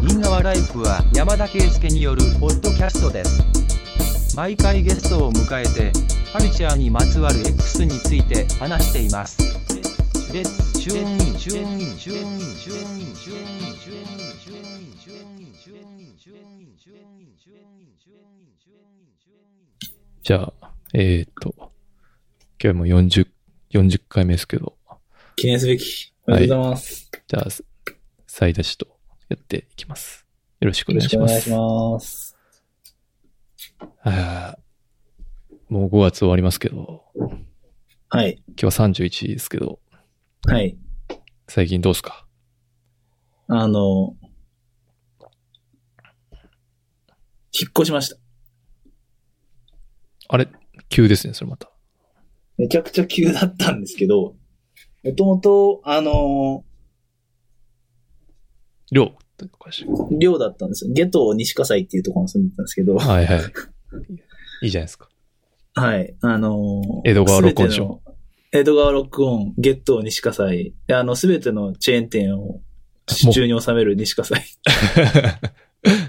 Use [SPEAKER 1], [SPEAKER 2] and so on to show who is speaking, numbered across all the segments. [SPEAKER 1] 品川ライフは山田圭介によるポッドキャストです毎回ゲストを迎えてカルチャーにまつわる X について話していますレッツチューンインチューンインチューンインチューンインチューンインチューンインチューンインチューンインチューンインチューンインチューンインチューンインチューンインチューンインチューン
[SPEAKER 2] じゃあ、えー、っと、今日も40、40回目ですけど、
[SPEAKER 3] 記念すべき。おめでとうございます。
[SPEAKER 2] じゃあ、再出しとやっていきます。よろしくお
[SPEAKER 3] よ
[SPEAKER 2] 願
[SPEAKER 3] ろ
[SPEAKER 2] い
[SPEAKER 3] し
[SPEAKER 2] し
[SPEAKER 3] くお
[SPEAKER 2] ます。
[SPEAKER 3] 願いします。
[SPEAKER 2] あーもう5月終わりますけど、
[SPEAKER 3] はい。
[SPEAKER 2] 今日は31ですけど、
[SPEAKER 3] はい。
[SPEAKER 2] 最近どうですか
[SPEAKER 3] あの、引っ越しました。
[SPEAKER 2] あれ急ですね、それまた。
[SPEAKER 3] めちゃくちゃ急だったんですけど、もともと、あの、
[SPEAKER 2] 量というかし
[SPEAKER 3] 寮だったんですよ。下東西葛西っていうところに住んでたんですけど、
[SPEAKER 2] はいはい。いいじゃないです か。
[SPEAKER 3] はい。あの、
[SPEAKER 2] 江戸川ロックオンでしょ
[SPEAKER 3] すべての。江戸川ロックオン、ゲット西葛西。であの、すべてのチェーン店を支柱に収める西葛西。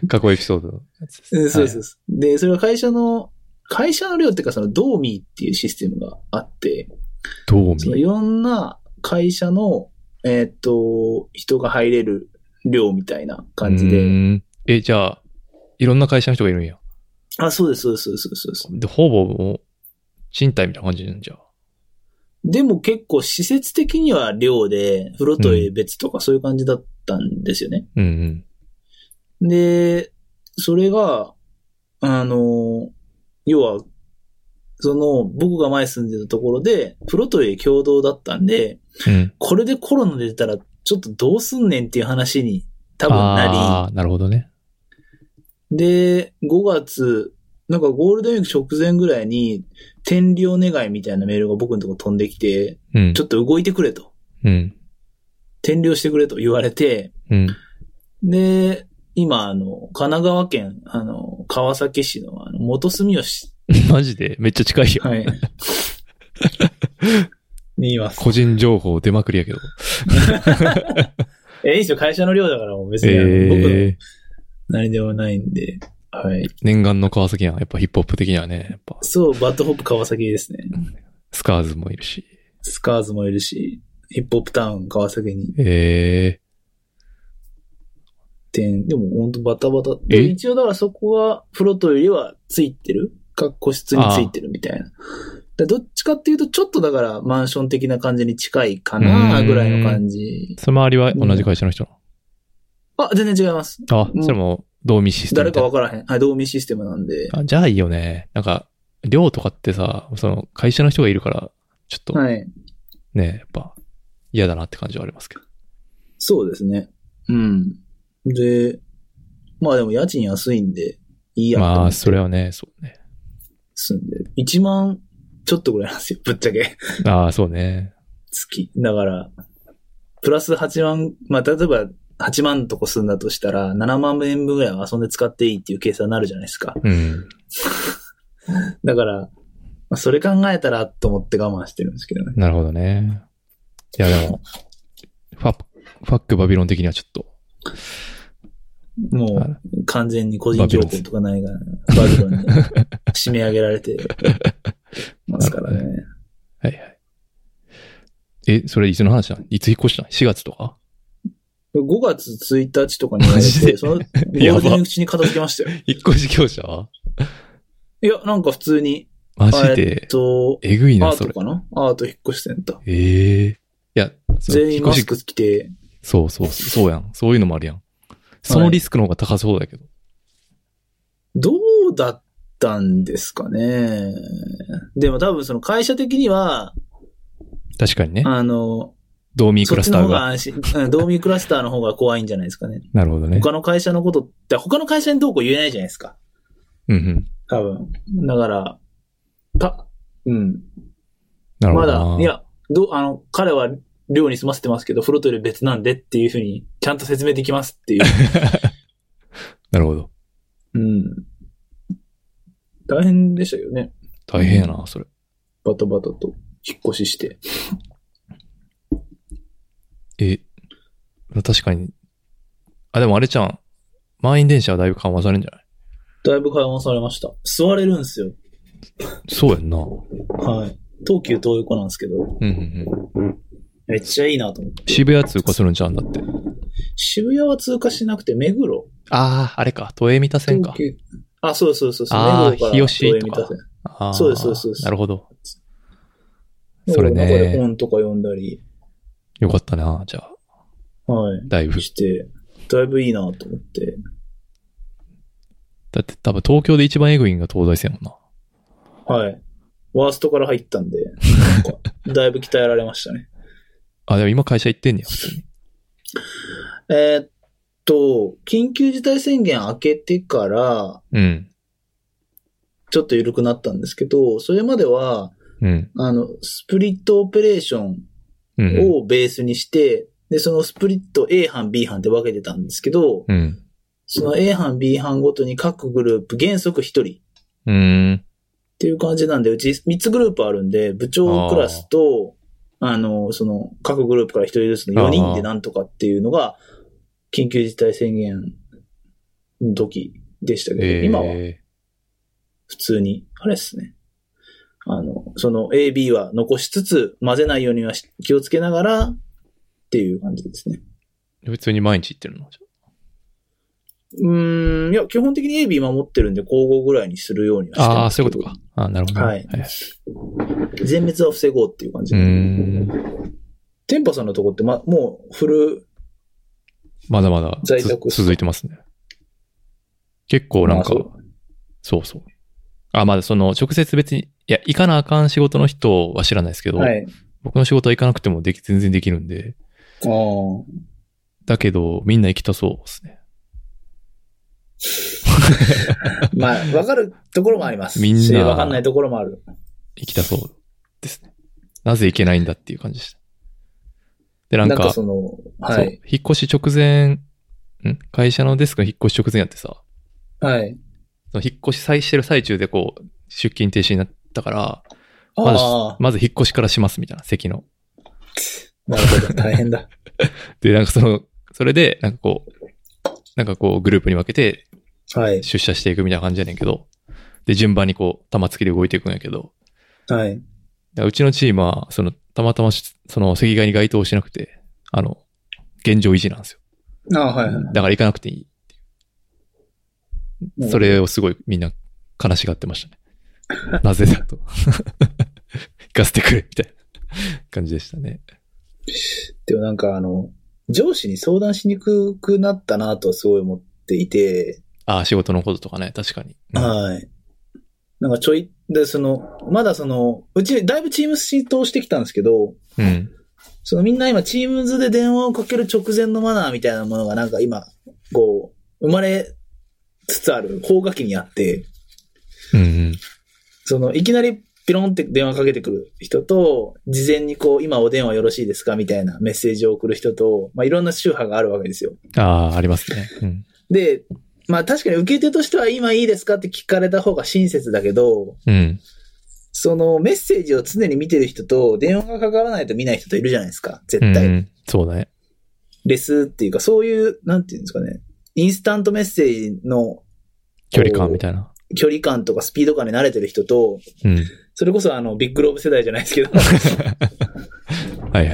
[SPEAKER 2] 過去エピソードのやつです。
[SPEAKER 3] うんそうですそうです。で、それは会社の、会社の量っていうか、その、ドーミーっていうシステムがあって、
[SPEAKER 2] どう
[SPEAKER 3] その
[SPEAKER 2] 見
[SPEAKER 3] いろんな会社の、えーっと、人が入れる量みたいな感じ
[SPEAKER 2] うー
[SPEAKER 3] で。
[SPEAKER 2] んえ、じゃあ、いろんな会社の人がいるんや。
[SPEAKER 3] あ、そうです、そうです、そうです、そうです。
[SPEAKER 2] で、ほぼもう、賃貸みたいな感じなんじゃあ。
[SPEAKER 3] でも結構施設的には量で、風呂と別とかそういう感じだったんですよね。
[SPEAKER 2] うんうん。
[SPEAKER 3] で、それが、あの、要は、その、僕が前住んでたところで、風呂トイレ共同だったんで、
[SPEAKER 2] うん。
[SPEAKER 3] これでコロナ出たら、ちょっとどうすんねんっていう話に多分な
[SPEAKER 2] ああ、なるほどね。
[SPEAKER 3] り、で、5月、なんかゴールデンウィーク直前ぐらいに、天領願いみたいなメールが僕のとこ飛んできて、
[SPEAKER 2] うん
[SPEAKER 3] ち。ょっと動いてくれと。
[SPEAKER 2] うん。
[SPEAKER 3] 転領してくれと言われて、
[SPEAKER 2] うん。
[SPEAKER 3] で、今、あの、神奈川県、あの、川崎市の、あの、元住吉、
[SPEAKER 2] マジでめっちゃ近いよ。
[SPEAKER 3] はい。にいます。
[SPEAKER 2] 個人情報出まくりやけど。
[SPEAKER 3] え、いいですよ、会社の量だからもう別に、あの僕の
[SPEAKER 2] ええ
[SPEAKER 3] 何でもないんで、はい。
[SPEAKER 2] 念願の川崎やん。やっぱヒップホップ的にはね、やっぱ、
[SPEAKER 3] そう、バッドホップ川崎ですね。
[SPEAKER 2] スカーズもいるし。
[SPEAKER 3] スカーズもいるし、ヒップホップタウン川崎に
[SPEAKER 2] ええ
[SPEAKER 3] 点、でも本当バタバタ。
[SPEAKER 2] え
[SPEAKER 3] で一応だからそこは、風呂トイレはついてるか、個室についてるみたいな。だどっちかっていうと、ちょっとだからマンション的な感じに近いかな、ぐらいの感じ。
[SPEAKER 2] その周りは同じ会社の人
[SPEAKER 3] あ、全然違います。
[SPEAKER 2] なの。あ
[SPEAKER 3] う、ん
[SPEAKER 2] それも、同味システム
[SPEAKER 3] 誰
[SPEAKER 2] みた
[SPEAKER 3] か
[SPEAKER 2] い
[SPEAKER 3] わ
[SPEAKER 2] な。
[SPEAKER 3] からへん。はい、同民システムなんで。
[SPEAKER 2] あじゃあいいよね。なんか、寮とかってさ、その、会社の人がいるから、ちょっと、
[SPEAKER 3] はい。
[SPEAKER 2] ね、やっぱ、嫌だなって感じはありますけど。
[SPEAKER 3] そうですね。うん。で、まあでも家賃安いんで、いいやと思って
[SPEAKER 2] まあ、それはね、そうね。
[SPEAKER 3] 住んでる。1万ちょっとぐらいなんですよ、ぶっちゃけ。
[SPEAKER 2] ああ、そうね。
[SPEAKER 3] 月。だから、プラス8万、まあ、例えば8万とこ住んだとしたら、7万円分ぐらいは遊んで使っていいっていう計算になるじゃないですか。
[SPEAKER 2] うん。
[SPEAKER 3] だから、まあそれ考えたらと思って我慢してるんですけどね。
[SPEAKER 2] なるほどね。いや、でも、ファ、ファックバビロン的にはちょっと、
[SPEAKER 3] も
[SPEAKER 2] あ
[SPEAKER 3] う、完全に個人情報とかないが、 バビロンに締め上げられてますからね。
[SPEAKER 2] はいはい。え、それいつの話なのいつ引っ越したの ?4 月とか
[SPEAKER 3] 5月1日とかに言われ
[SPEAKER 2] マジで
[SPEAKER 3] て、その、ゴールデンウィーク中に片付けましたよ。
[SPEAKER 2] 引っ越し業者はい
[SPEAKER 3] や、なんか普通に、
[SPEAKER 2] マ
[SPEAKER 3] え
[SPEAKER 2] ジ
[SPEAKER 3] っ
[SPEAKER 2] で、
[SPEAKER 3] と、
[SPEAKER 2] えぐい
[SPEAKER 3] ア
[SPEAKER 2] な、
[SPEAKER 3] ー
[SPEAKER 2] そ
[SPEAKER 3] ト
[SPEAKER 2] れ。
[SPEAKER 3] かなアート引っ越しセンター。
[SPEAKER 2] ええいや、その
[SPEAKER 3] 全員マス
[SPEAKER 2] 引っ
[SPEAKER 3] ク着て、
[SPEAKER 2] 越しそうそう、そうやん。そういうのもあるやん。そのリスクの方が高そうだけど。
[SPEAKER 3] どうだったんですかね。でも多分その会社的には、
[SPEAKER 2] 確かにね。
[SPEAKER 3] あの、
[SPEAKER 2] ドーミーク
[SPEAKER 3] そっ
[SPEAKER 2] ラ
[SPEAKER 3] ち
[SPEAKER 2] スタ
[SPEAKER 3] の
[SPEAKER 2] ー
[SPEAKER 3] 方が
[SPEAKER 2] が。
[SPEAKER 3] 安心、うんドーミークラスターの方が怖いんじゃないですかね。
[SPEAKER 2] なるほど ね。
[SPEAKER 3] 他の会社のことって、他の会社にどうこう言えないじゃないですか。
[SPEAKER 2] うんうん。
[SPEAKER 3] 多分。だから、た、うん。
[SPEAKER 2] なるほ
[SPEAKER 3] ま
[SPEAKER 2] どな。
[SPEAKER 3] だ、いや、どう、あの、彼は寮に住ませてますけど、風呂トイレ別なんでっていうふうに、ちゃんと説明できますって いう。
[SPEAKER 2] なるほど。
[SPEAKER 3] うん。大変でしたよね。
[SPEAKER 2] 大変やな、それ。
[SPEAKER 3] バタバタと、引っ越しして。
[SPEAKER 2] え、確かに。あ、でもあれちゃん。満員電車はだいぶ緩和されるんじゃない
[SPEAKER 3] だいぶ緩和されました。座れるんですよ。
[SPEAKER 2] そうやんな。う
[SPEAKER 3] はい。東急東横なんですけど、
[SPEAKER 2] んうんうん。
[SPEAKER 3] めっちゃいいなと思って。
[SPEAKER 2] 渋谷通過するんちゃうんだって。
[SPEAKER 3] 渋谷は通過しなくて、目黒。
[SPEAKER 2] ああ、あれか。都営三田線か
[SPEAKER 3] 東。急あ、そうそうそうそう。
[SPEAKER 2] あー
[SPEAKER 3] 目黒から
[SPEAKER 2] 日吉とか
[SPEAKER 3] 東映三田線
[SPEAKER 2] あー
[SPEAKER 3] そうですそうですそうです
[SPEAKER 2] なるほど。それね
[SPEAKER 3] だから本とか読んだり、
[SPEAKER 2] よかったな、じゃあ。
[SPEAKER 3] はい。
[SPEAKER 2] だいぶ。
[SPEAKER 3] して、だいぶいいなと思って。
[SPEAKER 2] だって多分東京で一番エグいんが東西線やもんな。
[SPEAKER 3] はい。ワーストから入ったんで、 なんかだいぶ鍛えられましたね。
[SPEAKER 2] あ、でも今会社行ってんねや、普通に。
[SPEAKER 3] えーっと、緊急事態宣言明けてから、
[SPEAKER 2] うん。
[SPEAKER 3] ちょっと緩くなったんですけど、それまでは、
[SPEAKER 2] うん。
[SPEAKER 3] あの、スプリットオペレーション
[SPEAKER 2] うん。
[SPEAKER 3] をベースにして、で、そのスプリット A 班 B 班って分けてたんですけど、
[SPEAKER 2] うん。
[SPEAKER 3] その A 班 B 班ごとに各グループ原則1人っ
[SPEAKER 2] うん。
[SPEAKER 3] ていう感じなんで、うち3つグループあるんで、部長クラスと、あの、その、各グループから1人ずつの4人でなんとかっていうのが、緊急事態宣言の時でしたけど、
[SPEAKER 2] えー
[SPEAKER 3] 今は普通に、あれですね。あの、その AB は残しつつ、混ぜないようにはし気をつけながらっていう感じですね。
[SPEAKER 2] 普通に毎日行ってるのじ
[SPEAKER 3] うーん、いや、基本的に AB 守ってるんで、交互ぐらいにするように
[SPEAKER 2] ゃ
[SPEAKER 3] はして
[SPEAKER 2] あ。ああー、
[SPEAKER 3] ます
[SPEAKER 2] そう
[SPEAKER 3] け
[SPEAKER 2] い
[SPEAKER 3] ど
[SPEAKER 2] うことか。。あーなるほど。
[SPEAKER 3] はい全滅は防ごうっていう感じ
[SPEAKER 2] うー。ん。
[SPEAKER 3] テンパさんのとこって、ま、もうフル、
[SPEAKER 2] まだまだ
[SPEAKER 3] 在宅
[SPEAKER 2] つ続いてますね。結構なんか、
[SPEAKER 3] まあそ
[SPEAKER 2] そ
[SPEAKER 3] う
[SPEAKER 2] うそう。あ、まだその直接別に、いや、行かなあかん仕事の人は知らないですけど、
[SPEAKER 3] はい。
[SPEAKER 2] 僕の仕事は行かなくてもでき、全然できるんで、
[SPEAKER 3] あー
[SPEAKER 2] だけど、みんな行きたそうですね。
[SPEAKER 3] まあ、わかるところもあります。
[SPEAKER 2] みんな
[SPEAKER 3] しわかんないところもある。
[SPEAKER 2] 行きたそうですね。なぜ行けないんだっていう感じでした。で、なん
[SPEAKER 3] なん
[SPEAKER 2] か、
[SPEAKER 3] かその、は
[SPEAKER 2] そう
[SPEAKER 3] い。
[SPEAKER 2] 引っ越し直前、ん会社のデスクが引っ越し直前やってさ、
[SPEAKER 3] はい。
[SPEAKER 2] その引っ越し再してる最中でこう、出勤停止になったから、まず
[SPEAKER 3] あ、
[SPEAKER 2] まず引っ越しからしますみたいな、席の。
[SPEAKER 3] あ、なるほど。大変だ。
[SPEAKER 2] で、なんかその、それで、なんかこう、なんかこう、グループに分けて
[SPEAKER 3] はい。
[SPEAKER 2] 出社していくみたいな感じやねんけど、で、順番にこう、玉突きで動いていくんやけど、
[SPEAKER 3] はい。
[SPEAKER 2] だからうちのチームは、その、たまたまし、その、席替えに該当しなくて、あの、現状維持なんですよ。
[SPEAKER 3] ああ、はいはい。
[SPEAKER 2] だから行かなくていいっていう。それをすごいみんな悲しがってましたね。なぜだと。 行かせてくれ、みたいな感じでしたね。
[SPEAKER 3] でもなんかあの、上司に相談しにくくなったなとはすごい思っていて、
[SPEAKER 2] ああ、仕事のこととかね、確かに。うん
[SPEAKER 3] はい。なんかちょい、で、その、まだその、うち、だいぶチーム浸透してきたんですけど、
[SPEAKER 2] うん。
[SPEAKER 3] そのみんな今、チームズで電話をかける直前のマナーみたいなものがなんか今、こう、生まれつつある、高画期にあって、
[SPEAKER 2] うんうん。
[SPEAKER 3] その、いきなりピロンって電話かけてくる人と、事前にこう、今お電話よろしいですかみたいなメッセージを送る人と、まあいろんな宗派があるわけですよ。
[SPEAKER 2] ああ、ありますね。うん。
[SPEAKER 3] で、まあ確かに受け手としては今いいですかって聞かれた方が親切だけど、
[SPEAKER 2] うん。
[SPEAKER 3] そのメッセージを常に見てる人と電話がかからないと見ない人といるじゃないですか、
[SPEAKER 2] う
[SPEAKER 3] 絶
[SPEAKER 2] んう
[SPEAKER 3] 対。
[SPEAKER 2] ん。そうだね。
[SPEAKER 3] レスっていうか、そういう、なんていうんですかね、インスタントメッセージの
[SPEAKER 2] 距離感みたいな。
[SPEAKER 3] 距離感とかスピード感に慣れてる人と、
[SPEAKER 2] うん。
[SPEAKER 3] それこそあの、ビッグローブ世代じゃないですけ ど、
[SPEAKER 2] はいはい。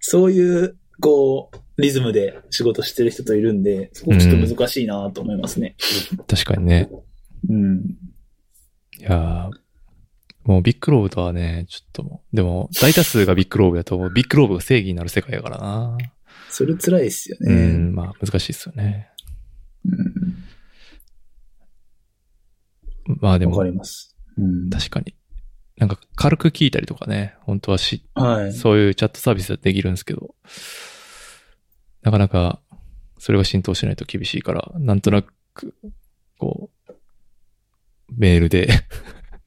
[SPEAKER 3] そういう、こう、リズムで仕事してる人といるんで、そこちょっと難しいなと思いますね。
[SPEAKER 2] 確かにね。
[SPEAKER 3] うん。
[SPEAKER 2] いやーもうビッグローブとはね、ちょっともう、でも大多数がビッグローブだと、ビッグローブが正義になる世界やからな。
[SPEAKER 3] それ辛いですよ
[SPEAKER 2] う
[SPEAKER 3] ね。
[SPEAKER 2] ん、まあ難しいですよね。
[SPEAKER 3] うん
[SPEAKER 2] まあで
[SPEAKER 3] わか
[SPEAKER 2] も、
[SPEAKER 3] ります。うん
[SPEAKER 2] 確かに。なんか軽く聞いたりとかね、本当はし、
[SPEAKER 3] はい。
[SPEAKER 2] そういうチャットサービスはできるんですけど、なかなかそれが浸透しないと厳しいから、なんとなく、こう、メールで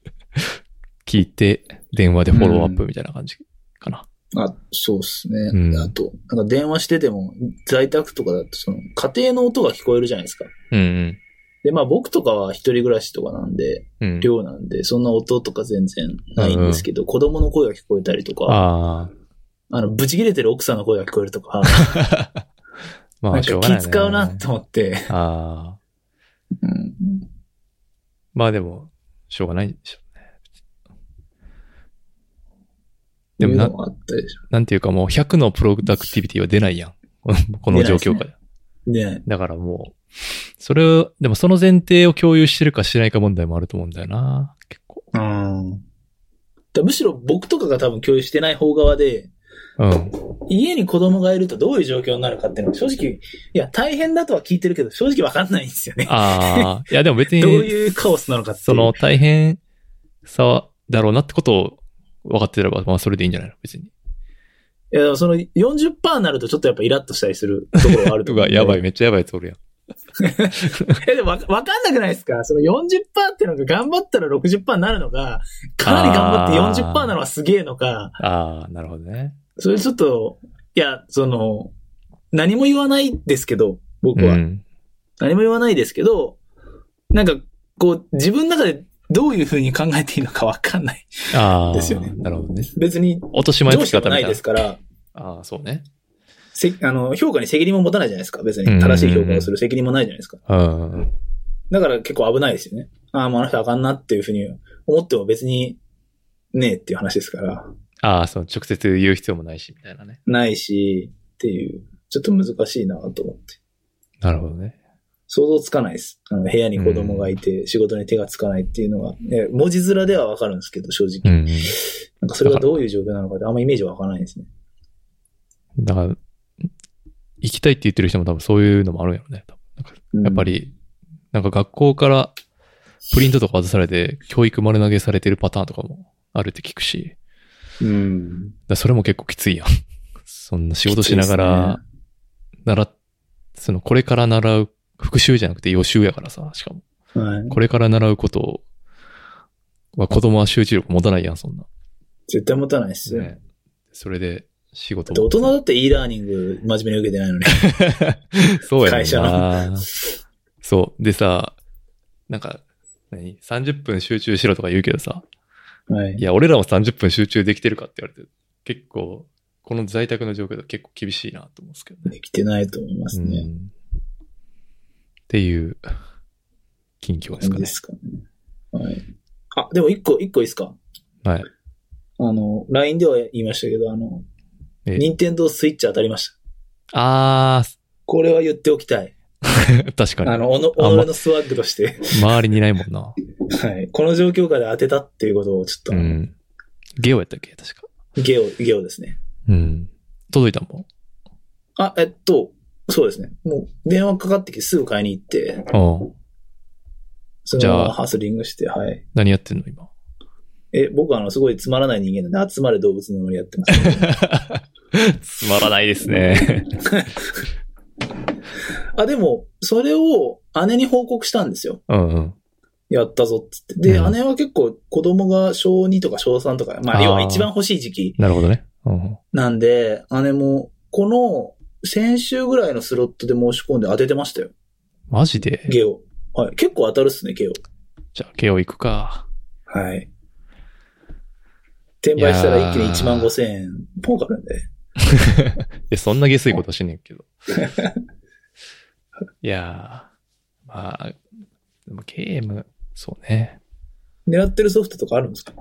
[SPEAKER 2] 聞いて、電話でフォローアップみたいな感じかな。
[SPEAKER 3] あ、そうですね。
[SPEAKER 2] うん
[SPEAKER 3] あと、なんか電話してても、在宅とかだと、その、家庭の音が聞こえるじゃないですか。
[SPEAKER 2] うん、うん、
[SPEAKER 3] で、まあ僕とかは一人暮らしとかなんで、
[SPEAKER 2] うん。
[SPEAKER 3] 寮なんで、そんな音とか全然ないんですけど、子供の声が聞こえたりとか、あ
[SPEAKER 2] あ
[SPEAKER 3] の、ブチ切れてる奥さんの声が聞こえるとか、
[SPEAKER 2] あ。ま
[SPEAKER 3] な
[SPEAKER 2] あ、
[SPEAKER 3] んか
[SPEAKER 2] しょうがない、ね。
[SPEAKER 3] 気使うなと思って、
[SPEAKER 2] ああ。まあでも、しょうがないでしょうね。 でも
[SPEAKER 3] な
[SPEAKER 2] な、
[SPEAKER 3] んあったでしょ。
[SPEAKER 2] なんていうかもう100のプロダクティビティは出ないやん。このこの状況下で。
[SPEAKER 3] ね
[SPEAKER 2] だからもう、それを、でもその前提を共有してるかしてないか問題もあると思うんだよな。結構。
[SPEAKER 3] うん。だむしろ僕とかが多分共有してない方側で、
[SPEAKER 2] うん。
[SPEAKER 3] 家に子供がいるとどういう状況になるかっていうのは正直、いや、大変だとは聞いてるけど、正直わかんないんですよね。
[SPEAKER 2] ああ、いやでも 別に、
[SPEAKER 3] どういうカオスなのかっていう。
[SPEAKER 2] その、大変さだろうなってことを分かってれば、まあそれでいいんじゃないの別に。
[SPEAKER 3] いや、でもその40%になるとちょっとやっぱイラッとしたりするところはあると
[SPEAKER 2] と
[SPEAKER 3] 思う
[SPEAKER 2] か、
[SPEAKER 3] ん で。
[SPEAKER 2] やばい、めっちゃやばいやつおるやん。
[SPEAKER 3] え、 でもわかわかんなくないですかその40%ってのが頑張ったら60%になるのか、かなり頑張って40%なのはすげえのか、
[SPEAKER 2] ああ、なるほどね。
[SPEAKER 3] それちょっと、いや、その、何も言わないですけど、僕
[SPEAKER 2] う
[SPEAKER 3] は。
[SPEAKER 2] ん。
[SPEAKER 3] 何も言わないですけど、なんか、こう、自分の中でどういうふうに考えていいのかわかんない。
[SPEAKER 2] ああ、
[SPEAKER 3] ですよね
[SPEAKER 2] なるほどね。
[SPEAKER 3] 別に、
[SPEAKER 2] 落とし前の
[SPEAKER 3] 上
[SPEAKER 2] 付き
[SPEAKER 3] 司で
[SPEAKER 2] 方
[SPEAKER 3] も
[SPEAKER 2] みたい
[SPEAKER 3] ない
[SPEAKER 2] な。
[SPEAKER 3] ですから、
[SPEAKER 2] ああ、そうね。
[SPEAKER 3] せあの、評価に責任も持たないじゃないですか。別
[SPEAKER 2] うんうんう
[SPEAKER 3] に
[SPEAKER 2] ん
[SPEAKER 3] 正しい評価をする責任もないじゃないですか。
[SPEAKER 2] うん。
[SPEAKER 3] だから結構危ないですよね。ああ、もうあの人あかんなっていうふうに思っても別にねえっていう話ですから、
[SPEAKER 2] ああ、その直接言う必要もないし、みたいなね。
[SPEAKER 3] ないしっていう、ちょっと難しいなと思って。
[SPEAKER 2] なるほどね。
[SPEAKER 3] 想像つかないです。あの部屋に子供がいて仕事に手がつかないっていうのは、え文字面ではわかるんですけど、正直。
[SPEAKER 2] うん。
[SPEAKER 3] なんかそれがどういう状況なのかってあんまイメージはわからないですね。
[SPEAKER 2] だから、行きたいって言ってる人も多分そういうのもあるんやろね。多分なんか
[SPEAKER 3] うん
[SPEAKER 2] やっぱ。り、なんか学校からプリントとか渡されて、教育丸投げされてるパターンとかもあるって聞くし、
[SPEAKER 3] うん。
[SPEAKER 2] だからそれも結構きついやん。 そんな仕事しながら、習っ、そのこれから習う、復習じゃなくて予習やからさ、しかも。
[SPEAKER 3] きついですね、はい。
[SPEAKER 2] これから習うことは子供は集中力持たないやん、そんな。
[SPEAKER 3] 絶対持たないですよ。
[SPEAKER 2] ね、それで仕
[SPEAKER 3] だ
[SPEAKER 2] 事
[SPEAKER 3] って大人だって e ラーニング真面目に受けてないのに。
[SPEAKER 2] そうやねんな
[SPEAKER 3] 会社
[SPEAKER 2] そう。でさ、なんか、何 ?30 分集中しろとか言うけどさ、
[SPEAKER 3] はい
[SPEAKER 2] い。や、俺らも30分集中できてるかって言われて、結構、この在宅の状況では結構厳しいなと思うんですけどね。
[SPEAKER 3] できてないと思います
[SPEAKER 2] う
[SPEAKER 3] ね。
[SPEAKER 2] んっていう、近況です
[SPEAKER 3] 感
[SPEAKER 2] か
[SPEAKER 3] じ
[SPEAKER 2] ね
[SPEAKER 3] で。すかね。はい。あ、でも一個、一個いいですか
[SPEAKER 2] はい。
[SPEAKER 3] あの、LINE では言いましたけど、あの、
[SPEAKER 2] え
[SPEAKER 3] 任天堂スイッチ当たりました。
[SPEAKER 2] あ
[SPEAKER 3] これは言っておきたい。
[SPEAKER 2] ー、 確かに。
[SPEAKER 3] あの、おの、
[SPEAKER 2] あんま
[SPEAKER 3] 己のスワッグとして、
[SPEAKER 2] 周りにいないもん な。
[SPEAKER 3] はい。この状況下で当てたっていうことをちょっと、
[SPEAKER 2] うん。ゲオやったっけ確か。
[SPEAKER 3] ゲオ、ゲオですね。
[SPEAKER 2] うん。届いたもん。
[SPEAKER 3] あ、えっと、そうですね。もう、電話かかってきてすぐ買いに行って、
[SPEAKER 2] うん。
[SPEAKER 3] そ
[SPEAKER 2] じ
[SPEAKER 3] の
[SPEAKER 2] ゃ
[SPEAKER 3] ま
[SPEAKER 2] あ
[SPEAKER 3] まハスリングして、はい。
[SPEAKER 2] 何やってんの今。
[SPEAKER 3] え、僕はあの、すごいつまらない人間なんで、集まれ動物の森やってます。
[SPEAKER 2] つまらないですね。
[SPEAKER 3] あ、でも、それを姉に報告したんですよ。
[SPEAKER 2] うんうん。
[SPEAKER 3] やったぞっつって。で、
[SPEAKER 2] うん
[SPEAKER 3] 姉は結構子供が小2とか小3とか、ま
[SPEAKER 2] あ
[SPEAKER 3] あ
[SPEAKER 2] ー
[SPEAKER 3] 要は一番欲しい時期
[SPEAKER 2] なるほどね。うん。
[SPEAKER 3] なんで、姉もこの先週ぐらいのスロットで申し込んで当ててましたよ。
[SPEAKER 2] マジで
[SPEAKER 3] ゲオ。はい。結構当たるっすね、ゲオ。
[SPEAKER 2] じゃあ、慶応行くか。
[SPEAKER 3] はい。転売したら一気に1万5千円ポンかかるんで。
[SPEAKER 2] いや、そんな下水ことはしねえけど。いやー、まあ、でもゲーム、そうね。
[SPEAKER 3] 狙ってるソフトとかあるんですか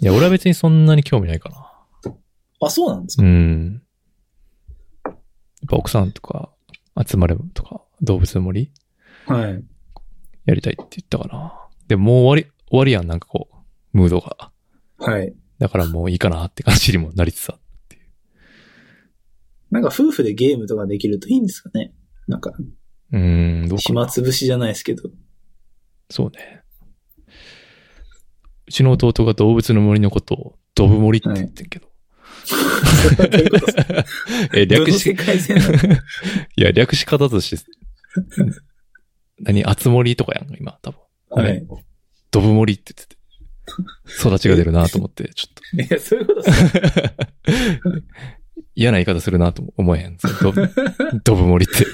[SPEAKER 2] いや、俺は別にそんなに興味ないかな。
[SPEAKER 3] あ、そうなんです
[SPEAKER 2] う
[SPEAKER 3] か、
[SPEAKER 2] ん。やっぱ奥さんとか、集まれとか、動物の森
[SPEAKER 3] はい。
[SPEAKER 2] やりたいって言ったかな。でももう終わり、終わりやん、なんかこう、ムードが。
[SPEAKER 3] はい。
[SPEAKER 2] だからもういいかなって感じにもなりつつある
[SPEAKER 3] なんか夫婦でゲームとかできるといいんですかねなんか、
[SPEAKER 2] うーん、どうかな
[SPEAKER 3] 暇つぶしじゃないですけど。
[SPEAKER 2] そうね。うちの弟が動物の森のことを、ドブ森って言ってんけど。
[SPEAKER 3] それはどういうことですか
[SPEAKER 2] え、略
[SPEAKER 3] ど
[SPEAKER 2] し
[SPEAKER 3] の世、界線なの
[SPEAKER 2] いや、略し方として、何、あつ森とかやんか、今、多分。
[SPEAKER 3] はい。
[SPEAKER 2] ドブ森って言ってて。育ちが出るなと思って、 ちょっと、
[SPEAKER 3] いや、そういうことですか
[SPEAKER 2] 嫌な言い方するなとも思えへん。そのドブドブ森って。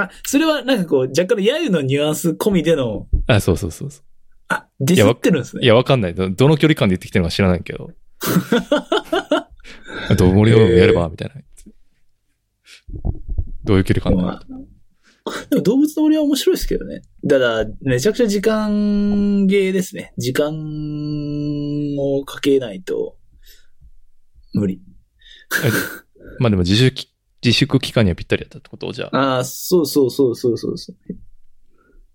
[SPEAKER 3] あ、それはなんかこう、若干のやゆのニュアンス込みでの、
[SPEAKER 2] あ、そうそうそうそ
[SPEAKER 3] あ、ディスってるんです
[SPEAKER 2] う。
[SPEAKER 3] ね。
[SPEAKER 2] いや、わかんない。どどの距離感で言ってきてるのか知らないけど。 ドブ森のやれば、みたいな。どういう距離感だろう
[SPEAKER 3] まあでも動物の森は面白いですけどね。ただ、めちゃくちゃ時間ゲーですね。時間をかけないと、無理。
[SPEAKER 2] まあでも自粛、自粛期間にはぴったりだったってことじゃあ。
[SPEAKER 3] ああ、そうそうそうそうそうそう。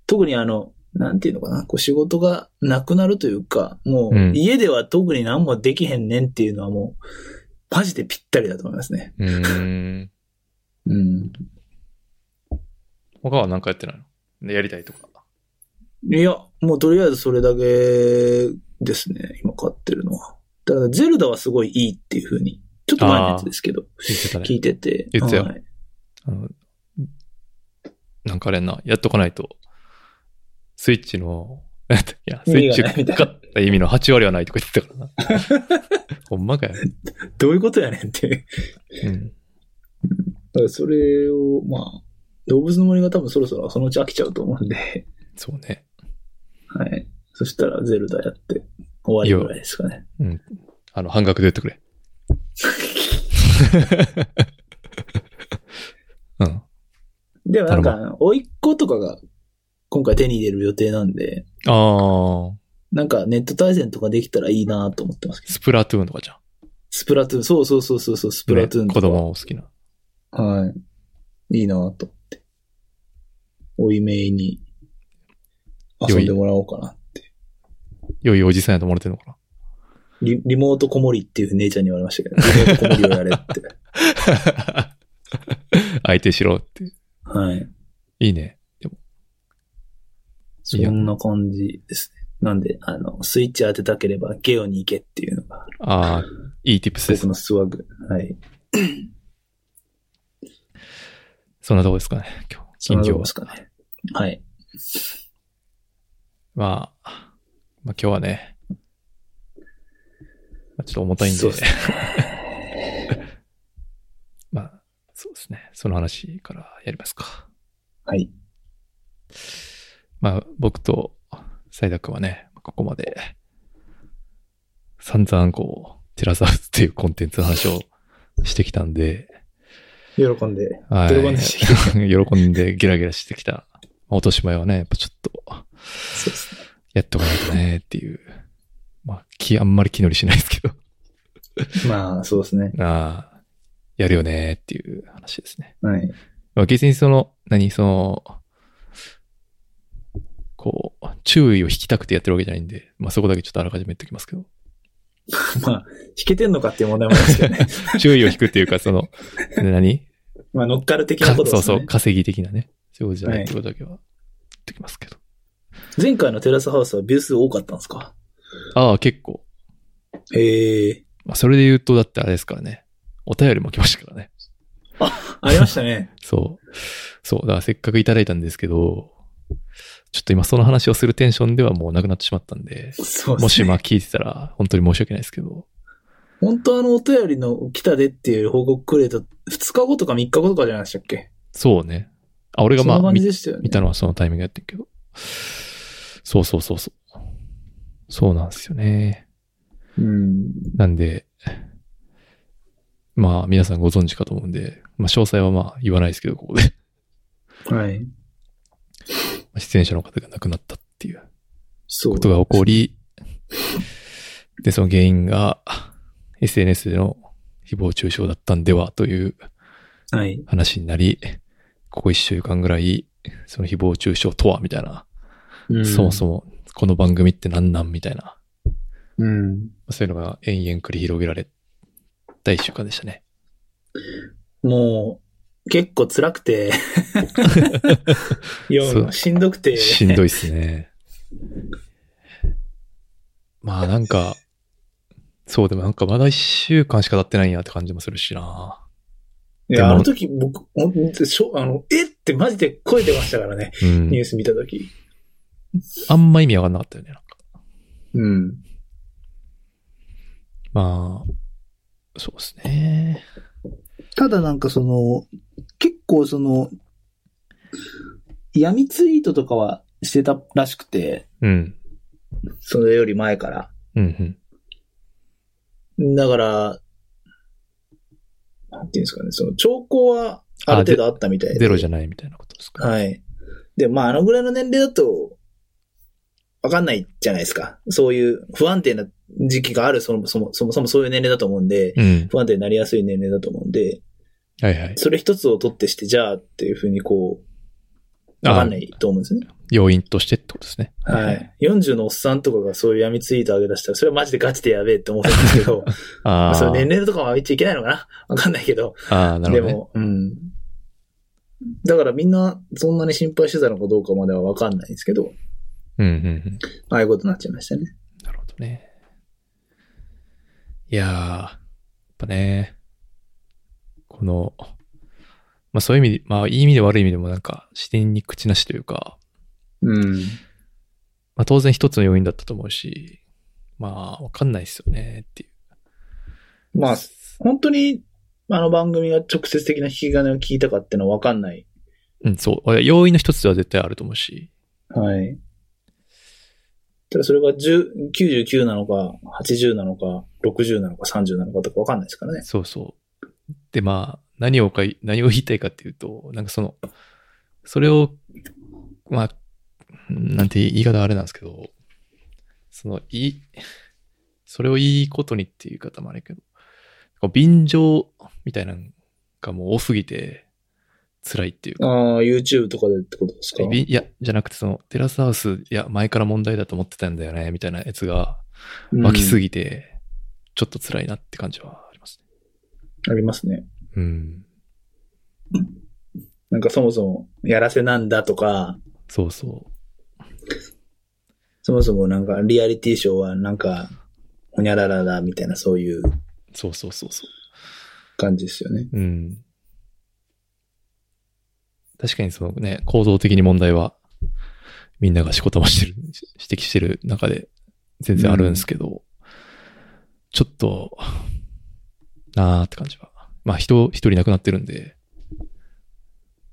[SPEAKER 3] 特にあの、なんていうのかな、こう仕事がなくなるというか、も
[SPEAKER 2] う
[SPEAKER 3] うん家では特に何もできへんねんっていうのはもう、マジでぴったりだと思いますね。
[SPEAKER 2] うーん。
[SPEAKER 3] うん。
[SPEAKER 2] 他は何かやってないのでやりたいとか。
[SPEAKER 3] いや、もうとりあえずそれだけですね、今買ってるのは。だからゼルダはすごいいいっていうふうに、ちょっと前のやつですけど、
[SPEAKER 2] 言ってたね
[SPEAKER 3] 聞。いてて。
[SPEAKER 2] 言ってたよ
[SPEAKER 3] はい
[SPEAKER 2] あの、なんかあれやな、やっとかないと、スイッチの、 なんだっけな、ス
[SPEAKER 3] 意
[SPEAKER 2] イ
[SPEAKER 3] 味
[SPEAKER 2] ッチ
[SPEAKER 3] がないみたいな
[SPEAKER 2] 買った意味の8割はないとか言ってたからな。 ほんまかよ。
[SPEAKER 3] どういうことやねんって。
[SPEAKER 2] うん。
[SPEAKER 3] だからそれを、まあ、動物の森が多分そろそろそのうち飽きちゃうと思うんで、
[SPEAKER 2] そうね。
[SPEAKER 3] はい。そしたらゼルダやって終わりぐらいですかね。
[SPEAKER 2] うん。あの、半額で言ってく れ。うん。
[SPEAKER 3] でもなんか、あの甥っ子とかが今回手に入れる予定なんで、
[SPEAKER 2] ああ、
[SPEAKER 3] なんかネット対戦とかできたらいいなと思ってますけど。
[SPEAKER 2] スプラトゥーンとかじゃん。
[SPEAKER 3] スプラトゥーン、そうそうそうそうそう、スプラトゥーン
[SPEAKER 2] ね
[SPEAKER 3] とか。
[SPEAKER 2] 子供を好きな。
[SPEAKER 3] はい。いいなと思って。おいめいに遊んでもらおうかな。
[SPEAKER 2] 良いおじさんやと思われてるのかな。
[SPEAKER 3] リリモートこもりっていうふうに姉ちゃんに言われ ましたけど、リモートこもりをやれって。
[SPEAKER 2] 相手しろって。
[SPEAKER 3] はい。
[SPEAKER 2] いいね。
[SPEAKER 3] そんな感じですね。なんで、あの、スイッチ当てたければゲオに行けっていうのが、
[SPEAKER 2] ああ、いいティップスです
[SPEAKER 3] 僕。のスワッグ。はい。
[SPEAKER 2] そんなとこですかね、今日。
[SPEAKER 3] そん
[SPEAKER 2] 近況
[SPEAKER 3] なとこ
[SPEAKER 2] は
[SPEAKER 3] で。すかね。はい。
[SPEAKER 2] まあ、まあ今日はね、まあ、ちょっと重たいんで、
[SPEAKER 3] そうです
[SPEAKER 2] まあ、そうですね。その話からやりますか。
[SPEAKER 3] はい。
[SPEAKER 2] まあ、僕と斉田君はね、ここまで、散々こう、テラサウスっていうコンテンツの話をしてきたんで、
[SPEAKER 3] 喜んで。
[SPEAKER 2] はい。
[SPEAKER 3] 喜んでしてき
[SPEAKER 2] 喜んでゲラゲラしてきた。まあ落とし前はね、やっぱちょっと、
[SPEAKER 3] そうですね。
[SPEAKER 2] やっとかないとねっていう。まあ、気、あんまり気乗りしないですけど。
[SPEAKER 3] まあ、そうですね。
[SPEAKER 2] ああ、やるよねっていう話ですね。
[SPEAKER 3] はい。
[SPEAKER 2] まあ、別にその、何、その、こう、注意を引きたくてやってるわけじゃないんで、まあそこだけちょっとあらかじめ言っておきますけど。
[SPEAKER 3] まあ、弾けてんのかっていう問題もありますけど ね。
[SPEAKER 2] 注意を引くっていうか、そ の、ね何
[SPEAKER 3] まあ、乗っかる的な
[SPEAKER 2] か
[SPEAKER 3] こ
[SPEAKER 2] そ
[SPEAKER 3] とで
[SPEAKER 2] う
[SPEAKER 3] す
[SPEAKER 2] そ
[SPEAKER 3] ね。
[SPEAKER 2] う、稼ぎ的なね。そういうことじゃないってことだけは言っておきますけど。
[SPEAKER 3] 前回のテラスハウスはビュー数多かったんですか
[SPEAKER 2] ああ、結構。
[SPEAKER 3] へえ。
[SPEAKER 2] まあそれで言うと、だってあれですからね。お便りも来ましたからね。
[SPEAKER 3] ありましたね。
[SPEAKER 2] そう。そう。だからせっかくいただいたんですけど、ちょっと今その話をするテンションではもうなくなってしまったんで、
[SPEAKER 3] そうで
[SPEAKER 2] も
[SPEAKER 3] す
[SPEAKER 2] し
[SPEAKER 3] ね。
[SPEAKER 2] まあ聞いてたら本当に申し訳ないですけど、
[SPEAKER 3] 本当あの、お便りの来たでっていう報告くれた2日後とか3日後とかじゃないでしたっけ
[SPEAKER 2] そうね。あ、俺が
[SPEAKER 3] そん
[SPEAKER 2] ま
[SPEAKER 3] な
[SPEAKER 2] あ
[SPEAKER 3] 感じ
[SPEAKER 2] 見
[SPEAKER 3] でしたよね。
[SPEAKER 2] 見たのはそのタイミングやってんけど。そうそうそうそう。そうなんですよね。
[SPEAKER 3] うん。
[SPEAKER 2] なんで、まあ皆さんご存知かと思うんで、まあ詳細はまあ言わないですけど、ここで。
[SPEAKER 3] はい。
[SPEAKER 2] まあ出演者の方が亡くなったっていう。
[SPEAKER 3] そう。
[SPEAKER 2] ことが起こり、で、その原因が SNS での誹謗中傷だったんではという
[SPEAKER 3] はい。
[SPEAKER 2] 話になり、ここ一週間ぐらい、その誹謗中傷とはみたいな、そもそもこの番組って何なんみたいな、
[SPEAKER 3] も。うん。
[SPEAKER 2] そういうのが延々繰り広げられた一週間でしたね。
[SPEAKER 3] もう、結構辛く て。い
[SPEAKER 2] そ
[SPEAKER 3] や、
[SPEAKER 2] う
[SPEAKER 3] しんどくて。
[SPEAKER 2] しんどいっすね。まあなんか、そうでもなんかまだ一週間しか経ってないんやって感じもするしな。
[SPEAKER 3] い
[SPEAKER 2] で
[SPEAKER 3] や、
[SPEAKER 2] も
[SPEAKER 3] あの時僕、ほんとしょあの、えってマジで声出ましたからね。
[SPEAKER 2] うん
[SPEAKER 3] ニュース見た時。
[SPEAKER 2] あんま意味わかんなかったよね。なんか
[SPEAKER 3] うん。
[SPEAKER 2] まあ、そうですね。
[SPEAKER 3] ただなんかその、結構その、闇ツイートとかはしてたらしくて、
[SPEAKER 2] うん。
[SPEAKER 3] それより前から。
[SPEAKER 2] うんうん。
[SPEAKER 3] だから、なんていうんですかね、その兆候はある程度あったみたいで。
[SPEAKER 2] ゼロじゃないみたいなこと。ですか。
[SPEAKER 3] はい。で、まあ、あのぐらいの年齢だと、わかんないじゃないですか。そういう不安定な時期がある、そもそも、そもそもそういう年齢だと思うんで、
[SPEAKER 2] うん。
[SPEAKER 3] 不安定になりやすい年齢だと思うんで、
[SPEAKER 2] はいはい。
[SPEAKER 3] それ一つを取ってして、じゃあっていうふうにこう、わかんないと思うんですね。
[SPEAKER 2] 要因としてってことですね。
[SPEAKER 3] は。い。40のおっさんとかがそういう闇ツイート上げ出したら、それはマジでガチでやべえって思ってるんですけど、
[SPEAKER 2] あ
[SPEAKER 3] まあ
[SPEAKER 2] あ。
[SPEAKER 3] それ年齢とかは言っちゃいけないのかなわかんないけど。
[SPEAKER 2] ああ、なるほど、ね。
[SPEAKER 3] でも、うん。だからみんなそんなに心配してたのかどうかまではわかんないんですけど、
[SPEAKER 2] うんうんうん。
[SPEAKER 3] ああいうことになっちゃいましたね。
[SPEAKER 2] なるほどね。いやー、やっぱね、この、まあそういう意味で、まあいい意味で悪い意味でもなんか、視点に口なしというか、
[SPEAKER 3] うん。
[SPEAKER 2] まあ当然一つの要因だったと思うし、まあわかんないですよねっていう。
[SPEAKER 3] まあ、本当に、あの番組が直接的な引き金を聞いたかってのはわかんない。
[SPEAKER 2] うん、そう。俺要因の一つでは絶対あると思うし、
[SPEAKER 3] はい。ただそれが10 99なのか、80なのか、60なのか、30なのかとかわかんないですからね。
[SPEAKER 2] そうそう。で、まあ、何をかい、何を言いたいかっていうと、なんかその、それを、まあ、うんなんて言い方あれなんですけど、その、いい、それをいいことにっていう言い方もあれやけど、こう便乗みたいなのがもう多すぎて、辛いっていうか、
[SPEAKER 3] ああ、YouTube とかでってことですか
[SPEAKER 2] びいや、じゃなくてその、テラスハウス、いや、前から問題だと思ってたんだよね、みたいなやつが湧きす
[SPEAKER 3] ぎ。
[SPEAKER 2] ぎて、ちょっと辛いなって感じはありますね。
[SPEAKER 3] ありますね。
[SPEAKER 2] うん。
[SPEAKER 3] なんかそもそも、やらせなんだとか、
[SPEAKER 2] そうそう。
[SPEAKER 3] そもそもなんかリアリティショーはなんか、ほにゃららだみたいなそういう
[SPEAKER 2] そうそうそうそ
[SPEAKER 3] 感じですよね。
[SPEAKER 2] う。うん。確かにそのね、構造的に問題は、みんながしこたましてる、し指摘してる中で、全然あるんですけど、ちょっと、なーって感じは。まあ人、一人亡くなってるんで、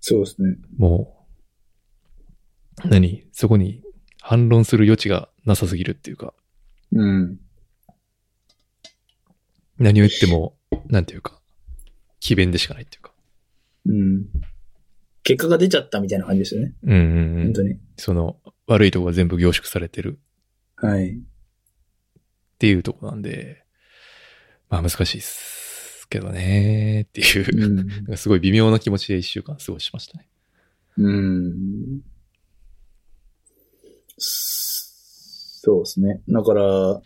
[SPEAKER 3] そうですね。
[SPEAKER 2] もう、何そこに反論する余地がなさすぎるっていうか、
[SPEAKER 3] うん。
[SPEAKER 2] 何を言っても、なんていうか、詭弁でしかないっていうか。
[SPEAKER 3] うん。結果が出ちゃったみたいな感じですよね。
[SPEAKER 2] うんうんう
[SPEAKER 3] 本
[SPEAKER 2] ん。
[SPEAKER 3] 当に。
[SPEAKER 2] その、悪いとこが全部凝縮されてる
[SPEAKER 3] はい。
[SPEAKER 2] っていうとこなんで、まあ難しいっすけどねっていう、
[SPEAKER 3] う
[SPEAKER 2] なん
[SPEAKER 3] ん。
[SPEAKER 2] かすごい微妙な気持ちで一週間過ごしましたね。
[SPEAKER 3] うん。そうですね。だから、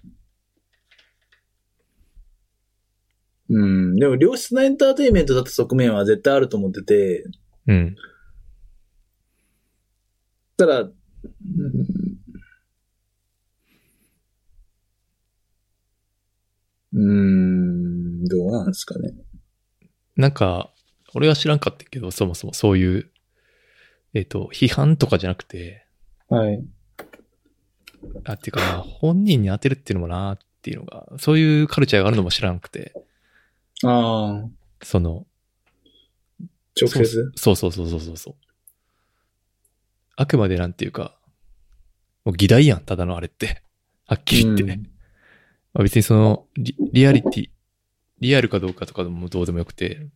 [SPEAKER 3] うん。でも良質なエンターテインメントだった側面は絶対あると思ってて、
[SPEAKER 2] うん。
[SPEAKER 3] ただ、うんうーん、どうなんですかね。
[SPEAKER 2] なんか、俺は知らんかったけど、そもそもそういう、えっ、と、批判とかじゃなくて、
[SPEAKER 3] はい。
[SPEAKER 2] あ、っていうかまあ、本人に当てるっていうのもなっていうのが、そういうカルチャーがあるのも知らなくて、
[SPEAKER 3] ああ、
[SPEAKER 2] その、
[SPEAKER 3] 直接。
[SPEAKER 2] そうそうそうそうそうそう。あくまでなんていうか、もう議題やん、ただのあれって。はっきり言ってね。
[SPEAKER 3] うん
[SPEAKER 2] まあ、別にそのリ、リアリティ、リアルかどうかとかでもどうでもよくて、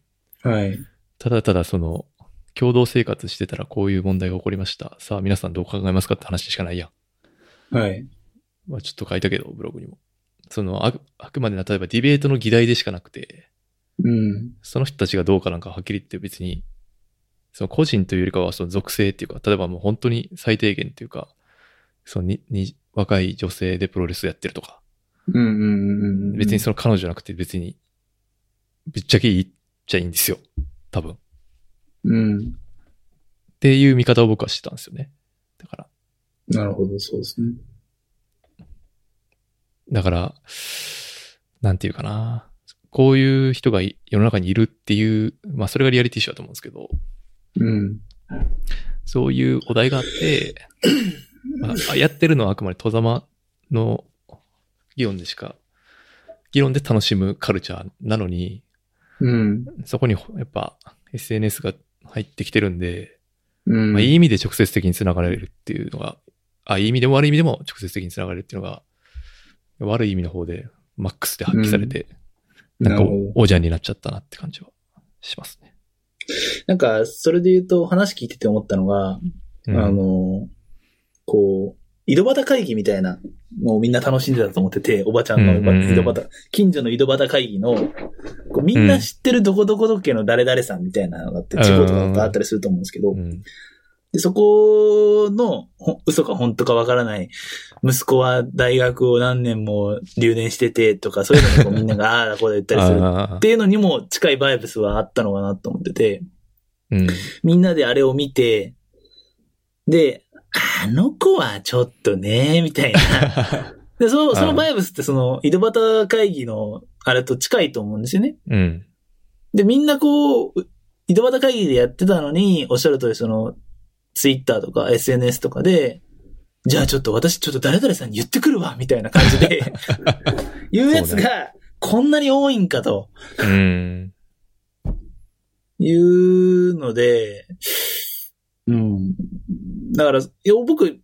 [SPEAKER 3] はい。
[SPEAKER 2] ただただその、共同生活してたらこういう問題が起こりました。さあ皆さんどう考えますかって話しかないや
[SPEAKER 3] はい。
[SPEAKER 2] ん。まあちょっと書いたけど、ブログにも。その、あくあくまで例えばディベートの議題でしかなくて、
[SPEAKER 3] うん。
[SPEAKER 2] その人たちがどうかなんかはっきり言って別に、その個人というよりかはその属性っていうか、例えばもう本当に最低限っていうか、そのにに若い女性でプロレスやってるとか、
[SPEAKER 3] うんうんうんうん。
[SPEAKER 2] 別にその彼女じゃなくて別に、ぶっちゃけいいっちゃいいんですよ。多分。っ
[SPEAKER 3] うん。
[SPEAKER 2] ていう見方を僕はしてたんですよね。だから、
[SPEAKER 3] なるほど、そうですね。
[SPEAKER 2] だから、なんていうかな。こういう人がい世の中にいるっていう、まあそれがリアリティショーだと思うんですけど、
[SPEAKER 3] うん。
[SPEAKER 2] そういうお題があ って、まああ、やってるのはあくまで戸ざまの議論でしか、議論で楽しむカルチャーなのに、
[SPEAKER 3] うん。
[SPEAKER 2] そこにほやっぱ SNS が入ってきてるんで、
[SPEAKER 3] うん。
[SPEAKER 2] まあ、いい意味で直接的につながれるっていうのが、あ、いい意味でも悪い意味でも直接的につながれるっていうのが、悪い意味の方でマックスで発揮されて、
[SPEAKER 3] な
[SPEAKER 2] なん
[SPEAKER 3] る
[SPEAKER 2] か
[SPEAKER 3] ほど。
[SPEAKER 2] 王者になっちゃったなって感じはしますね。
[SPEAKER 3] なんか、それで言うと話聞いてて思ったのが、
[SPEAKER 2] うん
[SPEAKER 3] あの、こう、井戸端会議みたいなのをみんな楽しんでたと思ってて、おばちゃんの井
[SPEAKER 2] う
[SPEAKER 3] 戸
[SPEAKER 2] んうんうん
[SPEAKER 3] 端、近所の井戸端会議の、こうみんな知ってるどこどこどけの誰々さんみたいなのがあって、地方とかがあったりすると思うんですけど、
[SPEAKER 2] うん
[SPEAKER 3] でそこの、ほ嘘か本当かわからない、息子は大学を何年も留年しててとか、そういうのをこうみんなが、ああー、こうだ言ったりする。っ
[SPEAKER 2] ああ
[SPEAKER 3] ていうのにも近いバイブスはあったのかなと思ってて、
[SPEAKER 2] うん
[SPEAKER 3] みんなであれを見て、で、あの子はちょっとね、みたいな。で、その、そのバイブスってその、井戸端会議の、あれと近いと思うんですよね。
[SPEAKER 2] うん。
[SPEAKER 3] で、みんなこう、井戸端会議でやってたのに、おっしゃる通りその、ツイッターとか SNS とかで、じゃあちょっと私ちょっと誰々さんに言ってくるわ、みたいな感じで、言うやつ
[SPEAKER 2] そう
[SPEAKER 3] が、こんなに多いんかと
[SPEAKER 2] うん。
[SPEAKER 3] いうので、うん。だから、いや僕、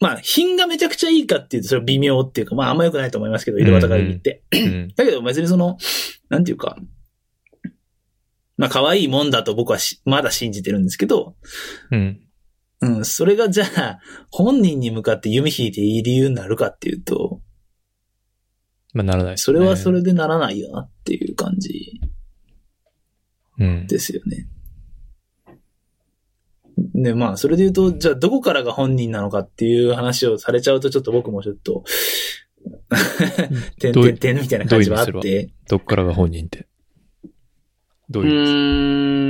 [SPEAKER 3] まあ、品がめちゃくちゃいいかっていうと、それは微妙っていうか、まあ、あんま良くないと思いますけど、井戸端会議って。
[SPEAKER 2] うん
[SPEAKER 3] だけど別にその、なんていうか、まあ可愛いもんだと僕はしまだ信じてるんですけど、
[SPEAKER 2] うん。
[SPEAKER 3] うん、それがじゃあ、本人に向かって弓引いていい理由になるかっていうと、
[SPEAKER 2] まあ、ならないです
[SPEAKER 3] そ
[SPEAKER 2] ね
[SPEAKER 3] れはそれでならないよなっていう感じ
[SPEAKER 2] うん。
[SPEAKER 3] ですよね。ね、まあ、それで言うと、じゃあどこからが本人なのかっていう話をされちゃうと、ちょっと僕もちょっと、てん
[SPEAKER 2] どうい
[SPEAKER 3] てんてんみたいな感じはあっ
[SPEAKER 2] どういう意味す
[SPEAKER 3] て、
[SPEAKER 2] どっからが本人って。どういうう意味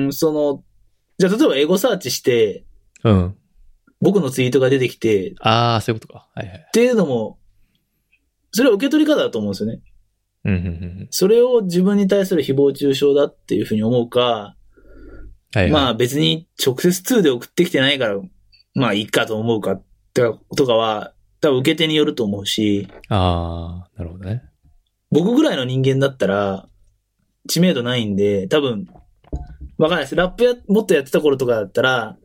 [SPEAKER 3] ーん、その、じゃあ例えばエゴサーチして、
[SPEAKER 2] うん。
[SPEAKER 3] 僕のツイートが出てきて、っ
[SPEAKER 2] ああ、そういうことか。はいはい。
[SPEAKER 3] ていうのも、それは受け取り方だと思うんですよね。
[SPEAKER 2] うんうんうん。
[SPEAKER 3] それを自分に対する誹謗中傷だっていうふうに思うか、
[SPEAKER 2] はいはい。
[SPEAKER 3] まあ別に直接通で送ってきてないから、まあいいかと思うかってことかは、多分受け手によると思うし、
[SPEAKER 2] ああ、なるほどね。
[SPEAKER 3] 僕ぐらいの人間だったら、知名度ないんで、多分、わかんないです。ラップや、もっとやってた頃とかだったら、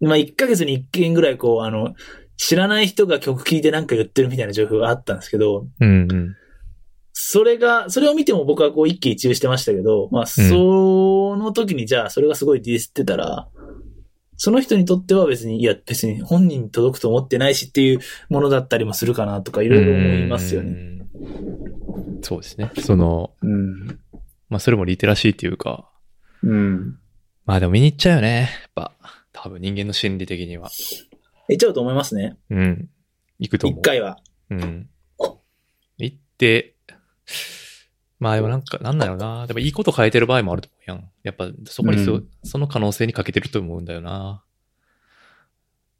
[SPEAKER 3] まあ1ヶ月に1件ぐらいこう、あの、知らない人が曲聴いてなんか言ってるみたいな情報があったんですけど、
[SPEAKER 2] うんうん。
[SPEAKER 3] それが、それを見ても僕はこう一喜一憂してましたけど、まあ、その時にじゃあそれがすごいディスってたら、その人にとっては別に、いや別に本人に届くと思ってないしっていうものだったりもするかなとかいろいろ思いますよね。
[SPEAKER 2] ね。そうですね。その、
[SPEAKER 3] うん。
[SPEAKER 2] まあ、それもリテラシーっていうか、
[SPEAKER 3] うん。
[SPEAKER 2] まあでも見に行っちゃうよね。やっぱ、多分人間の心理的には。
[SPEAKER 3] いっちゃうと思いますね。
[SPEAKER 2] うん。行くと思う。
[SPEAKER 3] 一回は。
[SPEAKER 2] うん。行って、まあでもなんか、なんだろうな。でもいいこと変えてる場合もあると思うやん。やっぱそこにそ,、
[SPEAKER 3] う
[SPEAKER 2] その可能性に欠けてると思うんだよな。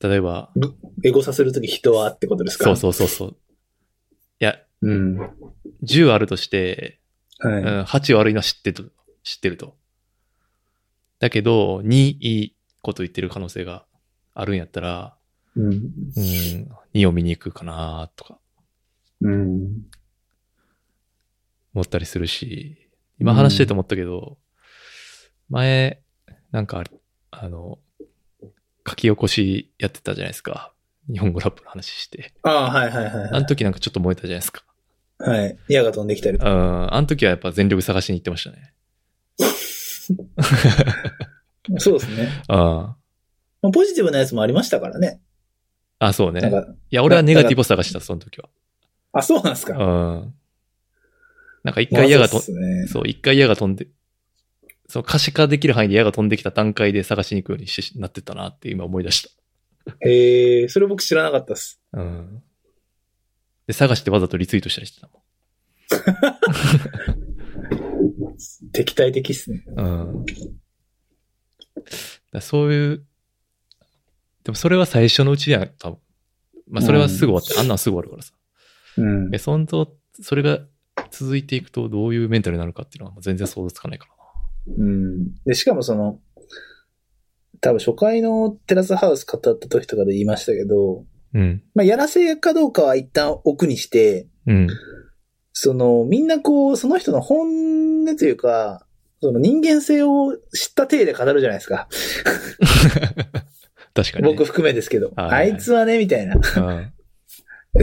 [SPEAKER 2] 例えば、
[SPEAKER 3] エゴさせるとき人はってことですか
[SPEAKER 2] そうそうそうそう。いや、
[SPEAKER 3] う。うん。は
[SPEAKER 2] 10あるとして、
[SPEAKER 3] い。
[SPEAKER 2] うん、8悪いのは知ってると。知ってると。だけど、2いいこと言ってる可能性があるんやったら、
[SPEAKER 3] う
[SPEAKER 2] う
[SPEAKER 3] ん。
[SPEAKER 2] ん、2を見に行くかなとか
[SPEAKER 3] うん。
[SPEAKER 2] 思ったりするし、今話してて思ったけど、前、なんかあれ、あの、書き起こしやってたじゃないですか。日本語ラップの話して。
[SPEAKER 3] ああ、はいはいはい
[SPEAKER 2] あ
[SPEAKER 3] は
[SPEAKER 2] の時なんかちょっと燃えたじゃないですか。
[SPEAKER 3] い。はい。矢が飛んできたり
[SPEAKER 2] う。ん、あの時はやっぱ全力探しに行ってましたね。
[SPEAKER 3] そうですね。
[SPEAKER 2] うん。
[SPEAKER 3] まあ、ポジティブなやつもありましたからね。
[SPEAKER 2] あ、そうね。
[SPEAKER 3] なん
[SPEAKER 2] い
[SPEAKER 3] か、
[SPEAKER 2] や、俺はネガティブを探した、その時は。
[SPEAKER 3] あ、そうなんです
[SPEAKER 2] う
[SPEAKER 3] か。
[SPEAKER 2] ん。なんか一回矢がと、
[SPEAKER 3] まあそうっすね。
[SPEAKER 2] そう、一回矢が飛んで、そう、可視化できる範囲で矢が飛んできた段階で探しに行くようにしなってたなって今思い出し
[SPEAKER 3] へえ、それ僕知らなかったっす。
[SPEAKER 2] た。うん。で、探してわざとリツイートしたりしてた
[SPEAKER 3] 敵対的っすね。
[SPEAKER 2] もん。うん。だからそういう、でもそれは最初のうちやん、多分。まあ、それはすぐ終わって、あんなんすぐ終わるからさ。
[SPEAKER 3] うん
[SPEAKER 2] え、そんと、それが続いていくとどういうメンタルになるかっていうのは全然想像つかないから
[SPEAKER 3] うん。で、しかもその、多分初回のテラスハウス語った時とかで言いましたけど、
[SPEAKER 2] な。うん。
[SPEAKER 3] まあ、やらせかどうかは一旦奥にして、
[SPEAKER 2] うん。
[SPEAKER 3] その、みんなこう、その人の本音というか、その人間性を知った体で語るじゃないですか。
[SPEAKER 2] 確かに、ね。
[SPEAKER 3] 僕含めですけど。
[SPEAKER 2] はいはい
[SPEAKER 3] あいつはね、みたいな。
[SPEAKER 2] うん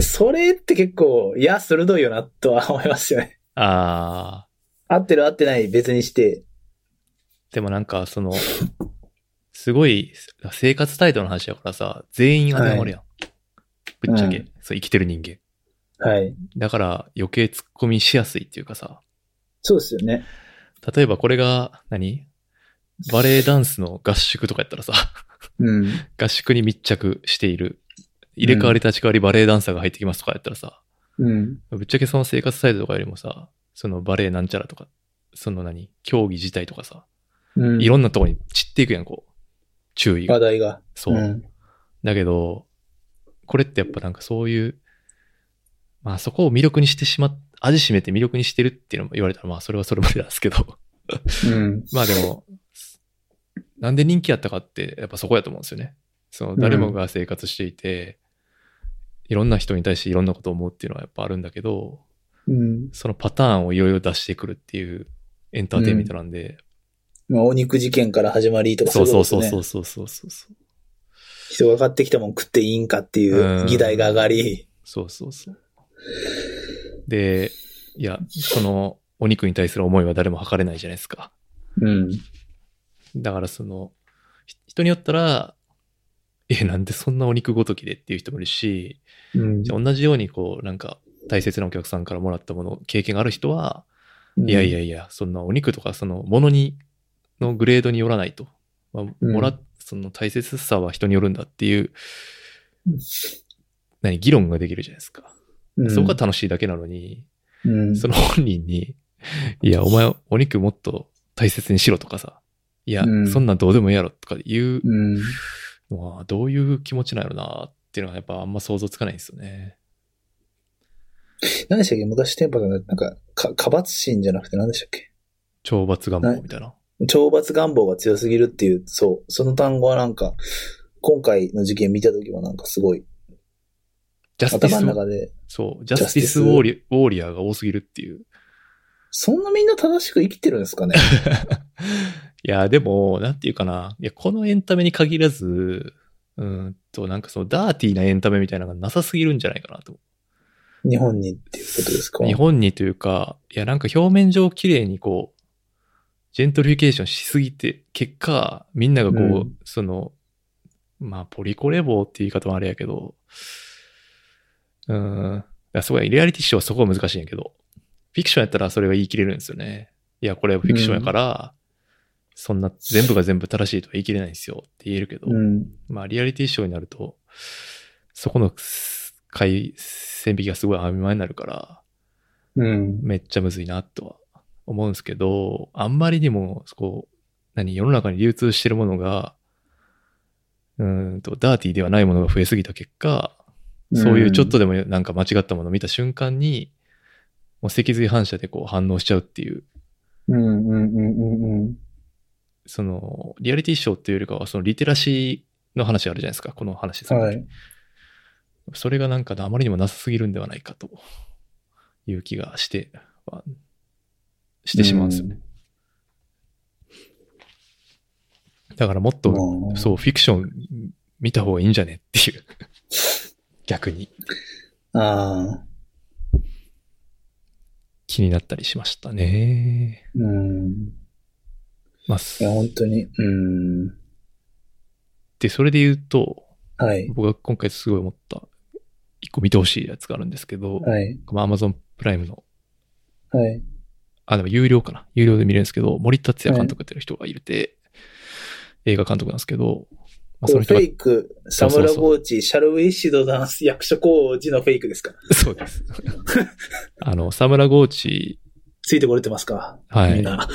[SPEAKER 3] それって結構、いや、鋭いよな、とは思いますよね。
[SPEAKER 2] ああ、
[SPEAKER 3] 合ってる合ってない別にして。
[SPEAKER 2] でもなんか、その、すごい、生活態度の話だからさ、全員当てはまるやん。ぶっちゃけ、
[SPEAKER 3] う
[SPEAKER 2] そう、生きてる人間。
[SPEAKER 3] はい。
[SPEAKER 2] だから余計突っ込みしやすいっていうかさ、
[SPEAKER 3] そうですよね。
[SPEAKER 2] 例えばこれが何、バレエダンスの合宿とかやったらさ、
[SPEAKER 3] うん。
[SPEAKER 2] 合宿に密着している、入れ替わり立ち替わりバレエダンサーが入ってきますとかやったらさ、
[SPEAKER 3] うん。
[SPEAKER 2] ぶっちゃけその生活態度とかよりもさ、そのバレエなんちゃらとか、その何、競技自体とかさ、
[SPEAKER 3] うん。
[SPEAKER 2] いろんなとこに散っていくやん、こう、注意
[SPEAKER 3] 話
[SPEAKER 2] が。
[SPEAKER 3] 題が。
[SPEAKER 2] そう。
[SPEAKER 3] ん
[SPEAKER 2] だけど、これってやっぱなんかそういう、まあそこを魅力にしてしまっ、味しめて魅力にしてるっていうのも言われたら、まあそれはそれまでなんですけど、
[SPEAKER 3] うん。
[SPEAKER 2] まあでも、なんで人気やったかって、やっぱそこやと思うんですよね。その誰もが生活していて、いろんな人に対していろんなことを思うっていうのはやっぱあるんだけど、
[SPEAKER 3] うん。
[SPEAKER 2] そのパターンをいろいろ出してくるっていうエンターテインメントなんで、
[SPEAKER 3] まあ、お肉事件から始まりとか
[SPEAKER 2] そう
[SPEAKER 3] いこ
[SPEAKER 2] そ
[SPEAKER 3] と
[SPEAKER 2] う
[SPEAKER 3] です
[SPEAKER 2] そ
[SPEAKER 3] ね
[SPEAKER 2] うそうそうそうそうそう。
[SPEAKER 3] 人が買ってきたもん食っていいんかっていう議題が上がり。
[SPEAKER 2] そうそうそう。で、いや、そのお肉に対する思いは誰も測れないじゃないですか。
[SPEAKER 3] うん。
[SPEAKER 2] だからその、ひ人によったら、え、なんでそんなお肉ごときでっていう人もいるし、
[SPEAKER 3] うん
[SPEAKER 2] 同じようにこう、なんか大切なお客さんからもらったもの、経験がある人は、いやいや。いや、そんなお肉とかそのものに、のグレードによらないと。まあ、
[SPEAKER 3] うん
[SPEAKER 2] もら、その大切さは人によるんだっていう、何、議論ができるじゃないですか。
[SPEAKER 3] うん
[SPEAKER 2] そこが楽しいだけなのに、
[SPEAKER 3] うん。
[SPEAKER 2] その本人に、いや、お前、お肉もっと大切にしろとかさ、いや、
[SPEAKER 3] うん
[SPEAKER 2] そんなんどうでもええやろとか言う
[SPEAKER 3] うん。
[SPEAKER 2] のは、どういう気持ちなんやろなっていうのは、やっぱあんま想像つかないんですよね。
[SPEAKER 3] 何でしたっけ昔テンパさんが、なんか、か、過罰心じゃなくて何でしたっけ
[SPEAKER 2] 懲罰願望みたいな。
[SPEAKER 3] 懲罰願望が強すぎるっていう、そう、その単語はなんか、今回の事件見たときはなんかすごい、
[SPEAKER 2] ジャスティ
[SPEAKER 3] 頭
[SPEAKER 2] ス
[SPEAKER 3] の、中で、
[SPEAKER 2] そう、ジャスティスウォーリウォーリアーが多すぎるっていう。
[SPEAKER 3] そんなみんな正しく生きてるんですかね
[SPEAKER 2] いや、でも、なんていうかな。いや、このエンタメに限らず、うーんと、なんかそのダーティーなエンタメみたいなのがなさすぎるんじゃないかなと。
[SPEAKER 3] 日本にっていうことですか
[SPEAKER 2] 日本にというか、いや、なんか表面上綺麗にこう、ジェントリフィケーションしすぎて、結果、みんながこう、
[SPEAKER 3] うん
[SPEAKER 2] その、まあ、ポリコレボーっていう言い方もあれやけど、うーん、いやすごい、リアリティショーはそこが難しいんやけど、フィクションやったらそれが言い切れるんですよね。いや、これはフィクションやから、そんな全部が全部正しいとは言い切れないんですよって言えるけど、
[SPEAKER 3] うん。
[SPEAKER 2] まあ、リアリティショーになると、そこの回線引きがすごい曖昧になるから、
[SPEAKER 3] うん。
[SPEAKER 2] めっちゃむずいなとは思うんですけど、あんまりにも、こう、何、世の中に流通してるものが、うーんと、ダーティーではないものが増えすぎた結果、そういうちょっとでもなんか間違ったものを見た瞬間に、もう脊髄反射でこう反応しちゃうっていう、
[SPEAKER 3] うん、うん、うん、うん、うん。
[SPEAKER 2] その、リアリティショーっていうよりかは、そのリテラシーの話あるじゃないですか、この話さっき
[SPEAKER 3] はい。
[SPEAKER 2] それがなんかあまりにもなさすぎるんではないかという気がしては、してしまうんですよね。だからもっと、
[SPEAKER 3] まあ
[SPEAKER 2] そう、フィクション見た方がいいんじゃねって いう。逆に
[SPEAKER 3] ああ、
[SPEAKER 2] 気になったりしましたね。
[SPEAKER 3] うん。
[SPEAKER 2] まあ、
[SPEAKER 3] いや、本当に、うん。
[SPEAKER 2] で、それで言うと、
[SPEAKER 3] はい。
[SPEAKER 2] 僕が今回すごい思った、一個見てほしいやつがあるんですけど、
[SPEAKER 3] はい。
[SPEAKER 2] まあ Amazon プライムの、
[SPEAKER 3] はい。
[SPEAKER 2] あ、でも有料かな。有料で見れるんですけど、森達也監督っていう人がいて、映画監督なんですけど、まあ、
[SPEAKER 3] こ
[SPEAKER 2] そ
[SPEAKER 3] れ
[SPEAKER 2] の
[SPEAKER 3] フ
[SPEAKER 2] 人
[SPEAKER 3] ェ
[SPEAKER 2] が、
[SPEAKER 3] イク、
[SPEAKER 2] そ
[SPEAKER 3] サ
[SPEAKER 2] うそうそう
[SPEAKER 3] ムラゴーチ、シャルウィッシュドダンス、役所工事のフェイクですか
[SPEAKER 2] そうです。 あの、サムラゴーチ、
[SPEAKER 3] ついてこれてますか
[SPEAKER 2] は
[SPEAKER 3] み
[SPEAKER 2] い
[SPEAKER 3] ん。な。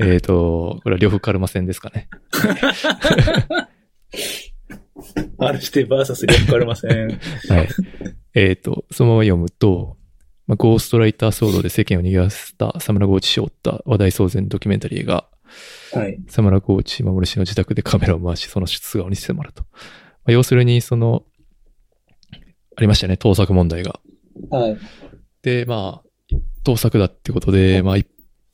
[SPEAKER 2] えっと、これは両夫カルマ戦ですかね。
[SPEAKER 3] あるしてバーサス略かれません。
[SPEAKER 2] はい。えっと、そのまま読むと、まあ、ゴーストライター騒動で世間を逃がしたサムラゴーチ氏を追った話題騒然ドキュメンタリー映画、
[SPEAKER 3] はい。
[SPEAKER 2] サムラコーチ守氏の自宅でカメラを回し、その素顔に迫ると。まあ、要するに、その、ありましたよね、盗作問題が。
[SPEAKER 3] はい。
[SPEAKER 2] で、まあ、盗作だってことで、まあ、い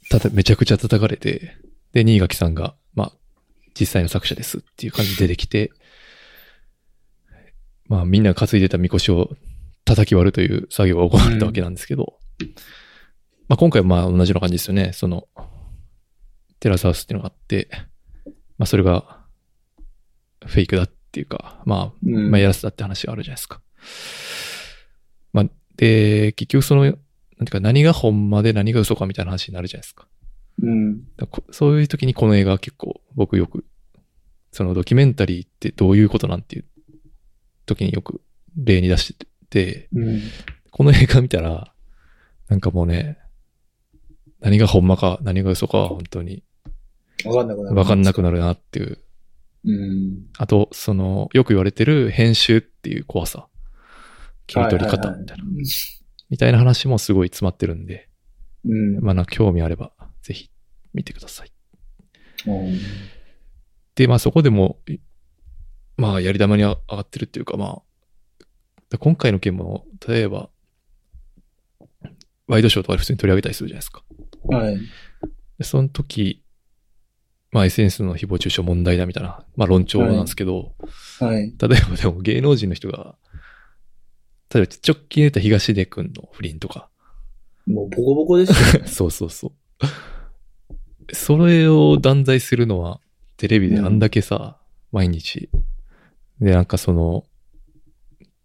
[SPEAKER 2] たためちゃくちゃ叩かれて、で、新垣さんが、まあ、実際の作者ですっていう感じで出てきて、まあ、みんな担いでたみこしを叩き割るという作業が行われたわけなんですけど、まあ、今回はまあ、同じような感じですよね。その、テラスハウスっていうのがあって、まあそれがフェイクだっていうか、まあ、
[SPEAKER 3] うん
[SPEAKER 2] まあやらせたって話があるじゃないですか。まあ、で、結局その、なんていうか何がほんまで何が嘘かみたいな話になるじゃないですか。
[SPEAKER 3] うん。
[SPEAKER 2] だからこそういう時にこの映画は結構僕よく、そのドキュメンタリーってどういうことなんていう時によく例に出してて、
[SPEAKER 3] うん。
[SPEAKER 2] この映画見たら、なんかもうね、何がほんまか何が嘘かは本当に
[SPEAKER 3] わかんなくなる。
[SPEAKER 2] わかんなくなるなっていう。
[SPEAKER 3] うん。
[SPEAKER 2] あと、その、よく言われてる編集っていう怖さ。切り取り方みたいな。みたいな話もすごい詰まってるんで、
[SPEAKER 3] うん。
[SPEAKER 2] まあ、なんか興味あればぜひ見てください。
[SPEAKER 3] うん
[SPEAKER 2] で、まあそこでも、いまあやり玉に上がってるっていうか、まあ、今回の件も、例えば、ワイドショーとかで普通に取り上げたりするじゃないですか。
[SPEAKER 3] はい。
[SPEAKER 2] でその時、まあ SNS の誹謗中傷問題だみたいな、まあ論調なんですけど、
[SPEAKER 3] は
[SPEAKER 2] 例
[SPEAKER 3] い。
[SPEAKER 2] えばでも芸能人の人が、例えば直近で出た東出くんの不倫と か、
[SPEAKER 3] もうボコボ コですよ。
[SPEAKER 2] そうそうそう。それを断罪するのは、テレビであんだけさ、毎日。で、なんかその、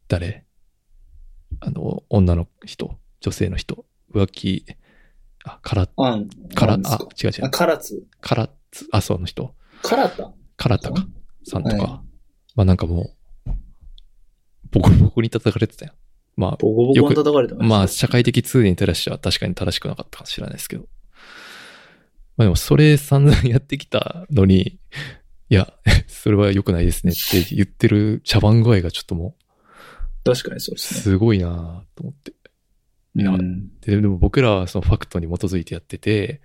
[SPEAKER 2] 誰あの、女の人、女性の人、浮気、あ、から、
[SPEAKER 3] あん。
[SPEAKER 2] から
[SPEAKER 3] あん、です
[SPEAKER 2] あ
[SPEAKER 3] か、
[SPEAKER 2] 違う違
[SPEAKER 3] あ、
[SPEAKER 2] う、
[SPEAKER 3] 唐津。
[SPEAKER 2] からつ、あ、その人、
[SPEAKER 3] 唐田
[SPEAKER 2] からたか、さんとか、
[SPEAKER 3] はい
[SPEAKER 2] まあなんかもう、ボコボコに叩かれてたよ。まあ、
[SPEAKER 3] ボコボコに叩かれてました。
[SPEAKER 2] まあ、社会的通念に照らしては確かに正しくなかったかもしれないですけど。まあでも、それ散々やってきたのに、いや、 それは良くないですねって言ってる茶番具合がちょっとも
[SPEAKER 3] 確かにそう
[SPEAKER 2] う、
[SPEAKER 3] ですね。
[SPEAKER 2] すごいなと思って。いや
[SPEAKER 3] うん
[SPEAKER 2] ででも僕らはそのファクトに基づいてやってて、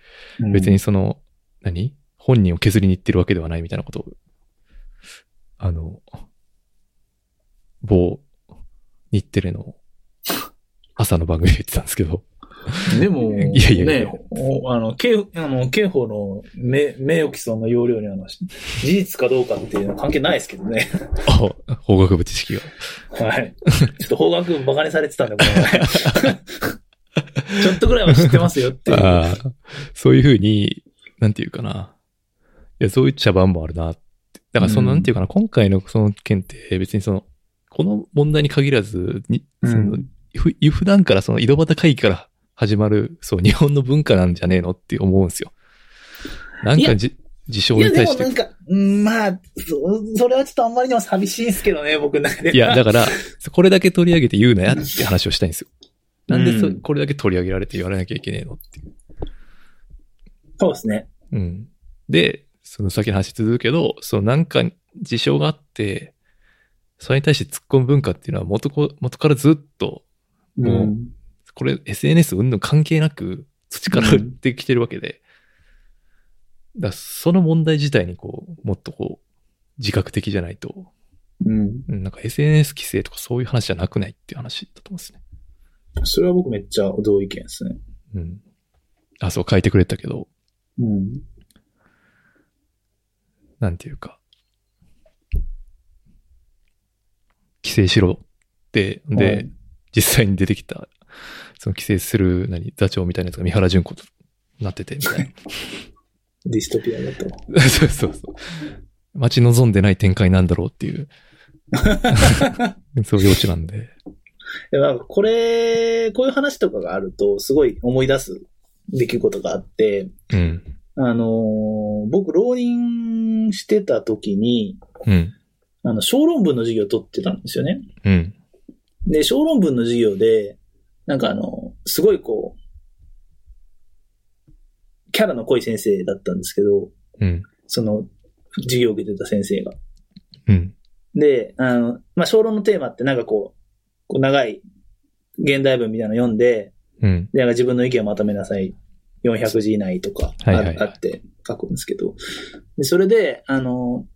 [SPEAKER 2] 別に。その、何本人を削りに行ってるわけではないみたいなことを、あの、某日テレの朝の番組で言ってたんですけど、
[SPEAKER 3] うんでも、
[SPEAKER 2] いやいやいや
[SPEAKER 3] ね、おあの、刑、あの、刑法の名、名誉毀損の要領にはなし、事実かどうかっていうのは関係ないですけど ね。
[SPEAKER 2] あ法学部知識が。
[SPEAKER 3] はい。ちょっと法学部馬鹿にされてたんで、この前 ちょっとぐらいは知ってますよっていう。
[SPEAKER 2] ああ、そういうふうに、なんていうかな。いや、そういう茶番もあるなって。だから、その、
[SPEAKER 3] うん
[SPEAKER 2] なんていうかな、今回のその件って、別にその、この問題に限らず、に
[SPEAKER 3] うん
[SPEAKER 2] そのふ普段からその井戸端会議から始まる、そう、日本の文化なんじゃねえのって思うんですよ。なん
[SPEAKER 3] いや
[SPEAKER 2] かじ、事象
[SPEAKER 3] いや、
[SPEAKER 2] に
[SPEAKER 3] で
[SPEAKER 2] 対
[SPEAKER 3] も
[SPEAKER 2] して
[SPEAKER 3] な。んか、うんまあ、そ、それはちょっとあんまりにも寂しいですけどね、僕の中では。
[SPEAKER 2] いや、だから、これだけ取り上げて言うなやって話をしたいんですよ。なんでそ、
[SPEAKER 3] うん
[SPEAKER 2] これだけ取り上げられて言われなきゃいけねえのっていう。
[SPEAKER 3] そうですね。
[SPEAKER 2] うん。で、その先の話続くけど、そのなんか事象があって、それに対して突っ込む文化っていうのは元こ元からずっと、
[SPEAKER 3] う
[SPEAKER 2] もう。これ SNS 云々関係なく土から売ってきてるわけで、だからその問題自体にこう、もっとこう、自覚的じゃないと、
[SPEAKER 3] うん。
[SPEAKER 2] うんなんか SNS 規制とかそういう話じゃなくないっていう話だと思うんですね。
[SPEAKER 3] それは僕めっちゃ同意見ですね。
[SPEAKER 2] うん。あ、そう書いてくれたけど、
[SPEAKER 3] うん。
[SPEAKER 2] なんていうか、規制しろって、で、
[SPEAKER 3] はい
[SPEAKER 2] 実際に出てきた、その規制する、何、座長みたいなやつが三原淳子となってて、みたい
[SPEAKER 3] ディストピアだと。
[SPEAKER 2] な。そうそうそう。待ち望んでない展開なんだろうって いう、そういうオチなんで。
[SPEAKER 3] でなんかこれ、こういう話とかがあると、すごい思い出す出来事があって、
[SPEAKER 2] うん。
[SPEAKER 3] あのー僕、浪人してた時に、
[SPEAKER 2] うん。
[SPEAKER 3] あの、小論文の授業を取ってたんですよね。
[SPEAKER 2] うん。
[SPEAKER 3] で、小論文の授業で、なんかあの、すごいこう、キャラの濃い先生だったんですけど、
[SPEAKER 2] うん。
[SPEAKER 3] その、授業を受けてた先生が。
[SPEAKER 2] うん。
[SPEAKER 3] で、あの、まあ、小論のテーマってなんかこう、こう長い現代文みたいなの読んで、
[SPEAKER 2] うん。
[SPEAKER 3] で、なんか自分の意見をまとめなさい。400字以内とかあ,、
[SPEAKER 2] はいはいはい
[SPEAKER 3] あって書くんですけど。でそれで、あの、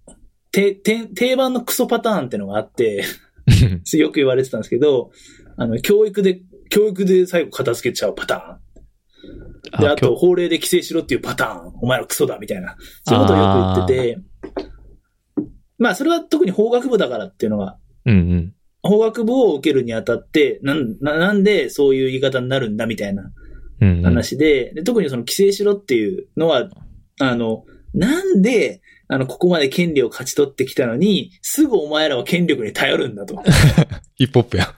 [SPEAKER 3] てて定番のクソパターンってのがあって、 よく言われてたんですけど、あの、教育で、教育で最後片付けちゃうパターン。で、あと、法令で規制しろっていうパターン。お前らクソだ、みたいな。そういうことをよく言ってて、まあ、それは特に法学部だからっていうのが
[SPEAKER 2] 今日うんうん。
[SPEAKER 3] 法学部を受けるにあたって、なん、ななんでそういう言い方になるんだみたいな
[SPEAKER 2] うん、うん。
[SPEAKER 3] 話で、で特にその規制しろっていうのは、あの、なんで、あの、ここまで権利を勝ち取ってきたのに、すぐお前らは権力に頼るん だと。
[SPEAKER 2] ヒップホップやん。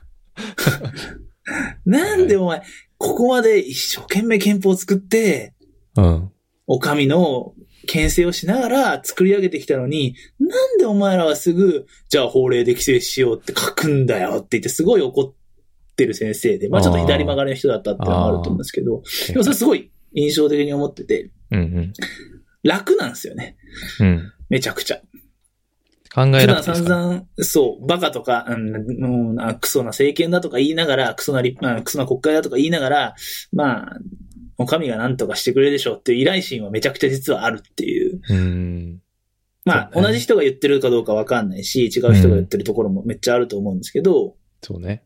[SPEAKER 3] なんでお前、ここまで一生懸命憲法を作って、
[SPEAKER 2] うん。
[SPEAKER 3] お上の牽制をしながら作り上げてきたのに、なんでお前らはすぐ、じゃあ法令で規制しようって書くんだよって言って、すごい怒ってる先生で、まあちょっと左曲がりの人だったっていうのもあると思うんですけど、でもそれすごい印象的に思ってて、
[SPEAKER 2] うんうん。
[SPEAKER 3] 楽なんですよね。
[SPEAKER 2] うん。
[SPEAKER 3] めちゃくちゃ。
[SPEAKER 2] 考えな
[SPEAKER 3] 普段
[SPEAKER 2] くていいです
[SPEAKER 3] 散
[SPEAKER 2] か
[SPEAKER 3] 々、そう、バカとか、うんうんあクソな政権だとか言いながら、クソな立派、クソな国会だとか言いながら、まあ、お上が何とかしてくれるでしょうっていう依頼心はめちゃくちゃ実はあるっていう。
[SPEAKER 2] うん。
[SPEAKER 3] まあ、
[SPEAKER 2] そうね
[SPEAKER 3] 同じ人が言ってるかどうかわかんないし、違う人が言ってるところもめっちゃあると思うんですけど、
[SPEAKER 2] そうね。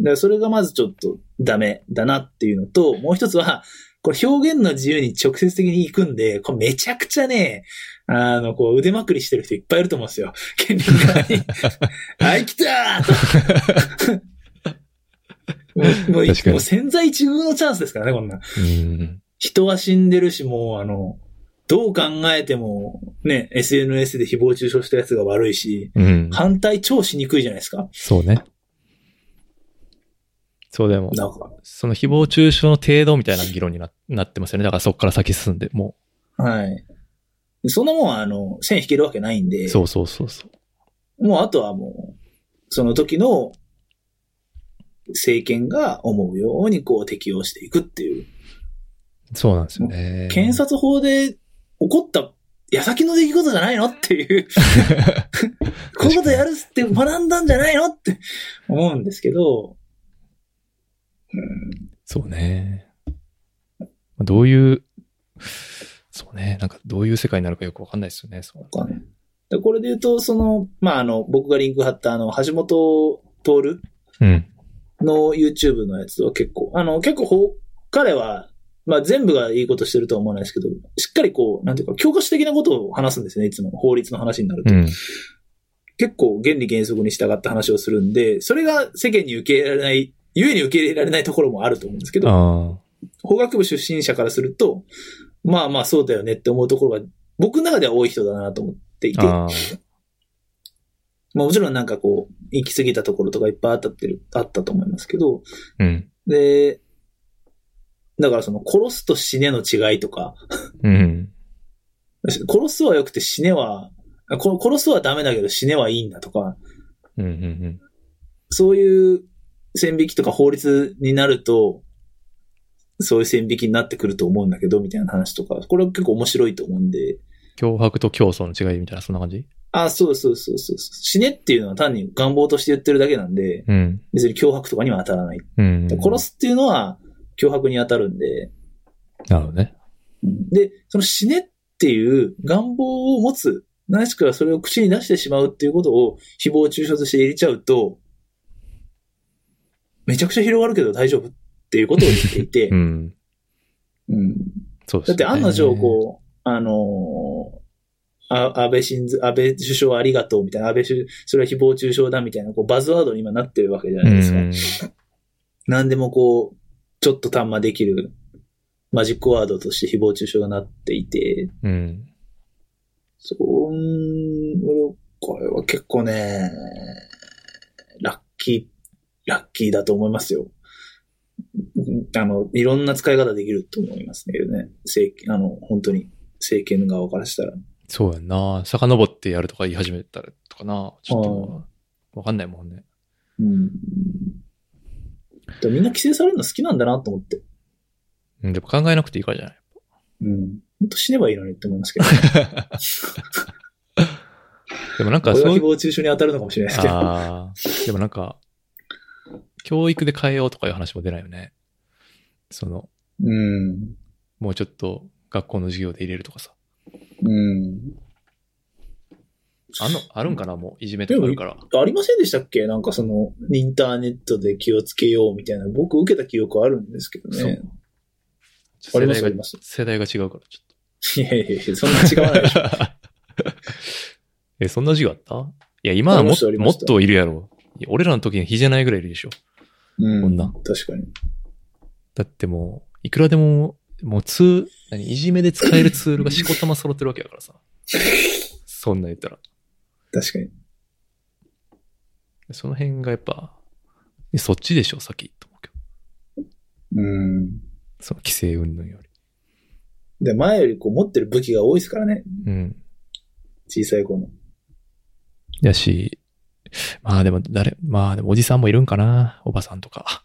[SPEAKER 3] だからそれがまずちょっとダメだなっていうのと、もう一つは、これ表現の自由に直接的に行くんで、これめちゃくちゃね、あの、こう腕まくりしてる人いっぱいいると思うんですよ。権力側 に。はい、来たーと。もうもう
[SPEAKER 2] 確かに
[SPEAKER 3] もう潜在一遇のチャンスですからね、こんなん。
[SPEAKER 2] うん。
[SPEAKER 3] 人は死んでるし、もうあの、どう考えても、ね、SNS で誹謗中傷したやつが悪いし、
[SPEAKER 2] うん。
[SPEAKER 3] 反対超しにくいじゃないですか。
[SPEAKER 2] そうね。そうでも、
[SPEAKER 3] なんか。
[SPEAKER 2] その誹謗中傷の程度みたいな議論にななってますよね。だからそこから先進んで、も
[SPEAKER 3] はい。そんなもんは、あの、線引けるわけないんで
[SPEAKER 2] う。、そうそうそうそう。
[SPEAKER 3] もうあとはもう、その時の政権が思うようにこう適用していくっていう。
[SPEAKER 2] そうなんですよね。
[SPEAKER 3] 検察法で起こった矢先の出来事じゃないのっていう。こういうことやるって学んだんじゃないのって思うんですけど、
[SPEAKER 2] そうね。まあどういう、そうね。なんかどういう世界になるかよくわかんないですよね。そう
[SPEAKER 3] わかんないでこれで言うと、その、まあ、あの、僕がリンク貼ったあの、橋本徹
[SPEAKER 2] うん。
[SPEAKER 3] の YouTube のやつは結構、あの、結構ほ、彼は、まあ、全部がいいことしてるとは思わないですけど、しっかりこう、なんていうか、教科書的なことを話すんですね、いつも。法律の話になる
[SPEAKER 2] う
[SPEAKER 3] と。
[SPEAKER 2] ん。
[SPEAKER 3] 結構原理原則に従った話をするんで、それが世間に受け入れられない、ゆえに受け入れられないところもあると思うんですけど、
[SPEAKER 2] あ
[SPEAKER 3] 法学部出身者からすると、まあまあそうだよねって思うところが、僕の中では多い人だなと思ってい
[SPEAKER 2] あ。
[SPEAKER 3] て、
[SPEAKER 2] ああ。
[SPEAKER 3] まあもちろんなんかこう、行き過ぎたところとかいっぱいあったってる、あったと思いますけど、
[SPEAKER 2] うん。
[SPEAKER 3] で、だからその殺すと死ねの違いとか、
[SPEAKER 2] うん。
[SPEAKER 3] 殺すは良くて死ねは、あこ殺すはダメだけど死ねはいいんだとか、
[SPEAKER 2] うん。うん。
[SPEAKER 3] そういう線引きとか法律になると、そういう線引きになってくると思うんだけど、みたいな話とか、これは結構面白いと思うんで、
[SPEAKER 2] 脅迫と競争の違いみたいな、そんな感じ
[SPEAKER 3] あ、そうそうそうそうそう。死ねっていうのは単に願望として言ってるだけなんで、
[SPEAKER 2] うん。
[SPEAKER 3] 別に脅迫とかには当たらない。
[SPEAKER 2] うん。
[SPEAKER 3] で殺すっていうのは脅迫に当たるんで、
[SPEAKER 2] なるほどね。
[SPEAKER 3] で、その死ねっていう願望を持つ、ないしくはそれを口に出してしまうっていうことを誹謗中傷として入れちゃうと、めちゃくちゃ広がるけど大丈夫っていうことを言っていて
[SPEAKER 2] う、ん。
[SPEAKER 3] うん
[SPEAKER 2] そうです
[SPEAKER 3] だっ
[SPEAKER 2] よね
[SPEAKER 3] て案の定こう、あのーあ安倍晋三、安倍首相ありがとうみたいな、安倍首、それは誹謗中傷だみたいな、こうバズワードに今なってるわけじゃないですか。
[SPEAKER 2] うん。
[SPEAKER 3] 何でもこう、ちょっと短魔できるマジックワードとして誹謗中傷がなっていて、
[SPEAKER 2] うん。
[SPEAKER 3] そこ、うーん、俺、これは結構ね、ラッキー、ラッキーだと思いますよ。あの、いろんな使い方できると思いますけどね。政権、あの、本当に、政権側からしたら。
[SPEAKER 2] そうやんな。遡ってやるとか言い始めたらとかな。ちょっともう、わかんないもんね。
[SPEAKER 3] うん。でもみんな規制されるの好きなんだなと思って。
[SPEAKER 2] うん。でも考えなくていいからじゃない
[SPEAKER 3] うん。本当死ねばいいのにって思います けど。
[SPEAKER 2] でもなん
[SPEAKER 3] こ
[SPEAKER 2] か、
[SPEAKER 3] れ
[SPEAKER 2] そ
[SPEAKER 3] が
[SPEAKER 2] うい
[SPEAKER 3] 誹
[SPEAKER 2] う
[SPEAKER 3] 謗中傷に当たるのかもしれないですけど。
[SPEAKER 2] ああ。でもなんか、教育で変えようとかいう話も出ないよね。その、
[SPEAKER 3] うん。
[SPEAKER 2] もうちょっと学校の授業で入れるとかさ。
[SPEAKER 3] うん。
[SPEAKER 2] あの、あるんかなもう、いじめとかあるから。
[SPEAKER 3] ありませんでしたっけなんかその、インターネットで気をつけようみたいな。僕受けた記憶あるんですけど
[SPEAKER 2] そう
[SPEAKER 3] ね。あ
[SPEAKER 2] 世
[SPEAKER 3] りま
[SPEAKER 2] 代
[SPEAKER 3] すあ
[SPEAKER 2] が
[SPEAKER 3] ります、
[SPEAKER 2] 世代が違うから、ちょっと。
[SPEAKER 3] いやいやいや、そんな違わないでしょ。
[SPEAKER 2] え、そんな授業あったいや、今は
[SPEAKER 3] あり
[SPEAKER 2] も
[SPEAKER 3] ましたあり
[SPEAKER 2] も
[SPEAKER 3] ま
[SPEAKER 2] っ
[SPEAKER 3] した
[SPEAKER 2] といるやろ。いや俺らの時に比じゃないぐらいいるでしょ。
[SPEAKER 3] うん
[SPEAKER 2] こんな
[SPEAKER 3] 確かに。
[SPEAKER 2] だってもう、いくらでももうツー、何、いじめで使えるツールがしこたま揃ってるわけだからさ。そんなん言ったら。
[SPEAKER 3] 確かに。
[SPEAKER 2] その辺がやっぱ、えそっちでしょ、先と思うけど。
[SPEAKER 3] うん。
[SPEAKER 2] その規制云々より。
[SPEAKER 3] で、前よりこう持ってる武器が多いですからね。
[SPEAKER 2] うん。
[SPEAKER 3] 小さい子の。
[SPEAKER 2] やし、まあでも誰、まあでもおじさんもいるんかな、おばさんとか。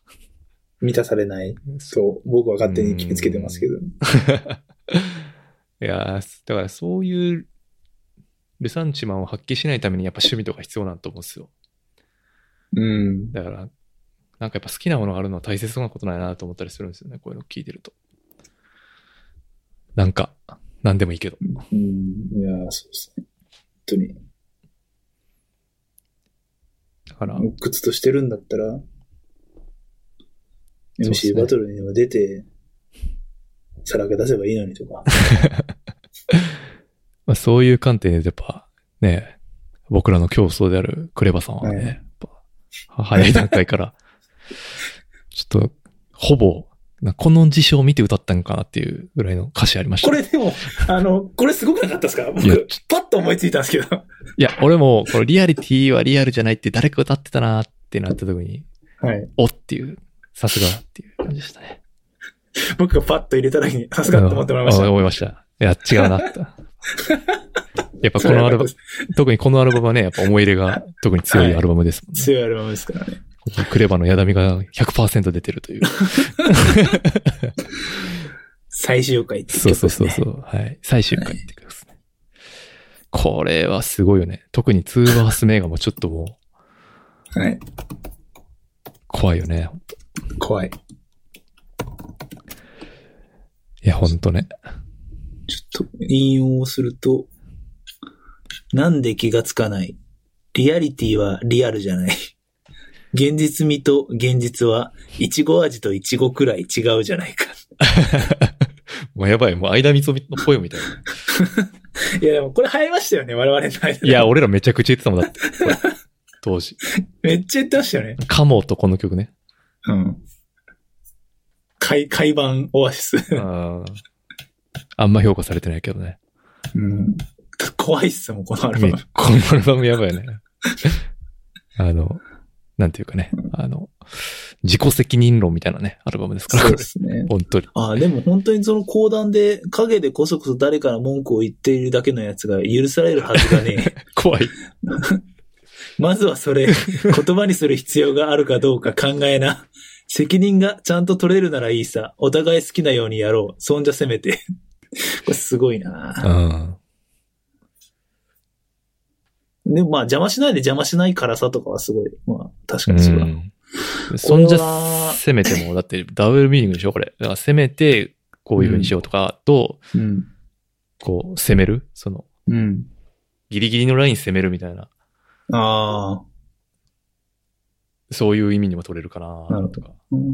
[SPEAKER 3] 満たされない。そう。僕は勝手に決めつけてますけど。
[SPEAKER 2] いやーだからそういうルサンチマンを発揮しないためにやっぱ趣味とか必要なんだと思うんですよ。
[SPEAKER 3] うん。
[SPEAKER 2] だから、なんかやっぱ好きなものがあるのは大切そうなことないなと思ったりするんですよね。こういうの聞いてると。なんか、なんでもいいけど。
[SPEAKER 3] うん。いやーそうですね。本
[SPEAKER 2] だから
[SPEAKER 3] 当、に。鬱屈としてるんだったら、
[SPEAKER 2] そうっすね
[SPEAKER 3] MC バトルにでも出て、さらけ出せばいいのにとか。
[SPEAKER 2] まあ、そういう観点でやっぱね、僕らの競争であるクレバさんはね、
[SPEAKER 3] はい
[SPEAKER 2] やっぱ早い段階から、ちょっと、ほぼ、なこの事象を見て歌ったんかなっていうぐらいの歌詞ありました
[SPEAKER 3] こ
[SPEAKER 2] ね、
[SPEAKER 3] れでも、あの、これすごくなかったですか
[SPEAKER 2] いや
[SPEAKER 3] 僕、パッと思いついたんですけど。
[SPEAKER 2] いや、俺も、このリアリティはリアルじゃないって誰か歌ってたなってなった時に、
[SPEAKER 3] はい。
[SPEAKER 2] おっていう、さすがっていう感じでしたね。
[SPEAKER 3] 僕がパッと入れた時に、さすがって思ってもらいまし
[SPEAKER 2] あ
[SPEAKER 3] た。
[SPEAKER 2] 思いました。いや、違うなって。やっぱこのアルバム、特にこのアルバムはね、やっぱ思い入れが特に強いアルバムですもんね。
[SPEAKER 3] 強いアルバムですからね。
[SPEAKER 2] クレバのやだみが100%出てるという。
[SPEAKER 3] 最終回ってい
[SPEAKER 2] そう
[SPEAKER 3] 曲
[SPEAKER 2] そう
[SPEAKER 3] です
[SPEAKER 2] そうそ
[SPEAKER 3] ね。
[SPEAKER 2] う。はい。最終回って曲ですね。これはすごいよね。特にツーバースメガもちょっともう
[SPEAKER 3] はい。
[SPEAKER 2] 怖いよね。
[SPEAKER 3] 怖い。
[SPEAKER 2] いや、ほんとね。
[SPEAKER 3] ちょっと引用をすると、なんで気がつかない。リアリティはリアルじゃない。現実味と現実は、いちご味といちごくらい違うじゃないか。
[SPEAKER 2] もうやばい。もう間みつみのポエムみたいな。
[SPEAKER 3] いや、でもこれ入りましたよね、我々の間で
[SPEAKER 2] い や、俺らめちゃくちゃ言ってたもんだって。これ当時。
[SPEAKER 3] めっちゃ言ってましたよね。
[SPEAKER 2] カモとこの曲ね。
[SPEAKER 3] うん。海、海版オアシス。
[SPEAKER 2] あーあんま評価されてないけどね。
[SPEAKER 3] うん。怖いっすもん、このアルバ
[SPEAKER 2] ね
[SPEAKER 3] ム。
[SPEAKER 2] このアルバムやば いね。あの、なんていうかね。あの、自己責任論みたいなね、アルバムですから、これ
[SPEAKER 3] すね。
[SPEAKER 2] 本当に。
[SPEAKER 3] ああ、でも本当にその講談で、陰でこそこそ誰から文句を言っているだけのやつが許されるはずがね え。
[SPEAKER 2] 怖い。
[SPEAKER 3] まずはそれ、言葉にする必要があるかどうか考えな。責任がちゃんと取れるならいいさ。お互い好きなようにやろう。そんじゃせめて。これすごいな
[SPEAKER 2] うん。
[SPEAKER 3] でもまあ邪魔しないで邪魔しないからさとかはすごい。まあ確かにそうだ。
[SPEAKER 2] そんじゃ
[SPEAKER 3] これは、
[SPEAKER 2] せめても、だってダブルミーニングでしょ、これ。だからせめて、こういう風にしようとか、と、
[SPEAKER 3] うん。
[SPEAKER 2] こう、攻めるその、
[SPEAKER 3] うん。
[SPEAKER 2] ギリギリのライン攻めるみたいな、
[SPEAKER 3] ああ。
[SPEAKER 2] そういう意味にも取れるかな
[SPEAKER 3] なるほ
[SPEAKER 2] と
[SPEAKER 3] ど
[SPEAKER 2] か。
[SPEAKER 3] うん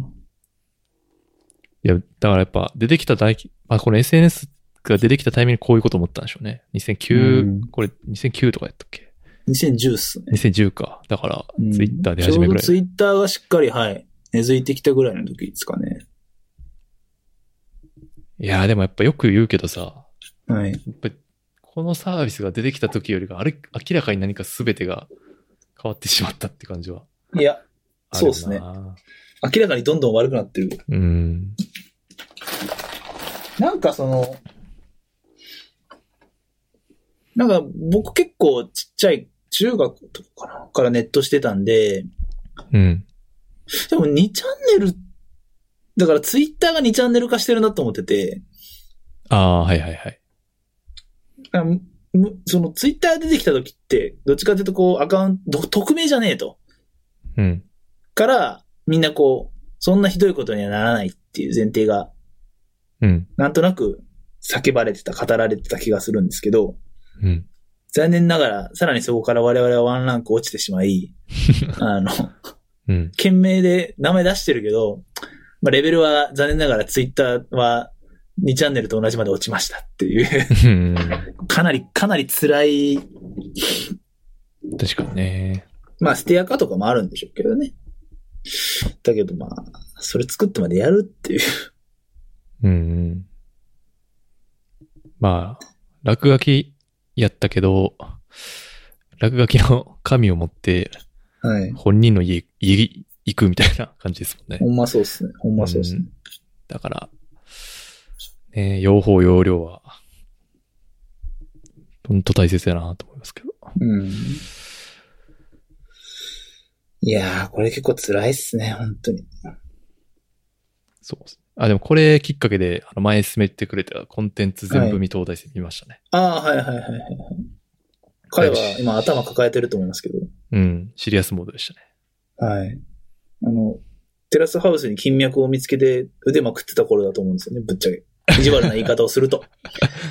[SPEAKER 2] いや、だからやっぱ、出てきた大き、まあ、この SNS が出てきたタイミングでこういうこと思ったんでしょうね。2009、
[SPEAKER 3] うん
[SPEAKER 2] これ2009とかやったっけ
[SPEAKER 3] 2010っすね。
[SPEAKER 2] ?2010 か。だから
[SPEAKER 3] うん、
[SPEAKER 2] ツイッターで始めぐらい
[SPEAKER 3] ちょうどツ。イッターがしっかり、はい、根付いてきたぐらいの時ですかね。
[SPEAKER 2] いや、でもやっぱよく言うけどさ、
[SPEAKER 3] はい。
[SPEAKER 2] やっぱりこのサービスが出てきた時よりがあれ明らかに何か全てが変わってしまったって感じはい
[SPEAKER 3] や、
[SPEAKER 2] あるよな
[SPEAKER 3] そうっすね明らかにどんどん悪くなってる。
[SPEAKER 2] うん
[SPEAKER 3] なんかその、なんか僕結構ちっちゃい、中学とかかなからネットしてたんで、
[SPEAKER 2] うん
[SPEAKER 3] でも2チャンネル、だからツイッターが2チャンネル化してるなと思ってて、
[SPEAKER 2] ああはいはいはい
[SPEAKER 3] あむそのツイッター出てきた時って、どっちかというとこうアカウント、匿名じゃねえと。
[SPEAKER 2] うん
[SPEAKER 3] から、みんなこう、そんなひどいことにはならないっていう前提が、
[SPEAKER 2] うん
[SPEAKER 3] なんとなく叫ばれてた、語られてた気がするんですけど、
[SPEAKER 2] うん
[SPEAKER 3] 残念ながら、さらにそこから我々はワンランク落ちてしま い、あの、
[SPEAKER 2] うん
[SPEAKER 3] 懸命で名前出してるけど、まあ、レベルは残念ながらツイッターは2チャンネルと同じまで落ちましたっていう、
[SPEAKER 2] うん
[SPEAKER 3] かなり、かなり辛い、
[SPEAKER 2] 確かにね
[SPEAKER 3] まあ、ステアカとかもあるんでしょうけどね。だけどまあ、それ作ってまでやるっていう
[SPEAKER 2] うんうんまあ、落書きやったけど、落書きの紙を持って
[SPEAKER 3] はい。
[SPEAKER 2] 本人の家、家行くみたいな感じですもんね
[SPEAKER 3] ほ。んまそうっすね。ほんまそうっすね
[SPEAKER 2] ん。だから、ね、用法用量は、ほんと大切やなと思いますけど。
[SPEAKER 3] うん。いやー、これ結構辛いっすね、本当に。
[SPEAKER 2] そうですあ、でもこれきっかけで、あの前進めてくれたコンテンツ全部未東大生見ましたね。
[SPEAKER 3] ああ、はいはいはいはいはい。彼は今頭抱えてると思いますけど。
[SPEAKER 2] うん。シリアスモードでしたね。
[SPEAKER 3] はい。あの、テラスハウスに金脈を見つけて腕まくってた頃だと思うんですよね、ぶっちゃけ。意地悪な言い方をする と。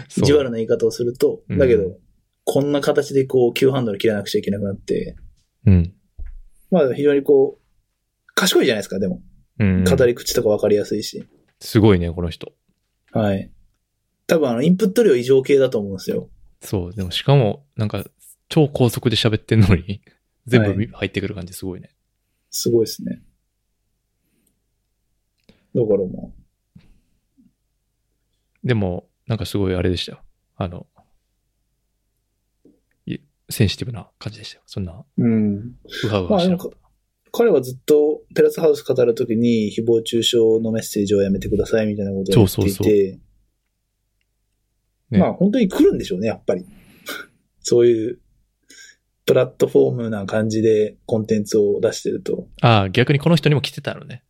[SPEAKER 2] そ
[SPEAKER 3] 意
[SPEAKER 2] う
[SPEAKER 3] 地悪な言い方をすると。
[SPEAKER 2] うん
[SPEAKER 3] だけど、こんな形でこう、急ハンドル切らなくちゃいけなくなって、
[SPEAKER 2] うん。
[SPEAKER 3] まあ非常にこう、賢いじゃないですか、でも。
[SPEAKER 2] うん。
[SPEAKER 3] 語り口とかわかりやすいし。
[SPEAKER 2] すごいね、この人。
[SPEAKER 3] はい。多分あの、インプット量異常系だと思うんですよ。
[SPEAKER 2] そう。でもしかも、なんか、超高速で喋ってんのに、 全
[SPEAKER 3] はい
[SPEAKER 2] 部入ってくる感じすごいね。
[SPEAKER 3] すごいですね。だからも
[SPEAKER 2] でも、なんかすごいあれでしたよ。あの、いセンシティブな感じでしたよ。そんな、
[SPEAKER 3] う、うん。
[SPEAKER 2] うはうはしなかっ
[SPEAKER 3] 彼はずっとテラスハウス語るときに誹謗中傷のメッセージをやめてくださいみたいなことを言っていて、
[SPEAKER 2] そうそうそうね
[SPEAKER 3] まあ本当に来るんでしょうね、やっぱり。 そういうプラットフォームな感じでコンテンツを出してると。
[SPEAKER 2] た。ああ、逆にこの人にも来てたのね。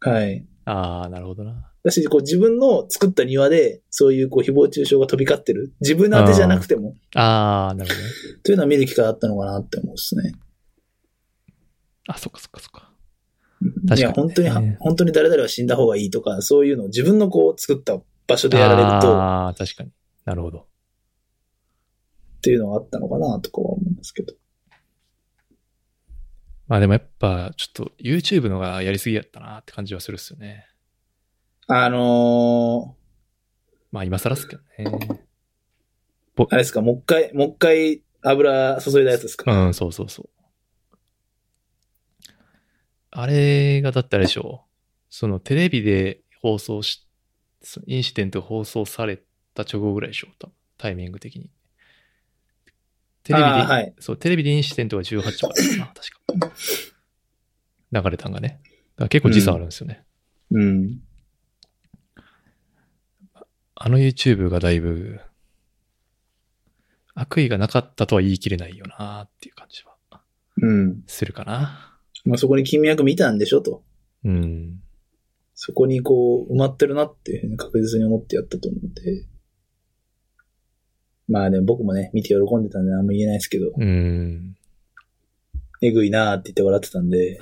[SPEAKER 3] はい。
[SPEAKER 2] ああ、なるほどな。
[SPEAKER 3] だし、こう自分の作った庭で、そういうこう誹謗中傷が飛び交ってる。自分の当てじゃなくても、
[SPEAKER 2] ああ、なるほどね。
[SPEAKER 3] というのは見る機会あったのかなって思うんですね。
[SPEAKER 2] あ、そっかそっかそっか。
[SPEAKER 3] いや、本当には、本当に誰々は死んだ方がいいとか、そういうのを自分のこう作った場所でやられると、
[SPEAKER 2] ああ、確かに。なるほど。
[SPEAKER 3] っていうのがあったのかなとかは思いますけど。
[SPEAKER 2] まあでもやっぱ、ちょっと YouTube のがやりすぎやったなって感じはするっすよね。
[SPEAKER 3] あの
[SPEAKER 2] まあ今更っすけどね。
[SPEAKER 3] ー、あれですか、もう一回、もう一回油注いだやつですか。
[SPEAKER 2] うん、そうそうそう。あれがだってあれでしょそのテレビで放送し、そのインシデントが放送された直後ぐらいでしょ多分タイミング的に。テレビで、
[SPEAKER 3] あーはい
[SPEAKER 2] そう、テレビでインシデントが18話だったな、 確か。流れたんがね。だから結構時差あるんですよね。
[SPEAKER 3] うん。
[SPEAKER 2] あの YouTube がだいぶ、悪意がなかったとは言い切れないよなっていう感じは
[SPEAKER 3] うん。
[SPEAKER 2] するかな。
[SPEAKER 3] まあ、そこに金脈見たんでしょと。
[SPEAKER 2] うん。
[SPEAKER 3] そこにこう、埋まってるなっていうふうに確実に思ってやったと思うんで。まあね、僕もね、見て喜んでたんで何も言えないですけど、
[SPEAKER 2] うん。
[SPEAKER 3] えぐいなーって言って笑ってたんで、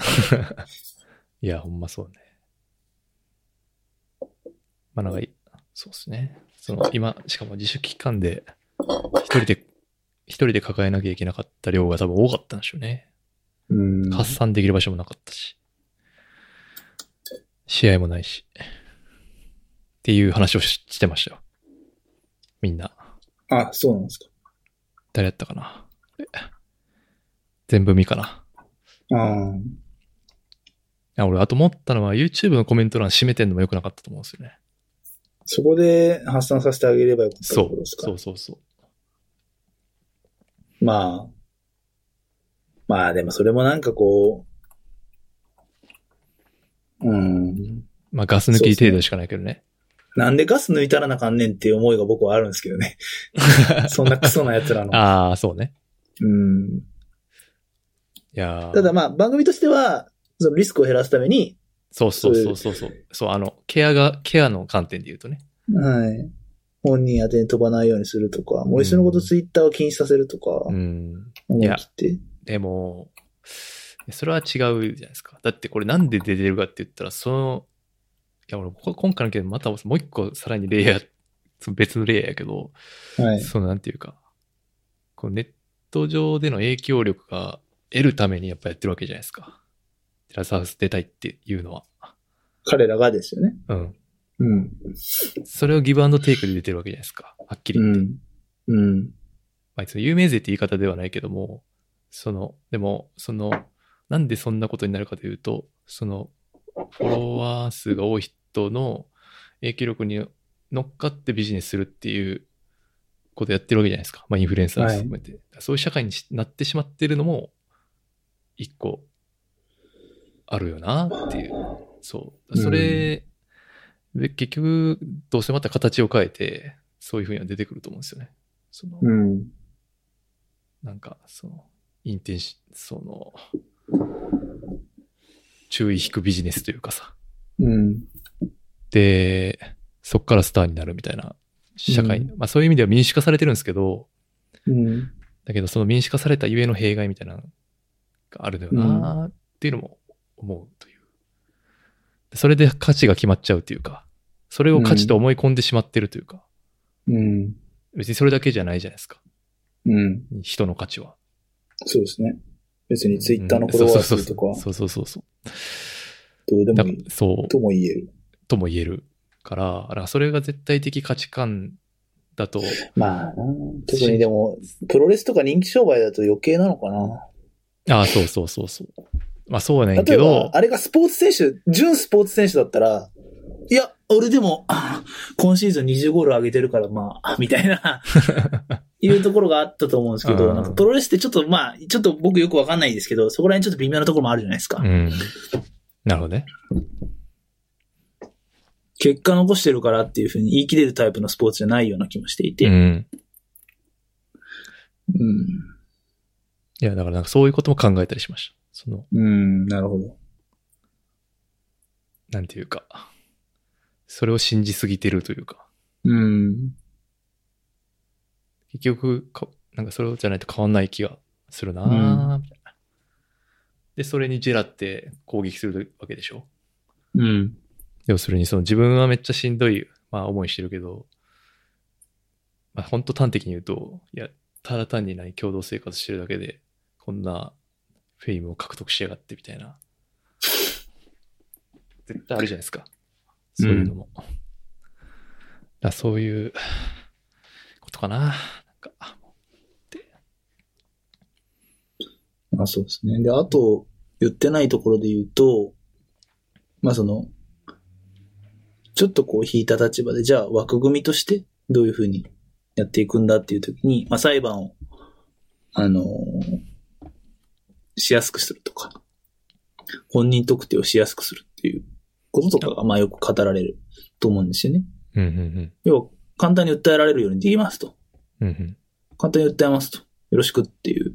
[SPEAKER 2] いや、ほんまそうね。まあなんかい、そうですね。その今、しかも自主期間で、一人で、一人で抱えなきゃいけなかった量が多分多かったんでしょうね。
[SPEAKER 3] うん。
[SPEAKER 2] 発散できる場所もなかったし。試合もないし。っていう話をししてましたよ。みんな。
[SPEAKER 3] あ、そうなんですか。
[SPEAKER 2] 誰やったかなこれ全部見かな。
[SPEAKER 3] あ
[SPEAKER 2] あ俺、あと思ったのは YouTube のコメント欄閉めてんのも良くなかったと思うんですよね。
[SPEAKER 3] そこで発散させてあげればよかったって
[SPEAKER 2] そ
[SPEAKER 3] こと
[SPEAKER 2] う。
[SPEAKER 3] ですか。
[SPEAKER 2] そうそうそう。
[SPEAKER 3] まあ。まあでもそれもなんかこう、うん。
[SPEAKER 2] まあ、ガス抜き程度しかないけどね。
[SPEAKER 3] なんでガス抜いたらなかんねんっていう思いが僕はあるんですけ どね。そんなクソな奴らの。
[SPEAKER 2] ああ、そうね。
[SPEAKER 3] うん、
[SPEAKER 2] いやー
[SPEAKER 3] ただまあ番組としては、そのリスクを減らすために、
[SPEAKER 2] そうそうそうそうそう。そう、あの、ケアが、ケアの観点で言うとね。
[SPEAKER 3] はい。本人宛てに飛ばないようにするとか、もう一緒のことツイッターを禁止させるとか、
[SPEAKER 2] うん。
[SPEAKER 3] 思い切って。
[SPEAKER 2] でも、それは違うじゃないですか。だってこれなんで出てるかって言ったら、その、いや俺、こ今回の件、またもう一個さらにレイヤー、その別のレイヤーやけど、
[SPEAKER 3] はい。
[SPEAKER 2] そのなんていうか、こうネット上での影響力が得るためにやっぱやってるわけじゃないですか。テラスハウス出たいっていうのは。
[SPEAKER 3] 彼らがですよね。
[SPEAKER 2] うん。
[SPEAKER 3] うん。
[SPEAKER 2] それをギブアンドテイクで出てるわけじゃないですか。はっきり
[SPEAKER 3] う
[SPEAKER 2] 言って。
[SPEAKER 3] ん。うん。
[SPEAKER 2] まあ、その有名税って言い方ではないけども、その、でも、その、なんでそんなことになるかというと、その、フォロワー数が多い人の影響力に乗っかってビジネスするっていうことやってるわけじゃないですか。まあ、インフルエンサーも含めて。そういう社会にしなってしまってるのも、一個、あるよなっていう。そう。それ、で結局、どうせまた形を変えて、そういうふうには出てくると思うんですよね。その、
[SPEAKER 3] うん。
[SPEAKER 2] なんか、その、インテンシ、その、注意引くビジネスというかさ。
[SPEAKER 3] うん。
[SPEAKER 2] で、そっからスターになるみたいな社会、
[SPEAKER 3] う
[SPEAKER 2] まあそういう意味では民主化されてるんですけど、
[SPEAKER 3] うん。
[SPEAKER 2] だけどその民主化されたゆえの弊害みたいなのがあるのよなーっていうのも思うという。でそれで価値が決まっちゃうというか、それを価値と思い込んでしまってるというか、
[SPEAKER 3] うん。
[SPEAKER 2] 別にそれだけじゃないじゃないですか。
[SPEAKER 3] うん。
[SPEAKER 2] 人の価値は。
[SPEAKER 3] そうですね。別にツイッターのフォロワー数とか
[SPEAKER 2] うん、そうそうそうそう。
[SPEAKER 3] どうで
[SPEAKER 2] だ
[SPEAKER 3] も
[SPEAKER 2] か
[SPEAKER 3] い
[SPEAKER 2] ら
[SPEAKER 3] い
[SPEAKER 2] そう。
[SPEAKER 3] とも言える。
[SPEAKER 2] とも言えるから、だからそれが絶対的価値観だと、
[SPEAKER 3] まあな、特にでも、プロレスとか人気商売だと余計なのかな。
[SPEAKER 2] ああ、そうそうそうそう。まあそうやねん
[SPEAKER 3] 例
[SPEAKER 2] け
[SPEAKER 3] えば
[SPEAKER 2] ど、、
[SPEAKER 3] あれがスポーツ選手、純スポーツ選手だったら、いや、俺でも、あ今シーズン20ゴール上げてるから、まあ、みた いな、いうところがあったと思うんですけ
[SPEAKER 2] う
[SPEAKER 3] ど、
[SPEAKER 2] ん
[SPEAKER 3] なんかプロレスってちょっとまあ、ちょっと僕よくわかんないですけど、そこら辺ちょっと微妙なところもあるじゃないですか
[SPEAKER 2] う。ん。なるほどね。
[SPEAKER 3] 結果残してるからっていうふうに言い切れるタイプのスポーツじゃないような気もしていうて。
[SPEAKER 2] ん。
[SPEAKER 3] うん。
[SPEAKER 2] いや、だからなんかそういうことも考えたりしました。その、
[SPEAKER 3] うん、なるほど。
[SPEAKER 2] なんていうか、それを信じすぎてるというか、
[SPEAKER 3] うん。
[SPEAKER 2] 結局か、なんかそれじゃないと変わんない気がするなぁ、みたいな。で、それにジェラって攻撃するわけでしょ
[SPEAKER 3] うん。
[SPEAKER 2] 要するにその自分はめっちゃしんどい、まあ、思いしてるけど、まあ、本当端的に言うといやただ単に何共同生活してるだけでこんなフェイムを獲得しやがってみたいな絶対あるじゃないですかそういうのも、だからそういうことかななんか
[SPEAKER 3] まあそうですね。で、あと、言ってないところで言うと、まあその、ちょっとこう引いた立場で、じゃあ枠組みとしてどういうふうにやっていくんだっていう時に、まあ裁判を、あのーしやすくするとか、本人特定をしやすくするっていうこととかが、まあよく語られると思うんですよね。
[SPEAKER 2] うんうん
[SPEAKER 3] 要は、簡単に訴えられるようにできますと。
[SPEAKER 2] うんうん
[SPEAKER 3] 簡単に訴えますと。よろしくっていう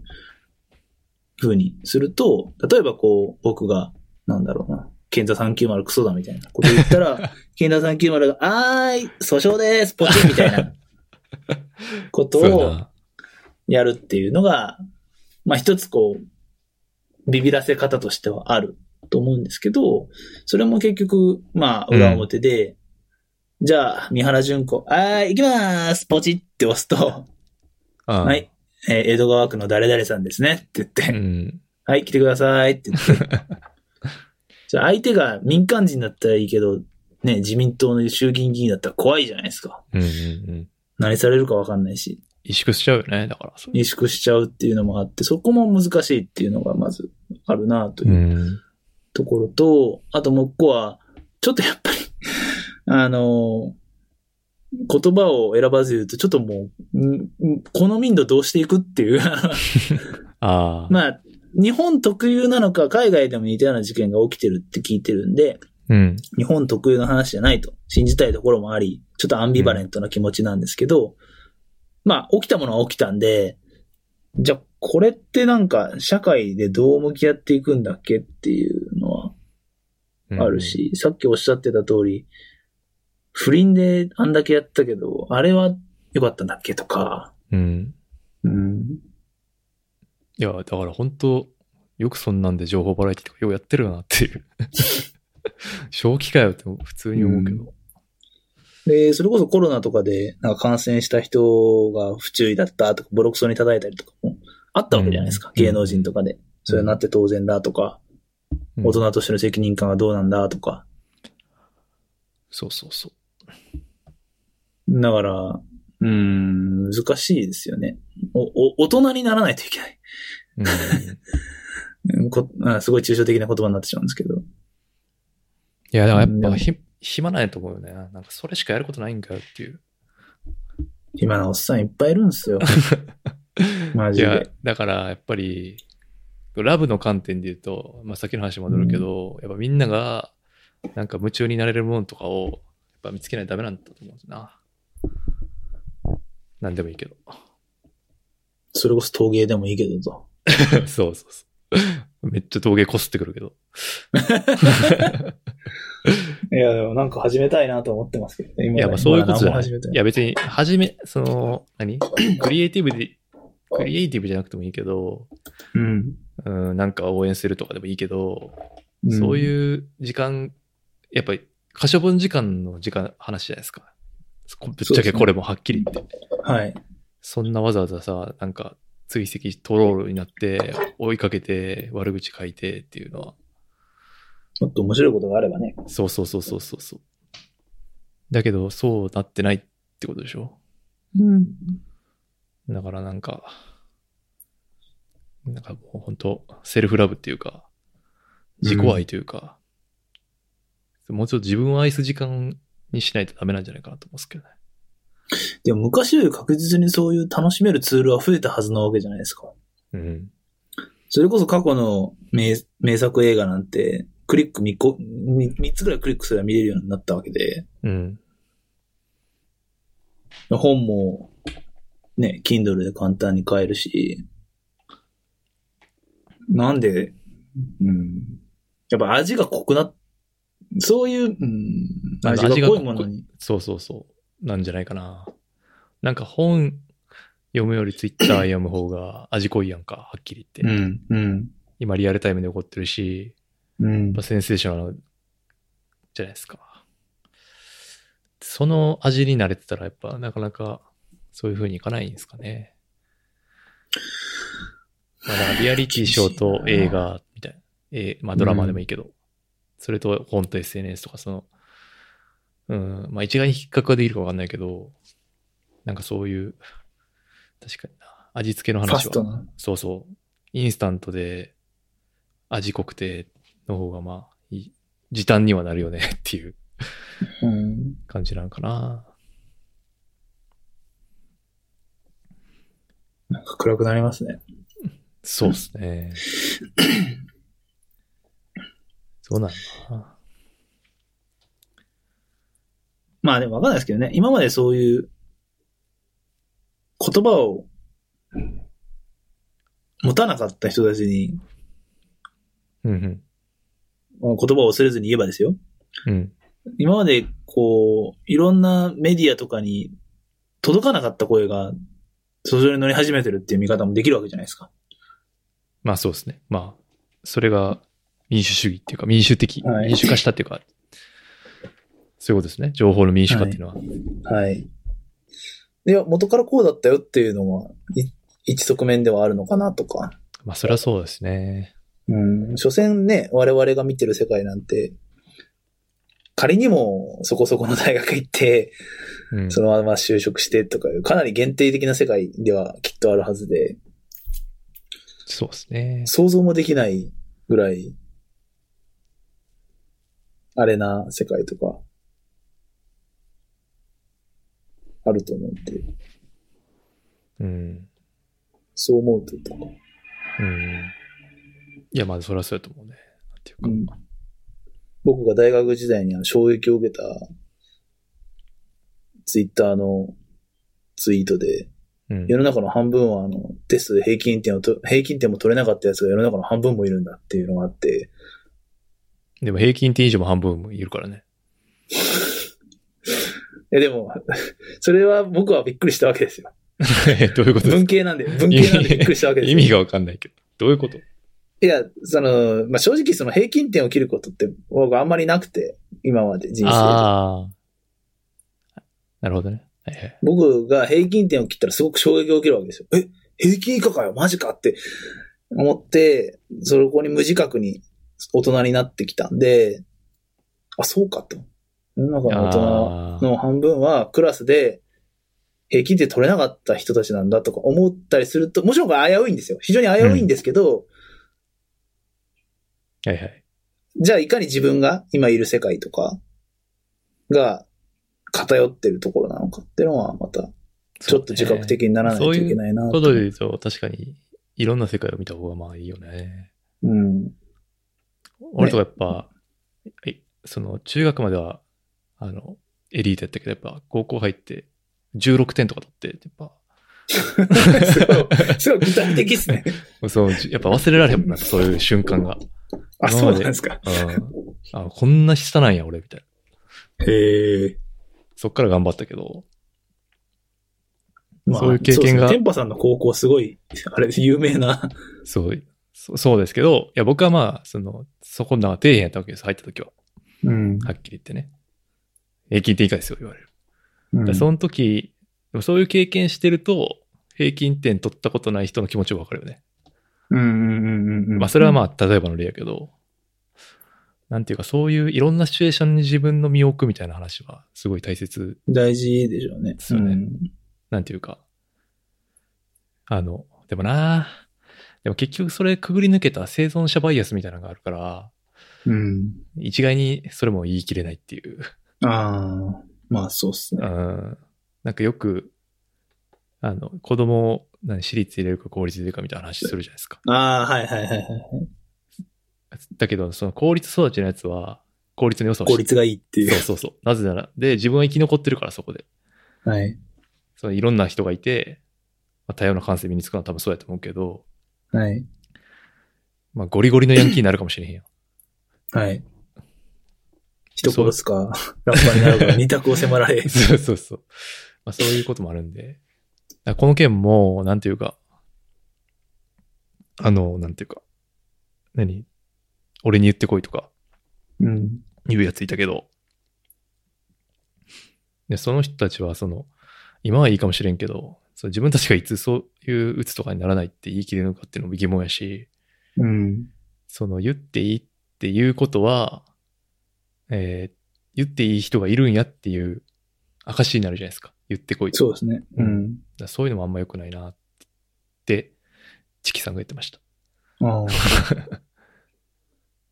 [SPEAKER 3] 風にすると、例えばこう、僕が、なんだろうな、ケンザ390クソだみたいなこと言ったら、ケンザ390が、あーい、訴訟です、ポチッみたいなこと
[SPEAKER 2] そうや
[SPEAKER 3] を
[SPEAKER 2] な
[SPEAKER 3] やるっていうのが、まあ一つこう、ビビらせ方としてはあると思うんですけど、それも結局、まあ裏表で、じゃあ、三原淳子、あーい、行きますポチって押すと、
[SPEAKER 2] ああ
[SPEAKER 3] はい、えー江戸川区の誰々さんですねって言って、
[SPEAKER 2] うん
[SPEAKER 3] はい、来てくださいって言って。じゃあ相手が民間人だったらいいけど、ね、自民党の衆議院議員だったら怖いじゃないですか。
[SPEAKER 2] うんうんうん
[SPEAKER 3] 何されるかわかんないし、
[SPEAKER 2] 萎縮しちゃうよねだからそれ
[SPEAKER 3] 萎縮しちゃうっていうのもあって、そこも難しいっていうのがまずあるなといううんところと、あともう一個は、ちょっとやっぱり、 あの言葉を選ばず言うと、ちょっともう、んんこの民度どうしていくっていう、
[SPEAKER 2] ああ、
[SPEAKER 3] まあ、日本特有なのか、海外でも似たような事件が起きてるって聞いてるんで、
[SPEAKER 2] うん
[SPEAKER 3] 日本特有の話じゃないと信じたいところもあり、ちょっとアンビバレントな気持ちなんですけど、まあ、起きたものは起きたんで、じゃあ、これってなんか、社会でどう向き合っていくんだっけっていうのは
[SPEAKER 2] うん
[SPEAKER 3] あるし、さっきおっしゃってた通り、不倫であんだけやったけど、あれは良かったんだっけとか、
[SPEAKER 2] うん
[SPEAKER 3] うん。
[SPEAKER 2] いや、だから本当、よくそんなんで情報バラエティとかようやってるよなって いう。正気かよって普通に思うけど。
[SPEAKER 3] で、それこそコロナとかで、なんか感染した人が不注意だったとか、ボロクソに叩いたりとかもあったわけじゃないですか。
[SPEAKER 2] うん
[SPEAKER 3] 芸能人とかで。それになって当然だとか、
[SPEAKER 2] うん
[SPEAKER 3] 大人としての責任感がどうなんだとか。
[SPEAKER 2] そうそうそう。
[SPEAKER 3] だから、うーん、難しいですよね。お、お、大人にならないといけない。
[SPEAKER 2] うんい
[SPEAKER 3] うんこあすごい抽象的な言葉になってしまうんですけど。
[SPEAKER 2] や、だからやっ
[SPEAKER 3] うん
[SPEAKER 2] ぱひ、暇ないと思うよね。なんかそれしかやることないんかよっていう。
[SPEAKER 3] 今のおっさんいっぱいいるん ですよ。マ
[SPEAKER 2] い
[SPEAKER 3] ジ
[SPEAKER 2] や
[SPEAKER 3] で。、
[SPEAKER 2] だからやっぱり、ラブの観点で言うと、まあ、先の話に戻るけど、やっぱみんなが、なんか夢中になれるものとかを、やっぱ見つけないとダメなんだと思うんだな。なんでもいいけど。
[SPEAKER 3] それこそ陶芸でもいいけどと。
[SPEAKER 2] そうそうそう。 めっちゃ陶芸こすってくるけど。
[SPEAKER 3] いや、でもなんか始めたいなと思ってますけどね。
[SPEAKER 2] いや、まあそういうことじゃない。い
[SPEAKER 3] い
[SPEAKER 2] や、別に、はじめ、その、何 クリエイティブで、クリエイティブじゃなくてもいいけど、
[SPEAKER 3] うん。
[SPEAKER 2] うん、なんか応援するとかでもいいけど、そう
[SPEAKER 3] う
[SPEAKER 2] いう時間、やっぱり、可処分時間の時間、話じゃないですか。こぶっちゃけこれもはっきり言って。
[SPEAKER 3] ん。はい。
[SPEAKER 2] そんなわざわざさ、なんか、追跡トロールになって、追いかけて、悪口書いてっていうのは、
[SPEAKER 3] もっと面白いことがあればね。
[SPEAKER 2] そうそうそうそうそうそう。だけど、そうなってないってことでしょ
[SPEAKER 3] うん。
[SPEAKER 2] だからなんか、なんかもう本当セルフラブっていうか、自己愛というか、もうちょっと自分を愛す時間にしないとダメなんじゃないかなと思うんですけどね。
[SPEAKER 3] でも昔より確実にそういう楽しめるツールは増えたはずなわけじゃないですか。
[SPEAKER 2] うん。
[SPEAKER 3] それこそ過去の名名作映画なんて、クリック3個、み三つぐらいクリックすれば見れるようになったわけで、
[SPEAKER 2] うん。
[SPEAKER 3] 本も、ね、Kindle で簡単に買えるし、なんで、うん。やっぱ味が濃くな、そういう、うん、
[SPEAKER 2] なんか
[SPEAKER 3] 味
[SPEAKER 2] 味
[SPEAKER 3] が
[SPEAKER 2] が
[SPEAKER 3] 濃
[SPEAKER 2] 濃
[SPEAKER 3] いものに。
[SPEAKER 2] そうそうそう。なんじゃないかな。なんか本読むよりツイッター読む方が味濃いやんか、はっきり言って。
[SPEAKER 3] ん、うん、
[SPEAKER 2] 今リアルタイムで起こってるし、
[SPEAKER 3] うん
[SPEAKER 2] やっぱ。センセーショナルじゃないですか。その味に慣れてたら、やっぱなかなかそういう風にいかないんですかね。まあ、だからリアリティショーと映画みたいな、えまあドラマでもいいけど、それと本と SNS とか、その、うん、まあ一概に比較ができるかわかんないけど、なんかそういう、確かにな、味付けの
[SPEAKER 3] ファ
[SPEAKER 2] 話
[SPEAKER 3] スト
[SPEAKER 2] は、
[SPEAKER 3] な。
[SPEAKER 2] そうそう、インスタントで味濃くての方がまあいい、時短にはなるよね っていう
[SPEAKER 3] うん。
[SPEAKER 2] 感じなんかな。
[SPEAKER 3] なんか暗くなりますね。
[SPEAKER 2] そうです ね。そうなんだな。
[SPEAKER 3] まあでもわかんないですけどね。今までそういう言葉を持たなかった人たちに
[SPEAKER 2] うんうん。
[SPEAKER 3] 言葉を恐れずに言えばですよ。
[SPEAKER 2] うん。
[SPEAKER 3] 今までこう、いろんなメディアとかに届かなかった声が、それに乗り始めてるっていう見方もできるわけじゃないですか。
[SPEAKER 2] まあそうですね。まあ、それが民主主義っていうか、民主的、
[SPEAKER 3] はい
[SPEAKER 2] 民主化したっていうか、そういうことですね。情報の民主化っていうのは。
[SPEAKER 3] はい。いや、元からこうだったよっていうのは、い一側面ではあるのかなとか。
[SPEAKER 2] まあそれはそうですね。
[SPEAKER 3] うん、所詮ね、我々が見てる世界なんて、仮にもそこそこの大学行って、
[SPEAKER 2] うん。
[SPEAKER 3] そのまま就職してとかいう、かなり限定的な世界ではきっとあるはずで、
[SPEAKER 2] そうですね。
[SPEAKER 3] 想像もできないぐらい、あれな世界とか、あると思うんで、
[SPEAKER 2] うん。
[SPEAKER 3] そう思うととか。
[SPEAKER 2] うん。いや、まあそれはそうやと思うね。なんていうか。
[SPEAKER 3] うん僕が大学時代にあの衝撃を受けた、ツイッターのツイートで、
[SPEAKER 2] うん
[SPEAKER 3] 世の中の半分はあのテストで平均点をと、平均点も取れなかったやつが世の中の半分もいるんだっていうのがあって、
[SPEAKER 2] でも平均点以上も半分もいるからね。
[SPEAKER 3] え、でも、 それは僕はびっくりしたわ けですよ。
[SPEAKER 2] どういうことです
[SPEAKER 3] 文
[SPEAKER 2] か
[SPEAKER 3] 系なんで、文系なんでびっくりしたわけです
[SPEAKER 2] 意
[SPEAKER 3] よ。
[SPEAKER 2] 味がわかんないけど。どういうこと
[SPEAKER 3] いや、その、まあ、正直その平均点を切ることって僕あんまりなくて、今まで人生で。
[SPEAKER 2] ああ。なるほどね。はいはい。
[SPEAKER 3] 僕が平均点を切ったらすごく衝撃を受けるわけですよ。え、平均以下かよ、マジかって思って、そこに無自覚に大人になってきたんで、あ、そうかと。世の中の大人
[SPEAKER 2] あー
[SPEAKER 3] の半分はクラスで平均点取れなかった人たちなんだとか思ったりすると、もちろんこれ危ういんですよ。非常に危ういんですけど、
[SPEAKER 2] はいはい。
[SPEAKER 3] じゃあいかに自分が今いる世界とかが偏ってるところなのかっていうのはまたちょっと自覚的にならないといけないな
[SPEAKER 2] ことで言うと、確かに、いろんな世界を見た方がまあいいよね。
[SPEAKER 3] うん。
[SPEAKER 2] 俺とかやっぱ、えその、中学までは、あの、エリートやったけど、やっぱ、高校入って、16点とか取って、やっぱ、
[SPEAKER 3] すごい、すごい具体的です ね。
[SPEAKER 2] そう、じやっぱ忘れられへんもんな、そういう瞬間が。
[SPEAKER 3] あ、
[SPEAKER 2] 今
[SPEAKER 3] そ
[SPEAKER 2] ま
[SPEAKER 3] う
[SPEAKER 2] で
[SPEAKER 3] なんですか。
[SPEAKER 2] うん。あ、こんな下なんや、俺、みたいな。
[SPEAKER 3] へえ。
[SPEAKER 2] そっから頑張ったけど、そういう経験が
[SPEAKER 3] そうですね天パさんの高校すごい、あれ、有名な。
[SPEAKER 2] そう、そそうですけど、いや、僕はまあ、その、そこの底辺やったわけです、入った時は。
[SPEAKER 3] うん。
[SPEAKER 2] はっきり言ってね。え、聞いていいかですよ、言われる。
[SPEAKER 3] うん
[SPEAKER 2] でその時、でもそういう経験してると、平均点取ったことない人の気持ちがわかるよね。
[SPEAKER 3] うんうんうんうん。
[SPEAKER 2] まあ、それはまあ、例えばの例やけど、なんていうか、そういういろんなシチュエーションに自分の身を置くみたいな話は、すごい大切、
[SPEAKER 3] 大事でしょうね。
[SPEAKER 2] すよね
[SPEAKER 3] うん
[SPEAKER 2] なんていうか。あの、でもなでも結局それくぐり抜けた生存者バイアスみたいなのがあるから、
[SPEAKER 3] うん。
[SPEAKER 2] 一概にそれも言い切れないっていう。
[SPEAKER 3] ああ、まあそうっすね。
[SPEAKER 2] うんなんかよく、あの、子供を何私立入れるか公立入れるかみたいな話するじゃないですか。
[SPEAKER 3] ああ、はいはいはいはい。
[SPEAKER 2] だけど、その公立育ちのやつは、公立の良さを知
[SPEAKER 3] 効
[SPEAKER 2] って
[SPEAKER 3] 率がいいっていう。
[SPEAKER 2] そうそうそう。なぜなら、で、自分は生き残ってるから、そこで。
[SPEAKER 3] はい。
[SPEAKER 2] そのいろんな人がいて、まあ、多様な感性身につくのは多分そうやと思うけど、
[SPEAKER 3] はい。
[SPEAKER 2] まあ、ゴリゴリのヤンキーになるかもしれへんよ。
[SPEAKER 3] はい。人殺すか、ラッパーになる か、二択を迫られ。
[SPEAKER 2] そうそうそう。まあ、そういうこともあるんで。だからこの件も、なんていうか、あの、なんていうか、何俺に言ってこいとか、
[SPEAKER 3] うん。
[SPEAKER 2] 言うやついたけど、で、その人たちは、その、今はいいかもしれんけど、その自分たちがいつそういう鬱とかにならないって言い切れるのかっていうのも疑問やし、
[SPEAKER 3] うん。
[SPEAKER 2] その言っていいっていうことは、えー言っていい人がいるんやっていう証になるじゃないですか。言ってこいと
[SPEAKER 3] そうですね。うん。
[SPEAKER 2] だからそういうのもあんま良くないなって、チキさんが言ってました。
[SPEAKER 3] ああ。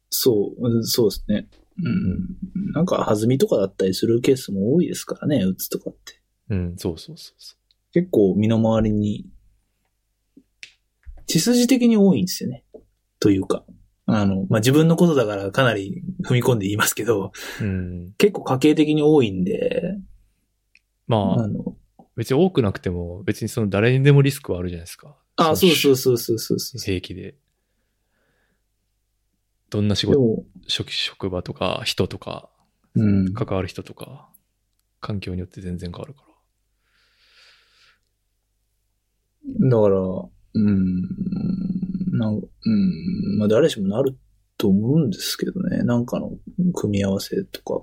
[SPEAKER 3] そううん、そうですね。うん。なんか、弾みとかだったりするケースも多いですからね、打つとかって。
[SPEAKER 2] うん、そうそうそうそ
[SPEAKER 3] 結構身の回りに、血筋的に多いんですよね。というか。あの、まあ、自分のことだからかなり踏み込んで言いますけど、
[SPEAKER 2] う。うん。
[SPEAKER 3] 結構家系的に多いんで、
[SPEAKER 2] ま
[SPEAKER 3] あ
[SPEAKER 2] あ、
[SPEAKER 3] の、
[SPEAKER 2] 別に多くなくても、別にその誰にでもリスクはあるじゃないですか。
[SPEAKER 3] あ、そうそううそうそうそうそう
[SPEAKER 2] 平気で。どんな仕
[SPEAKER 3] で
[SPEAKER 2] 事、
[SPEAKER 3] も、
[SPEAKER 2] 職職場とか人とか、
[SPEAKER 3] うん。
[SPEAKER 2] 関わる人とか、環境によって全然変わるから。
[SPEAKER 3] だから、うん、なんうん、まあ誰しもなると思うんですけどね。なんかの組み合わせとか、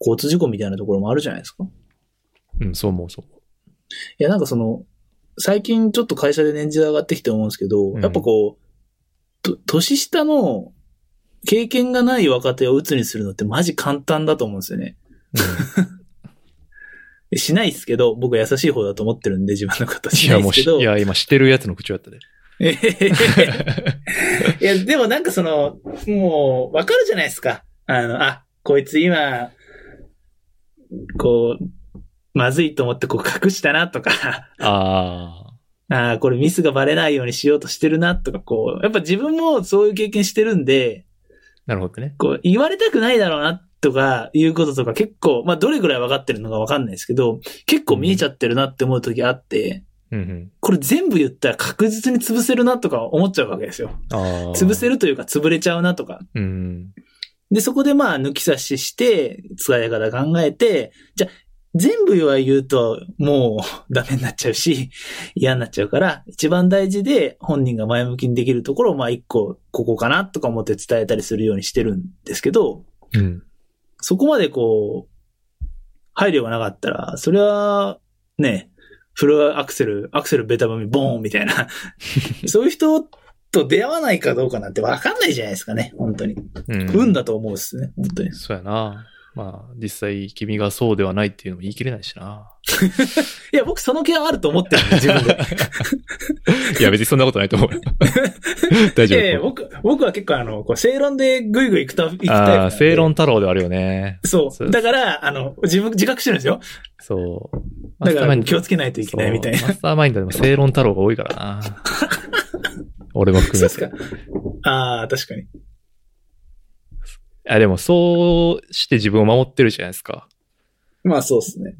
[SPEAKER 3] 交通事故みたいなところもあるじゃないですか。
[SPEAKER 2] うん、そう思う そう思う。
[SPEAKER 3] いや、なんかその、最近ちょっと会社で年次が上がってきて思うんですけど、
[SPEAKER 2] うん
[SPEAKER 3] やっぱこう、と年下の経験がない若手を鬱にするのってマジ簡単だと思うんですよね。 しないですけど、僕は優しい方だと思ってるんで、自分のこと
[SPEAKER 2] い
[SPEAKER 3] しな
[SPEAKER 2] や、
[SPEAKER 3] いで
[SPEAKER 2] もう
[SPEAKER 3] すけ
[SPEAKER 2] し、
[SPEAKER 3] ど。
[SPEAKER 2] いや、今してるやつの口調や ったで。
[SPEAKER 3] いや、でもなんかその、もう、わかるじゃないですか。あの、あ、こいつ今、こう、まずいと思ってこう隠したなとか、
[SPEAKER 2] ああ。
[SPEAKER 3] ああ、これミスがバレないようにしようとしてるなとか、こう、やっぱ自分もそういう経験してるんで、
[SPEAKER 2] なるほどね。
[SPEAKER 3] こう、言われたくないだろうなとか、いうこととか結構、まあどれぐらいわかってるのかわかんないですけど、結構見えちゃってるなって思う時あって、
[SPEAKER 2] うんうん。
[SPEAKER 3] これ全部言ったら確実に潰せるなとか思っちゃうわけですよ。
[SPEAKER 2] ああ。
[SPEAKER 3] 潰せるというか潰れちゃうなとか。
[SPEAKER 2] うん。
[SPEAKER 3] で、そこでまあ、抜き差しして、使い方考えて、じゃあ全部は言うと、もう ダメになっちゃうし、嫌になっちゃうから、一番大事で本人が前向きにできるところを、まあ一個、ここかなとか思って伝えたりするようにしてるんですけど、
[SPEAKER 2] うん。
[SPEAKER 3] そこまでこう、配慮がなかったら、それは、ね、フルアクセル、アクセルベタ踏み、ボーンみた いな、そういう人と出会わないかどうかなんてわかんないじゃないですかね、本当に。
[SPEAKER 2] うん。
[SPEAKER 3] 運だと思うっすね、本当に。
[SPEAKER 2] そうやな。まあ、実際君がそうではないっていうのも言い切れないしな。
[SPEAKER 3] いや、僕その気はあると思ってるんで、 自分で。
[SPEAKER 2] いや、別にそんなことないと思う よ。大
[SPEAKER 3] い
[SPEAKER 2] 丈夫。
[SPEAKER 3] やいや、僕、僕は結構あの、こう正論でぐいぐい行くた、行くタイプ
[SPEAKER 2] あ
[SPEAKER 3] なん
[SPEAKER 2] あ、
[SPEAKER 3] で
[SPEAKER 2] 正論太郎ではあるよね。
[SPEAKER 3] そ。
[SPEAKER 2] そうう
[SPEAKER 3] だから、あの、自分、自覚してるんですよ。
[SPEAKER 2] そう。
[SPEAKER 3] だから気を
[SPEAKER 2] つ
[SPEAKER 3] つけないといけないみたいな。
[SPEAKER 2] マスターマインドでも正論太郎が多いからな。 俺も含
[SPEAKER 3] そう
[SPEAKER 2] め。
[SPEAKER 3] ってすか。ああ、確かに。
[SPEAKER 2] あ、でもそうして自分を守ってるじゃないですか。
[SPEAKER 3] まあそうですね。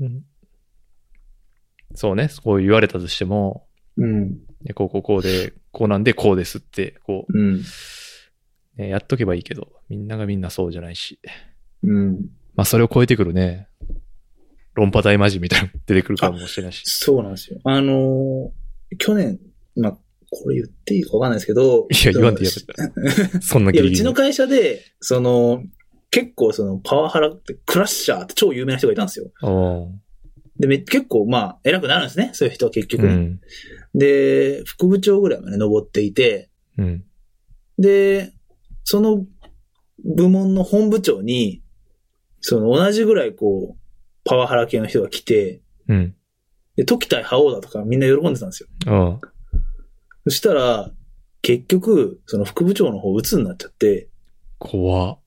[SPEAKER 2] そうね、こう言われたとしても、
[SPEAKER 3] うん。
[SPEAKER 2] いやこうこうこうで、こうなんでこうですって、こ
[SPEAKER 3] うん。
[SPEAKER 2] う、ねやっとけばいいけど、みんながみんなそうじゃないし。
[SPEAKER 3] うん。
[SPEAKER 2] まあそれを超えてくるね、論破大魔人みたいなの出てくるかもしれないし。
[SPEAKER 3] そうなんですよ。あのー去年、まあ、これ言っていいかわかんないですけど。
[SPEAKER 2] いや、言わんでやる。そんないギ
[SPEAKER 3] や、
[SPEAKER 2] リ
[SPEAKER 3] う
[SPEAKER 2] ギ
[SPEAKER 3] ち
[SPEAKER 2] リ
[SPEAKER 3] の。会社で、その、結構そのパワハラって、クラッシャーって超有名な人がいたんですよ。
[SPEAKER 2] うん
[SPEAKER 3] で、め結構まあ、偉くなるんですね。そういう人は結局
[SPEAKER 2] う
[SPEAKER 3] ね、
[SPEAKER 2] ん。
[SPEAKER 3] で、副部長ぐらいまで登っていて、
[SPEAKER 2] うん。
[SPEAKER 3] で、その部門の本部長に、その同じぐらいこう、パワハラ系の人が来て、
[SPEAKER 2] うん。
[SPEAKER 3] で、時対覇王だとかみんな喜んでたんですよ。
[SPEAKER 2] うん。
[SPEAKER 3] そしたら、結局、その副部長の方鬱になっちゃって、
[SPEAKER 2] 怖っ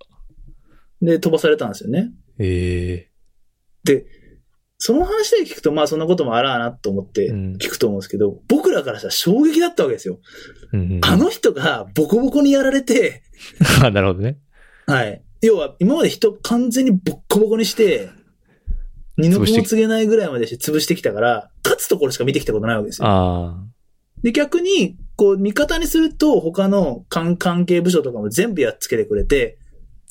[SPEAKER 3] で、飛ばされたんですよね。
[SPEAKER 2] え
[SPEAKER 3] その話で聞くと、まあそんなこともあらあなと思って
[SPEAKER 2] えうん
[SPEAKER 3] 聞くと思うんですけど、僕らからしたら衝撃だったわけですよ。
[SPEAKER 2] うんうん。
[SPEAKER 3] あの人がボコボコにやられて、
[SPEAKER 2] あ なるほどね。
[SPEAKER 3] はい。要は、今まで人完全にボッコボコにして、二の子も告げないぐらいまでして潰してきたから、勝つところしか見てきたことないわけですよ。
[SPEAKER 2] あ
[SPEAKER 3] で、逆に、こう、味方にすると、他の関関係部署とかも全部やっつけてくれて、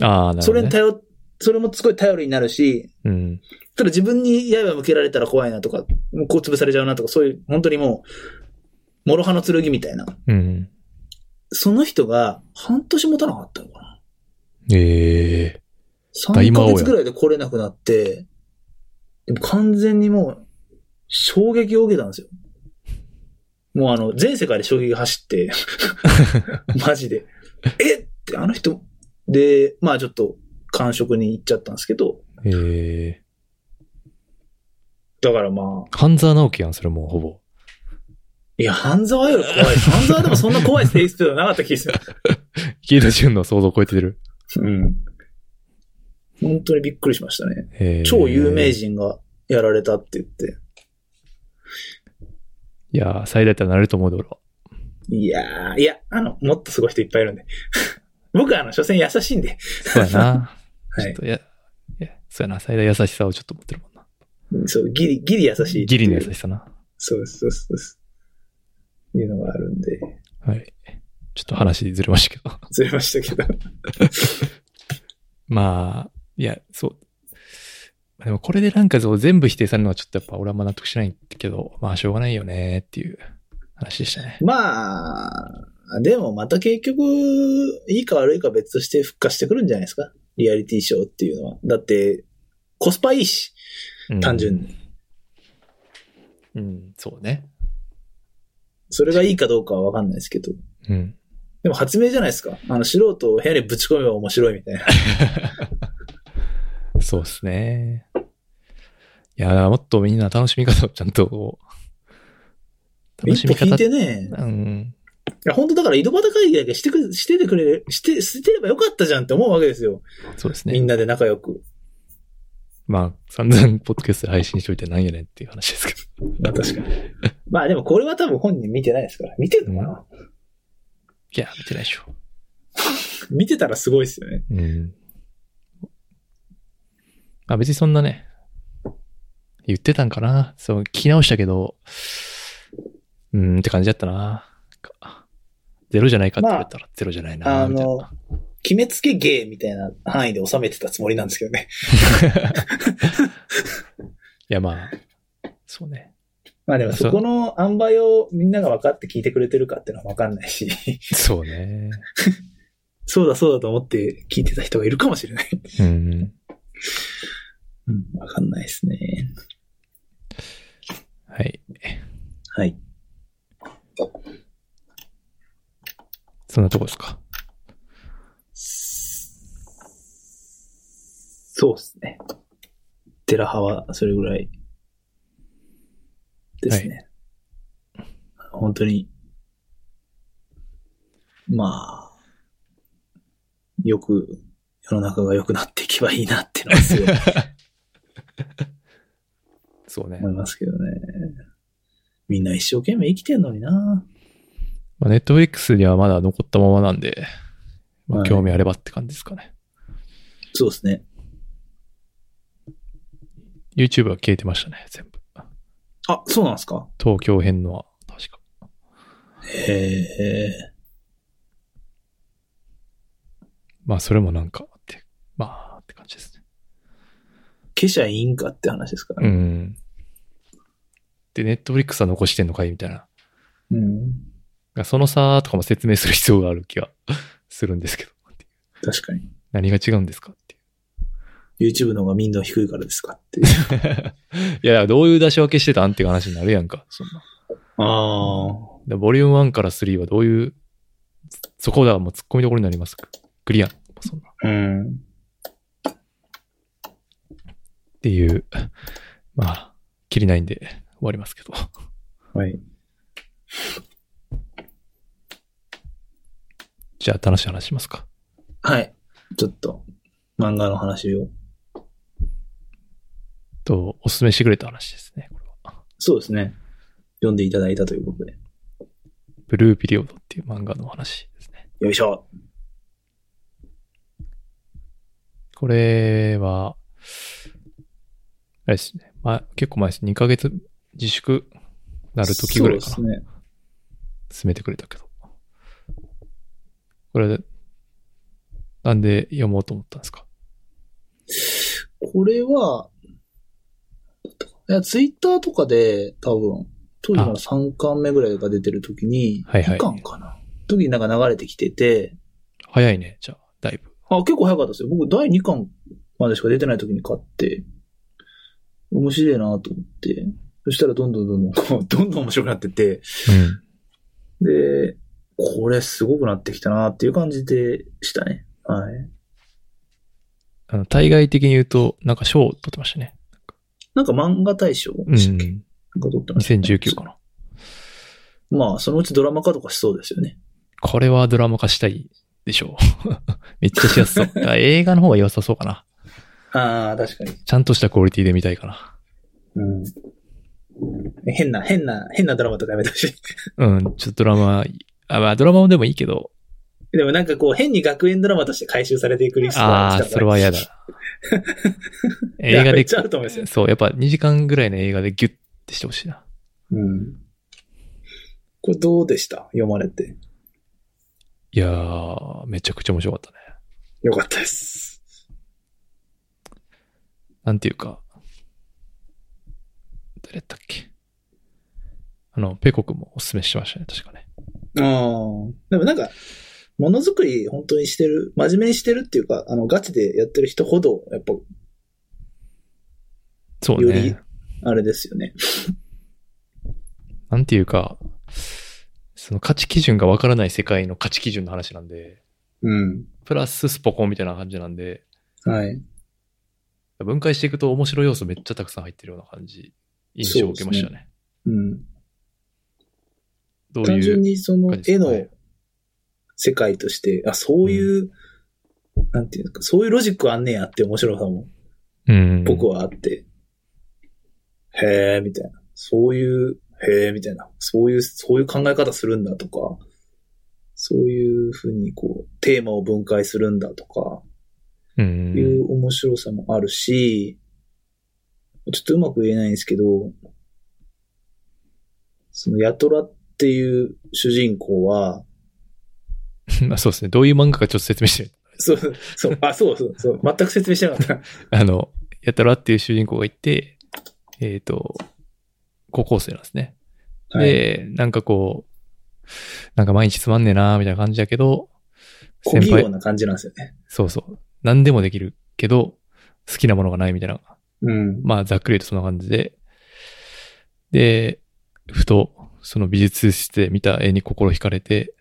[SPEAKER 2] あ。ああ、なる
[SPEAKER 3] そ
[SPEAKER 2] ほ
[SPEAKER 3] れ
[SPEAKER 2] ど、
[SPEAKER 3] に
[SPEAKER 2] ね。
[SPEAKER 3] 頼っ、それもすごい頼りになるし、
[SPEAKER 2] うん。
[SPEAKER 3] ただ自分に刃向けられたら怖いなとか、こう潰されちゃうなとか、そういう、本当にもう、諸刃の剣みたいな。
[SPEAKER 2] うん。
[SPEAKER 3] その人が、半年持たなかったのかな
[SPEAKER 2] ええ
[SPEAKER 3] ?3
[SPEAKER 2] 大魔
[SPEAKER 3] ヶ
[SPEAKER 2] 王や
[SPEAKER 3] 月ぐらいで来れなくなって、でも完全にもう、衝撃を受けたんですよ。もうあの、全世界で衝撃が 走って、マジで。えって、あの人、で、まあちょっと、感触に行っちゃったんですけど、
[SPEAKER 2] ええ
[SPEAKER 3] だからまあ、
[SPEAKER 2] 半沢直樹やん、それもうほぼ。
[SPEAKER 3] いや、半沢より怖い。半沢でもそんな怖いテイストではなかった気がする。
[SPEAKER 2] 池田純の想像を超えてる。
[SPEAKER 3] うん。本当にびっくりしましたね。
[SPEAKER 2] ええ
[SPEAKER 3] 超有名。人がやられたって言って。
[SPEAKER 2] いやー、最大ってなれると思うで、俺は。
[SPEAKER 3] いやー、いや、あの、もっとすごい人いっぱいいるんで。 僕はあの、所詮優しいんで。
[SPEAKER 2] そうやな。
[SPEAKER 3] は
[SPEAKER 2] ちょっ
[SPEAKER 3] い。
[SPEAKER 2] とや、いや、そうやな。最大優しさをちょっと持ってるもんな。
[SPEAKER 3] そう、ギリ、ギリ優しい。
[SPEAKER 2] ギリの優しさな。
[SPEAKER 3] そうです、そうです、そうです。いうのがあるんで、
[SPEAKER 2] はい。ちょっと話ずれましたけど。
[SPEAKER 3] ずれましたけど。
[SPEAKER 2] まあ、いや、そう。まあでもこれでなんかそう全部否定されるのはちょっとやっぱ俺はあんま納得しないけど、まあしょうがないよねっていう話でしたね。
[SPEAKER 3] まあ、でもまた結局、いいか悪いか別として復活してくるんじゃないですか。リアリティショーっていうのは。だって、コスパいいし、
[SPEAKER 2] うん
[SPEAKER 3] 単純に。
[SPEAKER 2] うん、そうね。
[SPEAKER 3] それがいいかどうかはわかんないですけど。
[SPEAKER 2] うん。
[SPEAKER 3] でも発明じゃないですか。あの、素人を部屋にぶち込めば面白いみたいな。
[SPEAKER 2] そうですね。いや、もっとみんな楽しみ方をちゃんとこう、楽し
[SPEAKER 3] 一
[SPEAKER 2] み
[SPEAKER 3] 歩引
[SPEAKER 2] 方
[SPEAKER 3] いてね。
[SPEAKER 2] うん。
[SPEAKER 3] いや、本当だから井戸端会議だけしてく、しててくれる、して、してればよかったじゃんって思うわけですよ。
[SPEAKER 2] そうです
[SPEAKER 3] み
[SPEAKER 2] ね
[SPEAKER 3] ん。なで仲良く。
[SPEAKER 2] まあ、散々ポッドキャストで配信しといてなんやねんっていう話ですけど。
[SPEAKER 3] まあ確かに。まあでもこれは多分本人見てないですから。見てるのかな、
[SPEAKER 2] いや、見てないでしょ。
[SPEAKER 3] 見てたらすごいですよね。
[SPEAKER 2] うん。まあ別にそんなね、言ってたんかな。そう、聞き直したけど、うーんって感じだったな。かゼロじゃないかって言われたらゼロじゃないな、
[SPEAKER 3] あ
[SPEAKER 2] みたい
[SPEAKER 3] の
[SPEAKER 2] な。、
[SPEAKER 3] 決めつけ芸みたいな範囲で収めてたつもりなんですけどね。
[SPEAKER 2] いやまあ、そうね。
[SPEAKER 3] まあでもそこの塩梅をみんなが分かって聞いてくれてるかっていうのは分かんないし、
[SPEAKER 2] そうね。
[SPEAKER 3] そうだそうだと思って聞いてた人がいるかもしれない。
[SPEAKER 2] うん。
[SPEAKER 3] うん、分かんないですね。
[SPEAKER 2] はい。
[SPEAKER 3] はい。
[SPEAKER 2] そんなとこですか。
[SPEAKER 3] そうですね。テラハはそれぐらいですね。本当に、まあ、よく、世の中が良くなっていけばいいなっていうのはすごい
[SPEAKER 2] そうね。
[SPEAKER 3] 思います けどね。みんな一生懸命生きてんのにな
[SPEAKER 2] まあ、ネットフリックスにはまだ残ったままなんで、まあ、
[SPEAKER 3] はい
[SPEAKER 2] 興味あればって感じですかね。
[SPEAKER 3] そうですね。
[SPEAKER 2] YouTube は消えてましたね、全部。
[SPEAKER 3] あ、そうなんですか
[SPEAKER 2] 東京編のは、確か。
[SPEAKER 3] へえ。
[SPEAKER 2] まあ、それもなんか、って、まあ、って感じですね。
[SPEAKER 3] 消しゃいいんかって話ですから
[SPEAKER 2] う
[SPEAKER 3] ね。
[SPEAKER 2] ん。で、ネットフリックスは残してんのかいみたいな。
[SPEAKER 3] うん。
[SPEAKER 2] その差とかも説明する必要がある気が するんですけど。
[SPEAKER 3] 確かに。
[SPEAKER 2] 何が違うんですかってい
[SPEAKER 3] YouTube の方が民度低いからですかっ て。
[SPEAKER 2] う。いや、どういう出し分けしてたんっていう話になるやんか、そんな。
[SPEAKER 3] ああ。
[SPEAKER 2] でボリューム1から3はどういう、そこだ、もう突っ込みどころになります。クリア。そんな。っ
[SPEAKER 3] うん。
[SPEAKER 2] ていう、まあ、きりないんで終わりますけど。
[SPEAKER 3] はい。
[SPEAKER 2] じゃあ、楽しい話しますか。
[SPEAKER 3] はい。ちょっと、漫画の話を。
[SPEAKER 2] と、おすすめしてくれた話ですね。これは
[SPEAKER 3] そうですね。読んでいただいたということで。
[SPEAKER 2] ブルーピリオドっていう漫画の話ですね。
[SPEAKER 3] よいしょ。
[SPEAKER 2] これは、あれですね。まあ、結構前です。2ヶ月自粛なる時ぐらいかな。
[SPEAKER 3] そうですね。
[SPEAKER 2] 進めてくれたけど。これ、なんで読もうと思ったんですか
[SPEAKER 3] これは、いや、ツイッターとかで、多分、当時の3巻目ぐらいが出てる時に、
[SPEAKER 2] はいはい
[SPEAKER 3] 2巻かな。時になんか流れてきてて、
[SPEAKER 2] 早いね、じゃあ、だいぶ。
[SPEAKER 3] あ、結構早かったですよ。僕、第2巻までしか出てない時に買って、面白いなと思って、そしたらどんどんどんどんこう、どんどん面白くなってって、で、これすごくなってきたなっていう感じでしたね。はい。
[SPEAKER 2] あの対外的に言うと、なんか賞を取ってましたね。
[SPEAKER 3] なんか漫画大賞
[SPEAKER 2] うん。
[SPEAKER 3] でしたっけ、
[SPEAKER 2] 2019
[SPEAKER 3] なんか撮ってましたね、
[SPEAKER 2] かな。
[SPEAKER 3] まあ、そのうちドラマ化とかしそうですよね。
[SPEAKER 2] これはドラマ化したいでしょう。 めっちゃしや すそう。だから映画の方が良さそうかな。
[SPEAKER 3] ああ、確かに。
[SPEAKER 2] ちゃんとしたクオリティで見たいか
[SPEAKER 3] うん。変な、変な、変なドラマとかやめてほしい。
[SPEAKER 2] な。うん、ちょっとドラマ、あ、まあドラマもでもいいけど、
[SPEAKER 3] でもなんかこう、変に学園ドラマとして回収されていくリスクが
[SPEAKER 2] あ
[SPEAKER 3] る
[SPEAKER 2] あー、それは嫌 だ。
[SPEAKER 3] いや
[SPEAKER 2] 映画
[SPEAKER 3] め
[SPEAKER 2] で
[SPEAKER 3] っちゃあると思いますよ。
[SPEAKER 2] そう、やっぱ2時間ぐらいの映画でギュッてしてほしいな。
[SPEAKER 3] うん。これどうでした読まれて。
[SPEAKER 2] いやー、めちゃくちゃ面白かったね。
[SPEAKER 3] よかったです。
[SPEAKER 2] なんていうか、誰だったっけ。あの、ペコくんもおすすめしましたね、確かね。
[SPEAKER 3] ああ。でもなんか、ものづくり本当にしてる、真面目にしてるっていうか、あの、ガチでやってる人ほど、やっぱ、
[SPEAKER 2] そう
[SPEAKER 3] より
[SPEAKER 2] ね。
[SPEAKER 3] あれですよね。
[SPEAKER 2] なんていうか、その価値基準がわからない世界の価値基準の話なんで、
[SPEAKER 3] うん。
[SPEAKER 2] プラススポコンみたいな感じなんで、
[SPEAKER 3] はい。
[SPEAKER 2] 分解していくと面白い要素めっちゃたくさん入ってるような感じ、印象を受けましたね。
[SPEAKER 3] うん。
[SPEAKER 2] どう
[SPEAKER 3] 単
[SPEAKER 2] い
[SPEAKER 3] 純
[SPEAKER 2] う、
[SPEAKER 3] にその
[SPEAKER 2] 感じで
[SPEAKER 3] 絵
[SPEAKER 2] すかね
[SPEAKER 3] の世界として、あ、そういう、なんていうんですか、そういうロジックあんねやって面白さも
[SPEAKER 2] うん、
[SPEAKER 3] 僕はあって、へえ、みたいな。そういう、へえ、みたいな。そういう、そういう考え方するんだとか、そういうふうにこう、テーマを分解するんだとか、
[SPEAKER 2] うん、
[SPEAKER 3] いう面白さもあるし、ちょっとうまく言えないんですけど、そのヤトラっていう主人公は、
[SPEAKER 2] まあそうですね。どういう漫画かちょっと説明して。
[SPEAKER 3] そう、そう、あ、そうそう、そう、全く説明してなかった。
[SPEAKER 2] あの、やたらっていう主人公がいて、えっ、と、高校生なんですね。
[SPEAKER 3] は い、
[SPEAKER 2] で、なんかこう、なんか毎日つまんねえなーみたいな感じだけど、
[SPEAKER 3] 小器用な感じなんですよね。
[SPEAKER 2] そうそう、何でもできるけど、好きなものがないみたいな、
[SPEAKER 3] うん。
[SPEAKER 2] まあざっくり言うとそんな感じで、で、ふと、その美術室で見た絵に心惹かれて、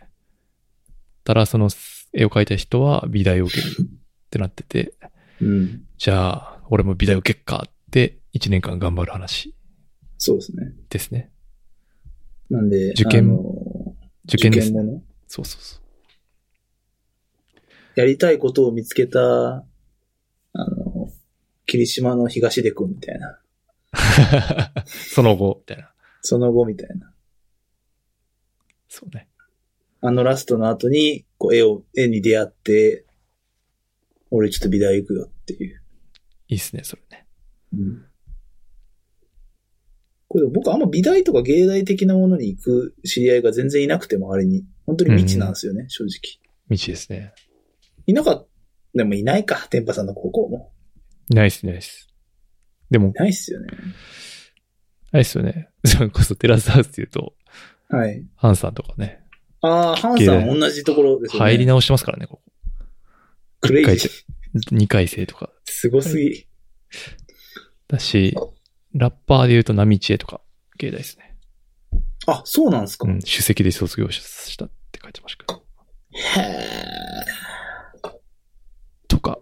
[SPEAKER 2] たらその絵を描いた人は美大を受けるってなってて、
[SPEAKER 3] うん。
[SPEAKER 2] じゃあ、俺も美大受けっかって、1年間頑張る話
[SPEAKER 3] そうですね。
[SPEAKER 2] ですね。
[SPEAKER 3] なんで、
[SPEAKER 2] 受験
[SPEAKER 3] あの
[SPEAKER 2] 受験ですね。
[SPEAKER 3] もの。
[SPEAKER 2] そうそう そう。
[SPEAKER 3] やりたいことを見つけた、あの、霧島の東出くんみたいな。
[SPEAKER 2] その後、みたいな。
[SPEAKER 3] その後みたいな。
[SPEAKER 2] そうね。
[SPEAKER 3] あのラストの後に、こう、絵を、絵に出会って、俺ちょっと美大行くよっていう。
[SPEAKER 2] いいっすね、それね。
[SPEAKER 3] うん。これ僕あんま美大とか芸大的なものに行く知り合いが全然いなくて周りに。本当に未知なんですよね、正直。
[SPEAKER 2] 道ですね。
[SPEAKER 3] いなかった。でもいないか、天パさんの高校も。
[SPEAKER 2] ナイスナイス。でも
[SPEAKER 3] い、ないっすよね。
[SPEAKER 2] あれですよね。 それこそテラスハウスっていうと、
[SPEAKER 3] はい。
[SPEAKER 2] ハンさんとかね、
[SPEAKER 3] ああ、ハンさん同じところですよね。
[SPEAKER 2] 入り直してますからね、ここ。
[SPEAKER 3] クレイジ
[SPEAKER 2] 一
[SPEAKER 3] ー。
[SPEAKER 2] 2回生とか。
[SPEAKER 3] すごすぎ。
[SPEAKER 2] だし、ラッパーで言うと、ナミチエとか、芸大ですね。
[SPEAKER 3] あ、そうなんですか。
[SPEAKER 2] うん、首席で卒業したって書いてましたけど。
[SPEAKER 3] へえ。
[SPEAKER 2] とか、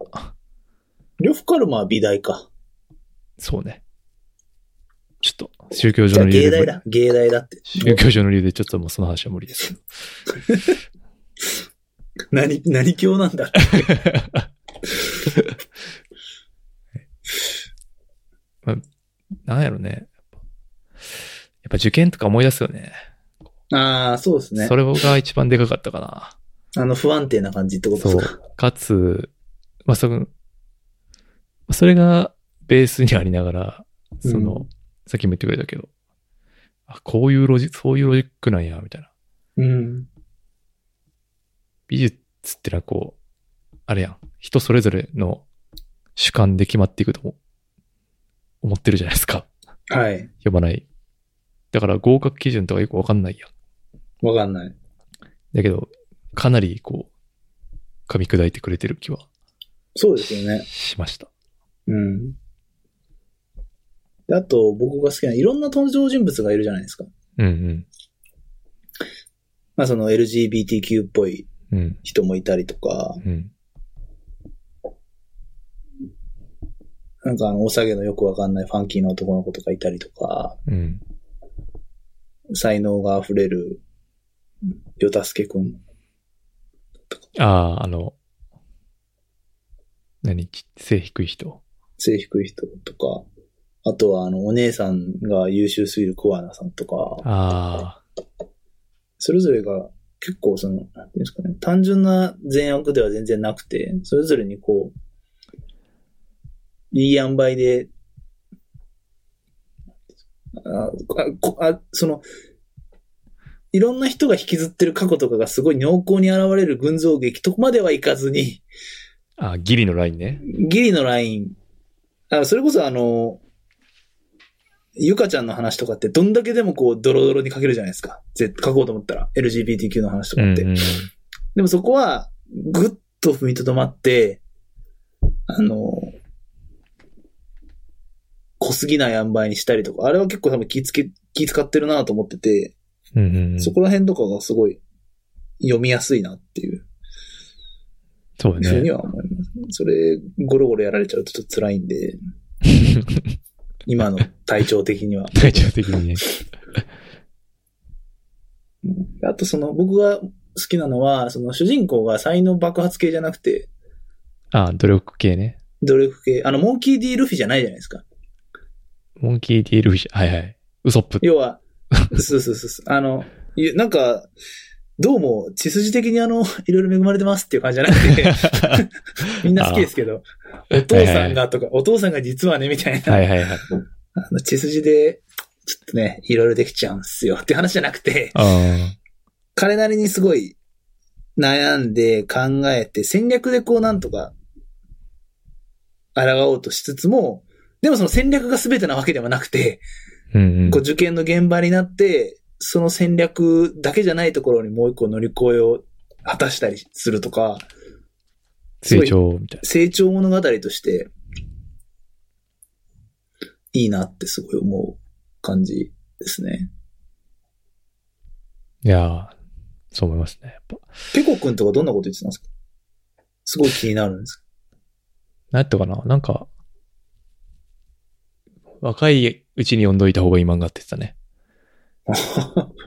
[SPEAKER 3] リョフカルマは美大か。
[SPEAKER 2] そうね。ちょっと、宗教
[SPEAKER 3] じ
[SPEAKER 2] 上
[SPEAKER 3] ゃあ
[SPEAKER 2] の理
[SPEAKER 3] 芸
[SPEAKER 2] 由で
[SPEAKER 3] 大
[SPEAKER 2] 無理。
[SPEAKER 3] だ。芸大だって。
[SPEAKER 2] 宗教上の理由でちょっともうその話は無理ですけど。
[SPEAKER 3] 何、何教な んだ。
[SPEAKER 2] なんやろね。やっぱやっぱ受験とか思い出すよね。
[SPEAKER 3] ああ、そうですね
[SPEAKER 2] そ。れが一番でかかったかな。
[SPEAKER 3] あの不安定な感じってことですか。
[SPEAKER 2] かつ、まあ、その、それがベースにありながら、その、
[SPEAKER 3] うん
[SPEAKER 2] さっきも言ってくれたけど、あ、こういうロジ、そういうロジックなんや、みたいな。
[SPEAKER 3] うん。
[SPEAKER 2] 美術ってのはこう、あれやん、人それぞれの主観で決まっていくと思思ってるじゃないですか。
[SPEAKER 3] はい。
[SPEAKER 2] 呼ばない。だから合格基準とかよくわかんないやん。
[SPEAKER 3] わかんない。
[SPEAKER 2] だけど、かなりこう、噛み砕いてくれてる気は
[SPEAKER 3] そうですよね。
[SPEAKER 2] しました。
[SPEAKER 3] うん。であと、僕が好きないろんな登場人物がいるじゃないですか。
[SPEAKER 2] うん
[SPEAKER 3] まあ、その LGBTQ っぽい
[SPEAKER 2] うん。うん
[SPEAKER 3] 人もいたりとか、
[SPEAKER 2] うん。
[SPEAKER 3] なんかあの、お下げのよくわかんないファンキーな男の子とかいたりとか、
[SPEAKER 2] うん。
[SPEAKER 3] 才能が溢れる、よたすけくん。
[SPEAKER 2] ああ、あの、何ち背低い人。
[SPEAKER 3] 背低い人とか、あとはあの、お姉さんが優秀すぎるコアナさんとか、
[SPEAKER 2] ああ、
[SPEAKER 3] それぞれが結構その、なんていうんですかね、単純な善悪では全然なくて、それぞれにこう、いい塩梅で、ああこあその、いろんな人が引きずってる過去とかがすごい濃厚に現れる群像劇とまではいかずに、
[SPEAKER 2] ああ、ギリのラインね。
[SPEAKER 3] ギリのライン。あそれこそあの、ゆかちゃんの話とかってどんだけでもこうドロドロに書けるじゃないですか。ぜ書こうと思ったら。LGBTQ の話と
[SPEAKER 2] う
[SPEAKER 3] かっ
[SPEAKER 2] ん
[SPEAKER 3] て。
[SPEAKER 2] うん。
[SPEAKER 3] でもそこはぐっと踏みとどまって、あの、濃すぎない塩梅にしたりとか、あれは結構多分気つけ、気使ってるなと思ってて、
[SPEAKER 2] うんうんうん、
[SPEAKER 3] そ
[SPEAKER 2] そ
[SPEAKER 3] こら辺とかがすごい読みやすいなっていう
[SPEAKER 2] う
[SPEAKER 3] ふうに
[SPEAKER 2] ね。。
[SPEAKER 3] は思います。それ、ゴロゴロやられちゃうとちょっと辛いんで、今の体調的には
[SPEAKER 2] 体調的にね。
[SPEAKER 3] うんあとその僕が好きなのは、その主人公が才能爆発系じゃなくて、
[SPEAKER 2] ああ、努力系ね。
[SPEAKER 3] 努力系、あの、モンキー・ D ・ルフィじゃないじゃないですか。
[SPEAKER 2] モンキー・ディールフィッシュ。はいはい。ウソップ。
[SPEAKER 3] 要 は、そうそうそうそう。あの、いなんか、どうも血筋的にあの、いろいろ恵まれてますっていう感じじゃな くて、みんな好きですけど、お父さんがとか、お父さんが実はね、みたいな、
[SPEAKER 2] はいはいはい。
[SPEAKER 3] あの血筋で、ちょっとね、いろいろできちゃうんすよって話じゃなくて、
[SPEAKER 2] あ
[SPEAKER 3] 彼なりにすごい悩んで考えて戦略でこうなんとか抗おうとしつつも、でもその戦略が全てなわけではなくて、
[SPEAKER 2] あ。うんうん
[SPEAKER 3] こう。受験の現場になって、その戦略だけじゃないところにもう一個乗り越えを果たしたりするとか、すご
[SPEAKER 2] 成
[SPEAKER 3] い
[SPEAKER 2] 長みたい
[SPEAKER 3] 成長物語として、いいなってすごい思う感じですね。
[SPEAKER 2] な。いやーそう思いますね。やっぱ。
[SPEAKER 3] ペコくんとかどんなこと言ってたんですかすごい気になるんです
[SPEAKER 2] なんやったかななんか、若いうちに読んどいた方がいい漫画って言ってたね。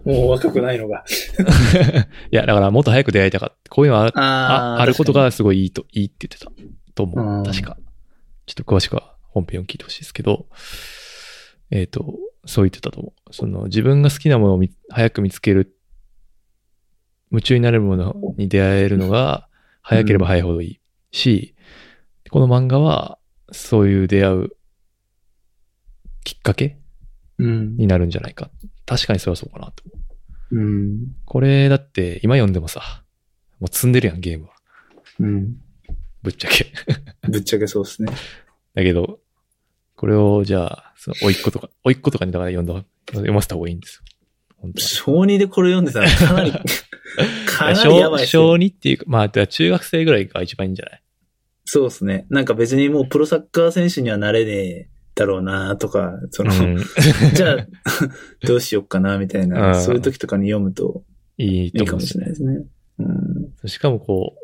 [SPEAKER 3] もう若くないのが。
[SPEAKER 2] いや、だからもっと早く出会いたかった。こういうのある
[SPEAKER 3] あ
[SPEAKER 2] あ
[SPEAKER 3] ー
[SPEAKER 2] あること。
[SPEAKER 3] 確
[SPEAKER 2] がすごいいいと、いいって言ってたと
[SPEAKER 3] う
[SPEAKER 2] 思
[SPEAKER 3] ん
[SPEAKER 2] う。確か。ちょっと詳しくは本編を聞いてほしいですけど、えっ、と、そう言ってたと思う。その自分が好きなものを見早く見つける、夢中になれるものに出会えるのが早ければ早いほどいいし、この漫画はそういう出会うきっかけ
[SPEAKER 3] にうん。
[SPEAKER 2] になるんじゃないか。確かにそれはそうかなと思う。
[SPEAKER 3] うん。
[SPEAKER 2] これだって今読んでもさ、もう積んでるやん、ゲームは。
[SPEAKER 3] うん。
[SPEAKER 2] ぶっちゃけ。
[SPEAKER 3] ぶっちゃけそうですね。
[SPEAKER 2] だけど、これをじゃあ、その、おいっ子とか、おいっ子とかにだから読んだ、読ませた方がいいんですよ。本当は
[SPEAKER 3] 小2でこれ読んでたらかなり、 かなりやばい
[SPEAKER 2] 小
[SPEAKER 3] っすよ
[SPEAKER 2] 小2っていうか、まあ、だから中学生ぐらいが一番いいんじゃない
[SPEAKER 3] そうですね。なんか別にもうプロサッカー選手にはなれねえだろうなとか、その、
[SPEAKER 2] うん。
[SPEAKER 3] じゃあ、 どうしよっかなみたいな、
[SPEAKER 2] うん
[SPEAKER 3] そういう時とかに読むと
[SPEAKER 2] いい
[SPEAKER 3] い
[SPEAKER 2] と
[SPEAKER 3] い
[SPEAKER 2] 思
[SPEAKER 3] か
[SPEAKER 2] うん
[SPEAKER 3] も
[SPEAKER 2] で
[SPEAKER 3] し
[SPEAKER 2] す
[SPEAKER 3] れな
[SPEAKER 2] ね
[SPEAKER 3] い。ですね。うん。
[SPEAKER 2] しかもこ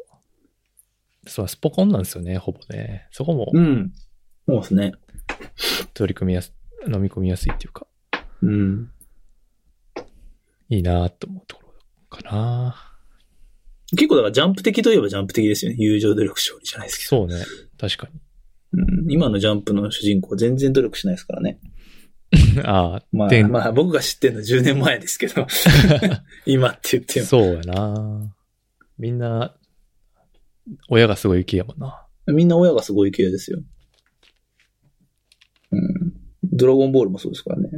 [SPEAKER 2] う、そう、スポコンなんですよね、ほぼね。そこも
[SPEAKER 3] うん。そうですね。
[SPEAKER 2] 取り組みやす、飲み込みやすいっていうか、
[SPEAKER 3] うん。
[SPEAKER 2] いいなと思うところかな
[SPEAKER 3] 結構だからジャンプ的といえばジャンプ的ですよね。友情努力勝利じゃないですけど。
[SPEAKER 2] そうね、確か
[SPEAKER 3] うん、今のジャンプの主人公全然努力しないですからね。
[SPEAKER 2] に。ああ、
[SPEAKER 3] まあ、
[SPEAKER 2] で
[SPEAKER 3] まあ僕が知ってるのは10年前です けど、今って言っても。
[SPEAKER 2] そうやなみんな、親がすごい雪やもんな。
[SPEAKER 3] みんな親がすごい系ですよ。うん。ドラゴンボールもそうですからね。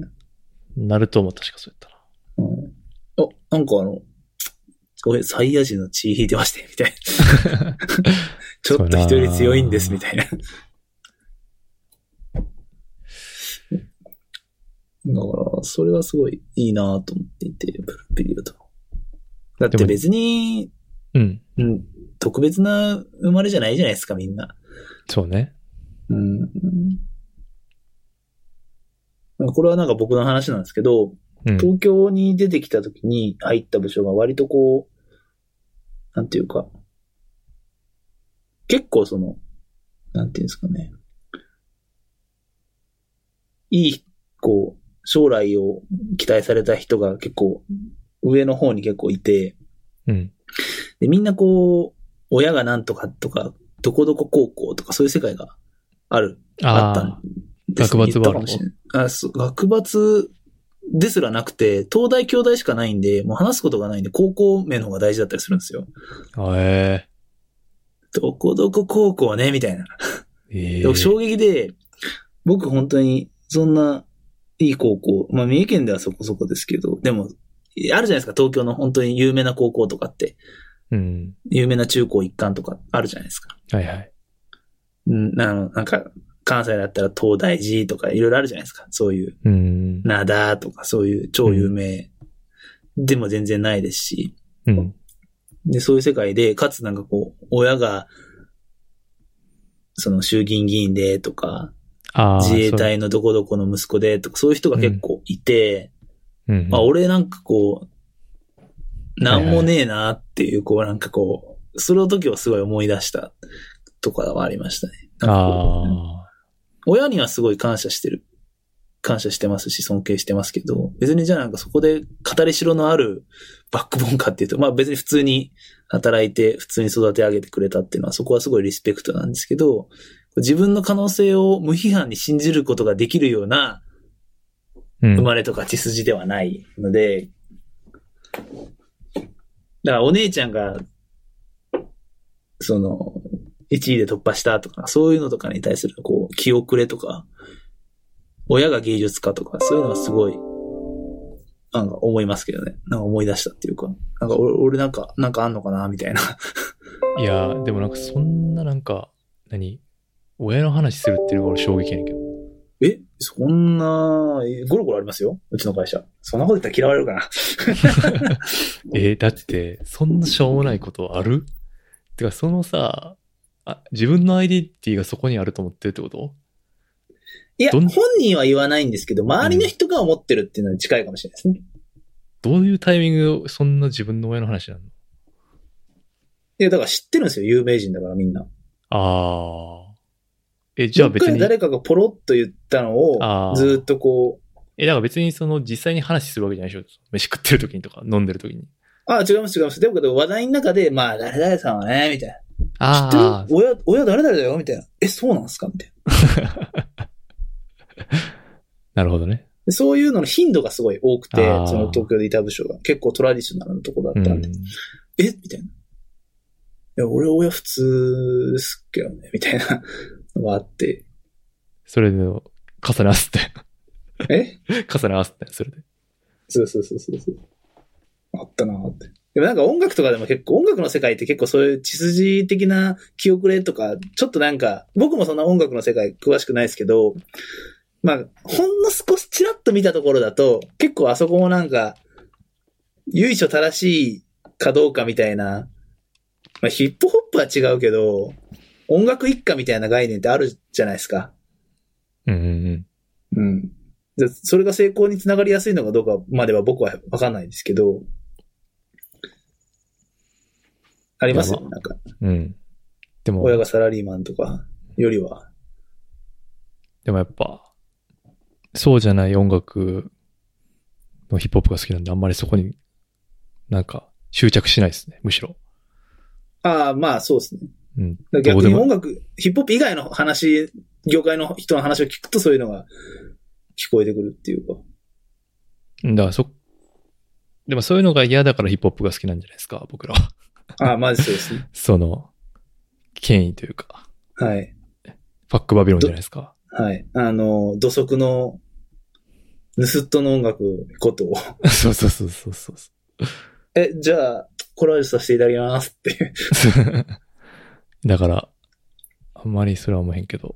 [SPEAKER 2] ナルトも確かそうやったな。
[SPEAKER 3] うん。あ、なんかあの、俺、サイヤ人の血引いてまして、みたいな。 ちょっと人より強いんです、みたいな。だから、それはすごいいいなと思っていて、ブルーピリオド。だっ
[SPEAKER 2] で
[SPEAKER 3] て
[SPEAKER 2] も
[SPEAKER 3] 別に、
[SPEAKER 2] うん。
[SPEAKER 3] うん、特別な生まれじゃないじゃないですか、みんな。
[SPEAKER 2] そうね。
[SPEAKER 3] うん。これはなんか僕の話なんですけど、
[SPEAKER 2] うん。
[SPEAKER 3] 東京に出てきた時に入った部署が割とこう、なんていうか、結構その、なんていうんですかね。いい、こう、将来を期待された人が結構、上の方に結構いて、
[SPEAKER 2] うん。
[SPEAKER 3] で、みんなこう、親がなんとかとか、どこどこ高校とかそういう世界があるあった
[SPEAKER 2] あ
[SPEAKER 3] んです
[SPEAKER 2] 学閥
[SPEAKER 3] 言ったかもしれないあそう学閥ですらなくて、東大京大しかないんで、もう話すことがないんで、高校名の方が大事だったりするんですよ。
[SPEAKER 2] あ。え
[SPEAKER 3] どこどこ高校ね、みたいな。
[SPEAKER 2] ええ
[SPEAKER 3] でも
[SPEAKER 2] え
[SPEAKER 3] 衝撃で、僕本当にそんないい高校、まあ三重県ではそこそこですけど、でも、あるじゃないですか、東京の本当に有名な高校とかって、
[SPEAKER 2] うん。
[SPEAKER 3] 有名な中高一貫とかあるじゃないですか。
[SPEAKER 2] はいはい。
[SPEAKER 3] うん、あの、なんか、関西だったら東大寺とかいろいろあるじゃないですか、そういう。
[SPEAKER 2] うん。
[SPEAKER 3] なだとかそういう超有名でも全然ないですし、
[SPEAKER 2] うん。
[SPEAKER 3] で、そういう世界で、かつなんかこう、親が、その衆議院議員でとか、
[SPEAKER 2] ああ。
[SPEAKER 3] 自衛隊のどこどこの息子でとか、そういう人が結構いて、
[SPEAKER 2] そう。うん。
[SPEAKER 3] まあ俺なんかこう、なんもねえなっていう、こうなんかこう、その時はすごい思い出したとかはありましたね。なんかこう
[SPEAKER 2] あ
[SPEAKER 3] 親にはすごい感謝してる。感謝してますし、尊敬してますけど、別にじゃあなんかそこで語りしろのあるバックボーンかっていうと、まあ別に普通に働いて、普通に育て上げてくれたっていうのは、そこはすごいリスペクトなんですけど、自分の可能性を無批判に信じることができるよう
[SPEAKER 2] あ。
[SPEAKER 3] な
[SPEAKER 2] うん
[SPEAKER 3] 生。まれとか血筋ではないので、だからお姉ちゃんが、その、1位で突破したとか、そういうのとかに対する、こう、気遅れとか、親が芸術家とか、そういうのはすごい、なんか思いますけどね。なんか思い出したっていうか、なんか俺俺なんか、なんかあんのかなみたいな。
[SPEAKER 2] いやー、でもなんかそんななんか、何親の話するっていうのが俺衝撃やねんけど。
[SPEAKER 3] え、そんな、えゴロゴロありますようちの会社。そんなこと言ったら嫌われるかな。
[SPEAKER 2] えー、だって、そんなしょうもないことあるてか、そのさ、あ、自分のアイデンティティがそこにあると思ってるってこと
[SPEAKER 3] いや、
[SPEAKER 2] どん
[SPEAKER 3] 本人は言わないんですけど、周りの人が思ってるっていうのに近いかもしれないですね。
[SPEAKER 2] どういうタイミングでそんな自分の親の話なの
[SPEAKER 3] いや、だから知ってるんですよ、有名人だからみんな。
[SPEAKER 2] ああ。え、じゃあ別
[SPEAKER 3] どっか
[SPEAKER 2] に
[SPEAKER 3] で、誰かがポロッと言ったの
[SPEAKER 2] あ
[SPEAKER 3] を、
[SPEAKER 2] ー
[SPEAKER 3] ずーっとこう、
[SPEAKER 2] え、だから別にその実際に話するわけじゃないでしょ。飯食ってる時にとか、飲んでる時に。
[SPEAKER 3] あ、違います違います。でもけど話題の中で、まあ、誰々さんはね、みたいな。知
[SPEAKER 2] あ
[SPEAKER 3] ってる親、親誰々だよみたいな。え、そうなんすかみたいな
[SPEAKER 2] なるほどね。
[SPEAKER 3] で。そういうのの頻度がすごい多くて
[SPEAKER 2] あー、
[SPEAKER 3] その東京でいた部署が。結構トラディショナルのとこだ
[SPEAKER 2] う
[SPEAKER 3] ったん
[SPEAKER 2] ん
[SPEAKER 3] で。。えみたいな。いや、俺親普通ですけどね、みたいなのがあって。
[SPEAKER 2] それで、重ね合わせて、
[SPEAKER 3] え
[SPEAKER 2] 重ね合わせて、それで。
[SPEAKER 3] そうそうそうそうそう。あったなーって。でもなんか音楽とかでも結構、音楽の世界って結構そういう血筋的な記憶れとか、ちょっとなんか、僕もそんな音楽の世界詳しくないですけど、まあ、ほんの少しちらっと見たところだと、結構あそこもなんか、由緒正しいかどうかみたいな、まあヒップホップは違うけど、音楽一家みたいな概念ってあるじゃないですか。
[SPEAKER 2] うんうんうん。
[SPEAKER 3] うん。じゃそれが成功につながりやすいのかどうかまでは僕はわかんないですけど、ありますよ、
[SPEAKER 2] いや
[SPEAKER 3] なんか、
[SPEAKER 2] うん。でも、
[SPEAKER 3] 親がサラリーマンとかよりは。
[SPEAKER 2] でもやっぱ、そうじゃない音楽のヒップホップが好きなんで、あんまりそこになんか執着しないですね、むしろ。
[SPEAKER 3] ああ、まあそうですね。
[SPEAKER 2] うん。
[SPEAKER 3] だか
[SPEAKER 2] どう
[SPEAKER 3] ら逆
[SPEAKER 2] で
[SPEAKER 3] に
[SPEAKER 2] も
[SPEAKER 3] 音。楽、ヒップホップ以外の話、業界の人の話を聞くとそういうのが聞こえてくるっていうか。
[SPEAKER 2] うんだからそ、でもそういうのが嫌だからヒップホップが好きなんじゃないですか、僕らは。
[SPEAKER 3] ああ、まあそうですね。
[SPEAKER 2] その、権威というか、
[SPEAKER 3] はい。
[SPEAKER 2] ファックバビロンじゃないですか。
[SPEAKER 3] はい。あの、土足の、盗っ人の音楽ことを。
[SPEAKER 2] そうそうそうそうそう。
[SPEAKER 3] え、じゃあ、コラージュさせていただきますっていう。
[SPEAKER 2] だから、あんまりそれは思えへんけど。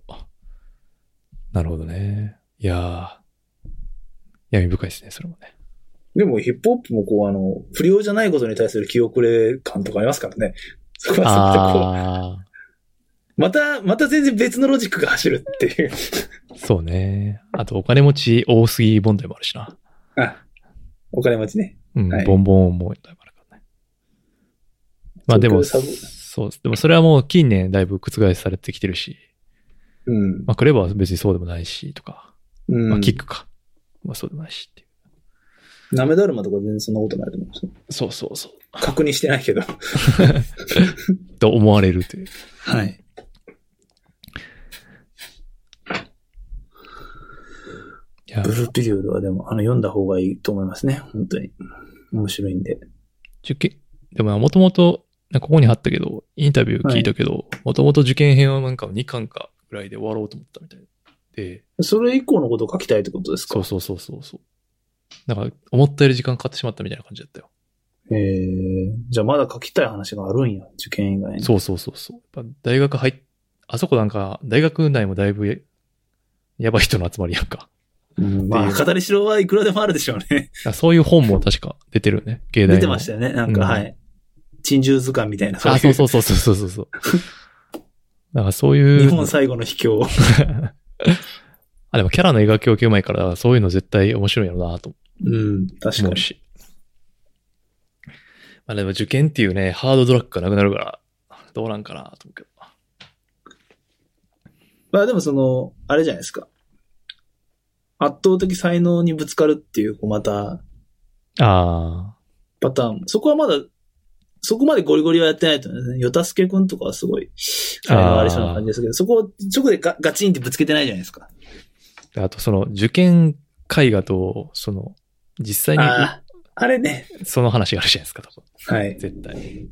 [SPEAKER 2] なるほどね。いやー、闇深いですね、それもね。
[SPEAKER 3] でもヒップホップもこう、あの、不良じゃないことに対する気遅れ感とかありますからね。 そ こはそこでこ
[SPEAKER 2] あ
[SPEAKER 3] う。また、また全然別のロジックが走るっていう。
[SPEAKER 2] あ、そうね。あと、お金持ち多すぎ問題もあるしな。
[SPEAKER 3] あ、お金持ちね。
[SPEAKER 2] うん、
[SPEAKER 3] はい
[SPEAKER 2] ボンボン問題もあるからね。まあでも、そ
[SPEAKER 3] そ
[SPEAKER 2] う
[SPEAKER 3] こサ
[SPEAKER 2] です。でもそれはもう近年だいぶ覆されてきてるし、
[SPEAKER 3] ブうん。
[SPEAKER 2] まあクレバーは別にそうでもないし、とか、
[SPEAKER 3] うん。
[SPEAKER 2] まあキックか。まあそうでもないしってい
[SPEAKER 3] なめだるまとか全然そんなことないと思うんですよ。
[SPEAKER 2] う。そうそうそう。
[SPEAKER 3] 確認してないけど。
[SPEAKER 2] と思われるという。
[SPEAKER 3] はい。
[SPEAKER 2] いや
[SPEAKER 3] ブルーピリオドはでも、あの、読んだ方がいいと思いますね。本当に。面白いんで。
[SPEAKER 2] 受験、でももともと、なんかここに貼ったけど、インタビュー聞いたけど、もともと受験編はなんか2巻かぐらいで終わろうと思ったみたいで、
[SPEAKER 3] それ以降のことを書きたいってことです
[SPEAKER 2] そ
[SPEAKER 3] か
[SPEAKER 2] うそうそうそうそう。なんか思ったより時間かかってしまったみたいな感じだったよ。
[SPEAKER 3] えー、じゃあまだ書きたい話があるんや。受験以外に。
[SPEAKER 2] そうそうそうそう。やっぱ大学入っ、あそこなんか大学内もだいぶややばい人の集まりやんか。
[SPEAKER 3] うんまあ、語りしろはいくらでもあるでしょうね。
[SPEAKER 2] なんかそういう本も確か出てるよね。芸大の。
[SPEAKER 3] 出てましたよね。なんか、
[SPEAKER 2] うん
[SPEAKER 3] はい。珍獣図鑑みたいな。
[SPEAKER 2] あ、そう
[SPEAKER 3] う
[SPEAKER 2] そうそうそうそうそう。なんかそう
[SPEAKER 3] い。
[SPEAKER 2] いうう。
[SPEAKER 3] 日本最後の秘境。
[SPEAKER 2] あ、でもキャラの描き分けうまいから、そういうの絶対面白いやろうなと
[SPEAKER 3] うん、確か
[SPEAKER 2] 思う
[SPEAKER 3] に。
[SPEAKER 2] し。まあでも受験っていうね、ハードドラッグがなくなるから、どうなんかなと思うけど。
[SPEAKER 3] まあでもその、あれじゃないですか。圧倒的才能にぶつかるっていう、こうまた、
[SPEAKER 2] ああ。
[SPEAKER 3] パターン。そこはまだ、そこまでゴリゴリはやってないと思うんですね。ヨタスケくんとかはすごい、才能ありそうな感じですけど、そこを直でガガチンってぶつけてないじゃないですか。
[SPEAKER 2] であとその受験絵画と、その、実際
[SPEAKER 3] ああ、あれね。
[SPEAKER 2] にその話があるじゃないですか、多分。
[SPEAKER 3] はい。
[SPEAKER 2] 絶対。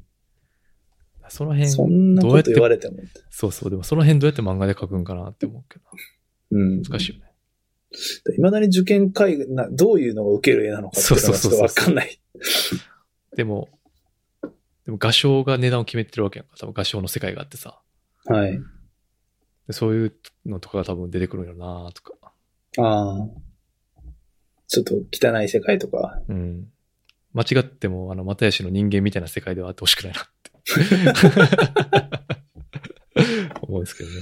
[SPEAKER 2] その辺、
[SPEAKER 3] そんな
[SPEAKER 2] どうや
[SPEAKER 3] こ
[SPEAKER 2] って
[SPEAKER 3] と言われても。
[SPEAKER 2] そうそう、でもその辺どうやって漫画で描くんかなって思うけど。
[SPEAKER 3] うん。
[SPEAKER 2] 難しいよね。
[SPEAKER 3] いまだに受験会な、どういうのが受ける絵なのかっていうのがちょっとわかんない。
[SPEAKER 2] でも、でも画商が値段を決めてるわけやんか。多分画商の世界があってさ。
[SPEAKER 3] はい。
[SPEAKER 2] でそういうのとかが多分出てくるんやろなとか。
[SPEAKER 3] ああ。ちょっと汚い世界とか。
[SPEAKER 2] うん。間違っても、あの、又吉の人間みたいな世界ではあってほしくないなって。思うんですけどね。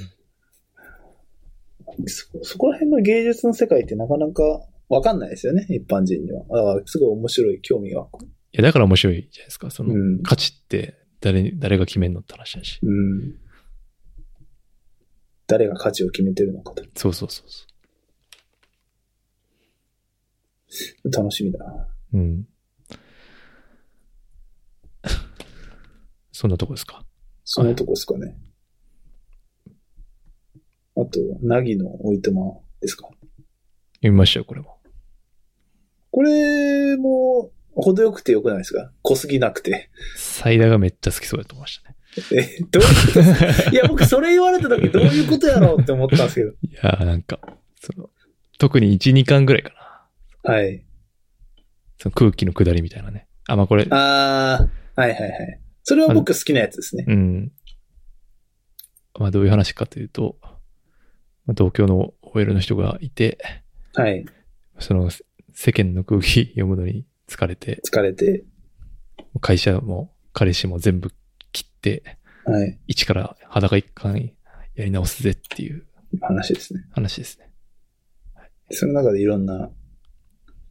[SPEAKER 3] そそこら辺の芸術の世界ってなかなかわかんないですよね、一般人には。だからすごい面白い興味が。
[SPEAKER 2] いや、だから面白いじゃないですか。そうの、
[SPEAKER 3] ん。
[SPEAKER 2] 価値って誰に、誰が決めんのって話だし。
[SPEAKER 3] うん。誰が価値を決めてるのかと。
[SPEAKER 2] そうそうそうそ
[SPEAKER 3] 楽しみだな。
[SPEAKER 2] う。うん。そんなとこですか。
[SPEAKER 3] そのとこですかね。あと、ナギのおいとまですか。
[SPEAKER 2] 読みましたよ、これも。
[SPEAKER 3] これも、程よくてよくないですか濃すぎなくて。
[SPEAKER 2] サイダーがめっちゃ好きそうだと思いましたね。
[SPEAKER 3] え、どういうこ とですか いや、僕それ言われた時どういうことやろうって思ったんですけど。
[SPEAKER 2] いやーなんか、その、特に1、2巻ぐらいかな。
[SPEAKER 3] はい。
[SPEAKER 2] その空気の下りみたいなね。あ、まあこれ、
[SPEAKER 3] あー、はいはいはい。それは僕好きなやつですね。
[SPEAKER 2] うん。まあどういう話かというと、まあ同居の OL の人がいて、
[SPEAKER 3] はい。
[SPEAKER 2] そのせ世間の空気読むのに疲れて、
[SPEAKER 3] 疲れて。
[SPEAKER 2] 会社も彼氏も全部切って、
[SPEAKER 3] はい。
[SPEAKER 2] 一から裸一貫やり直すぜっていう
[SPEAKER 3] 話ですね。
[SPEAKER 2] 話ですね。
[SPEAKER 3] その中でいろんな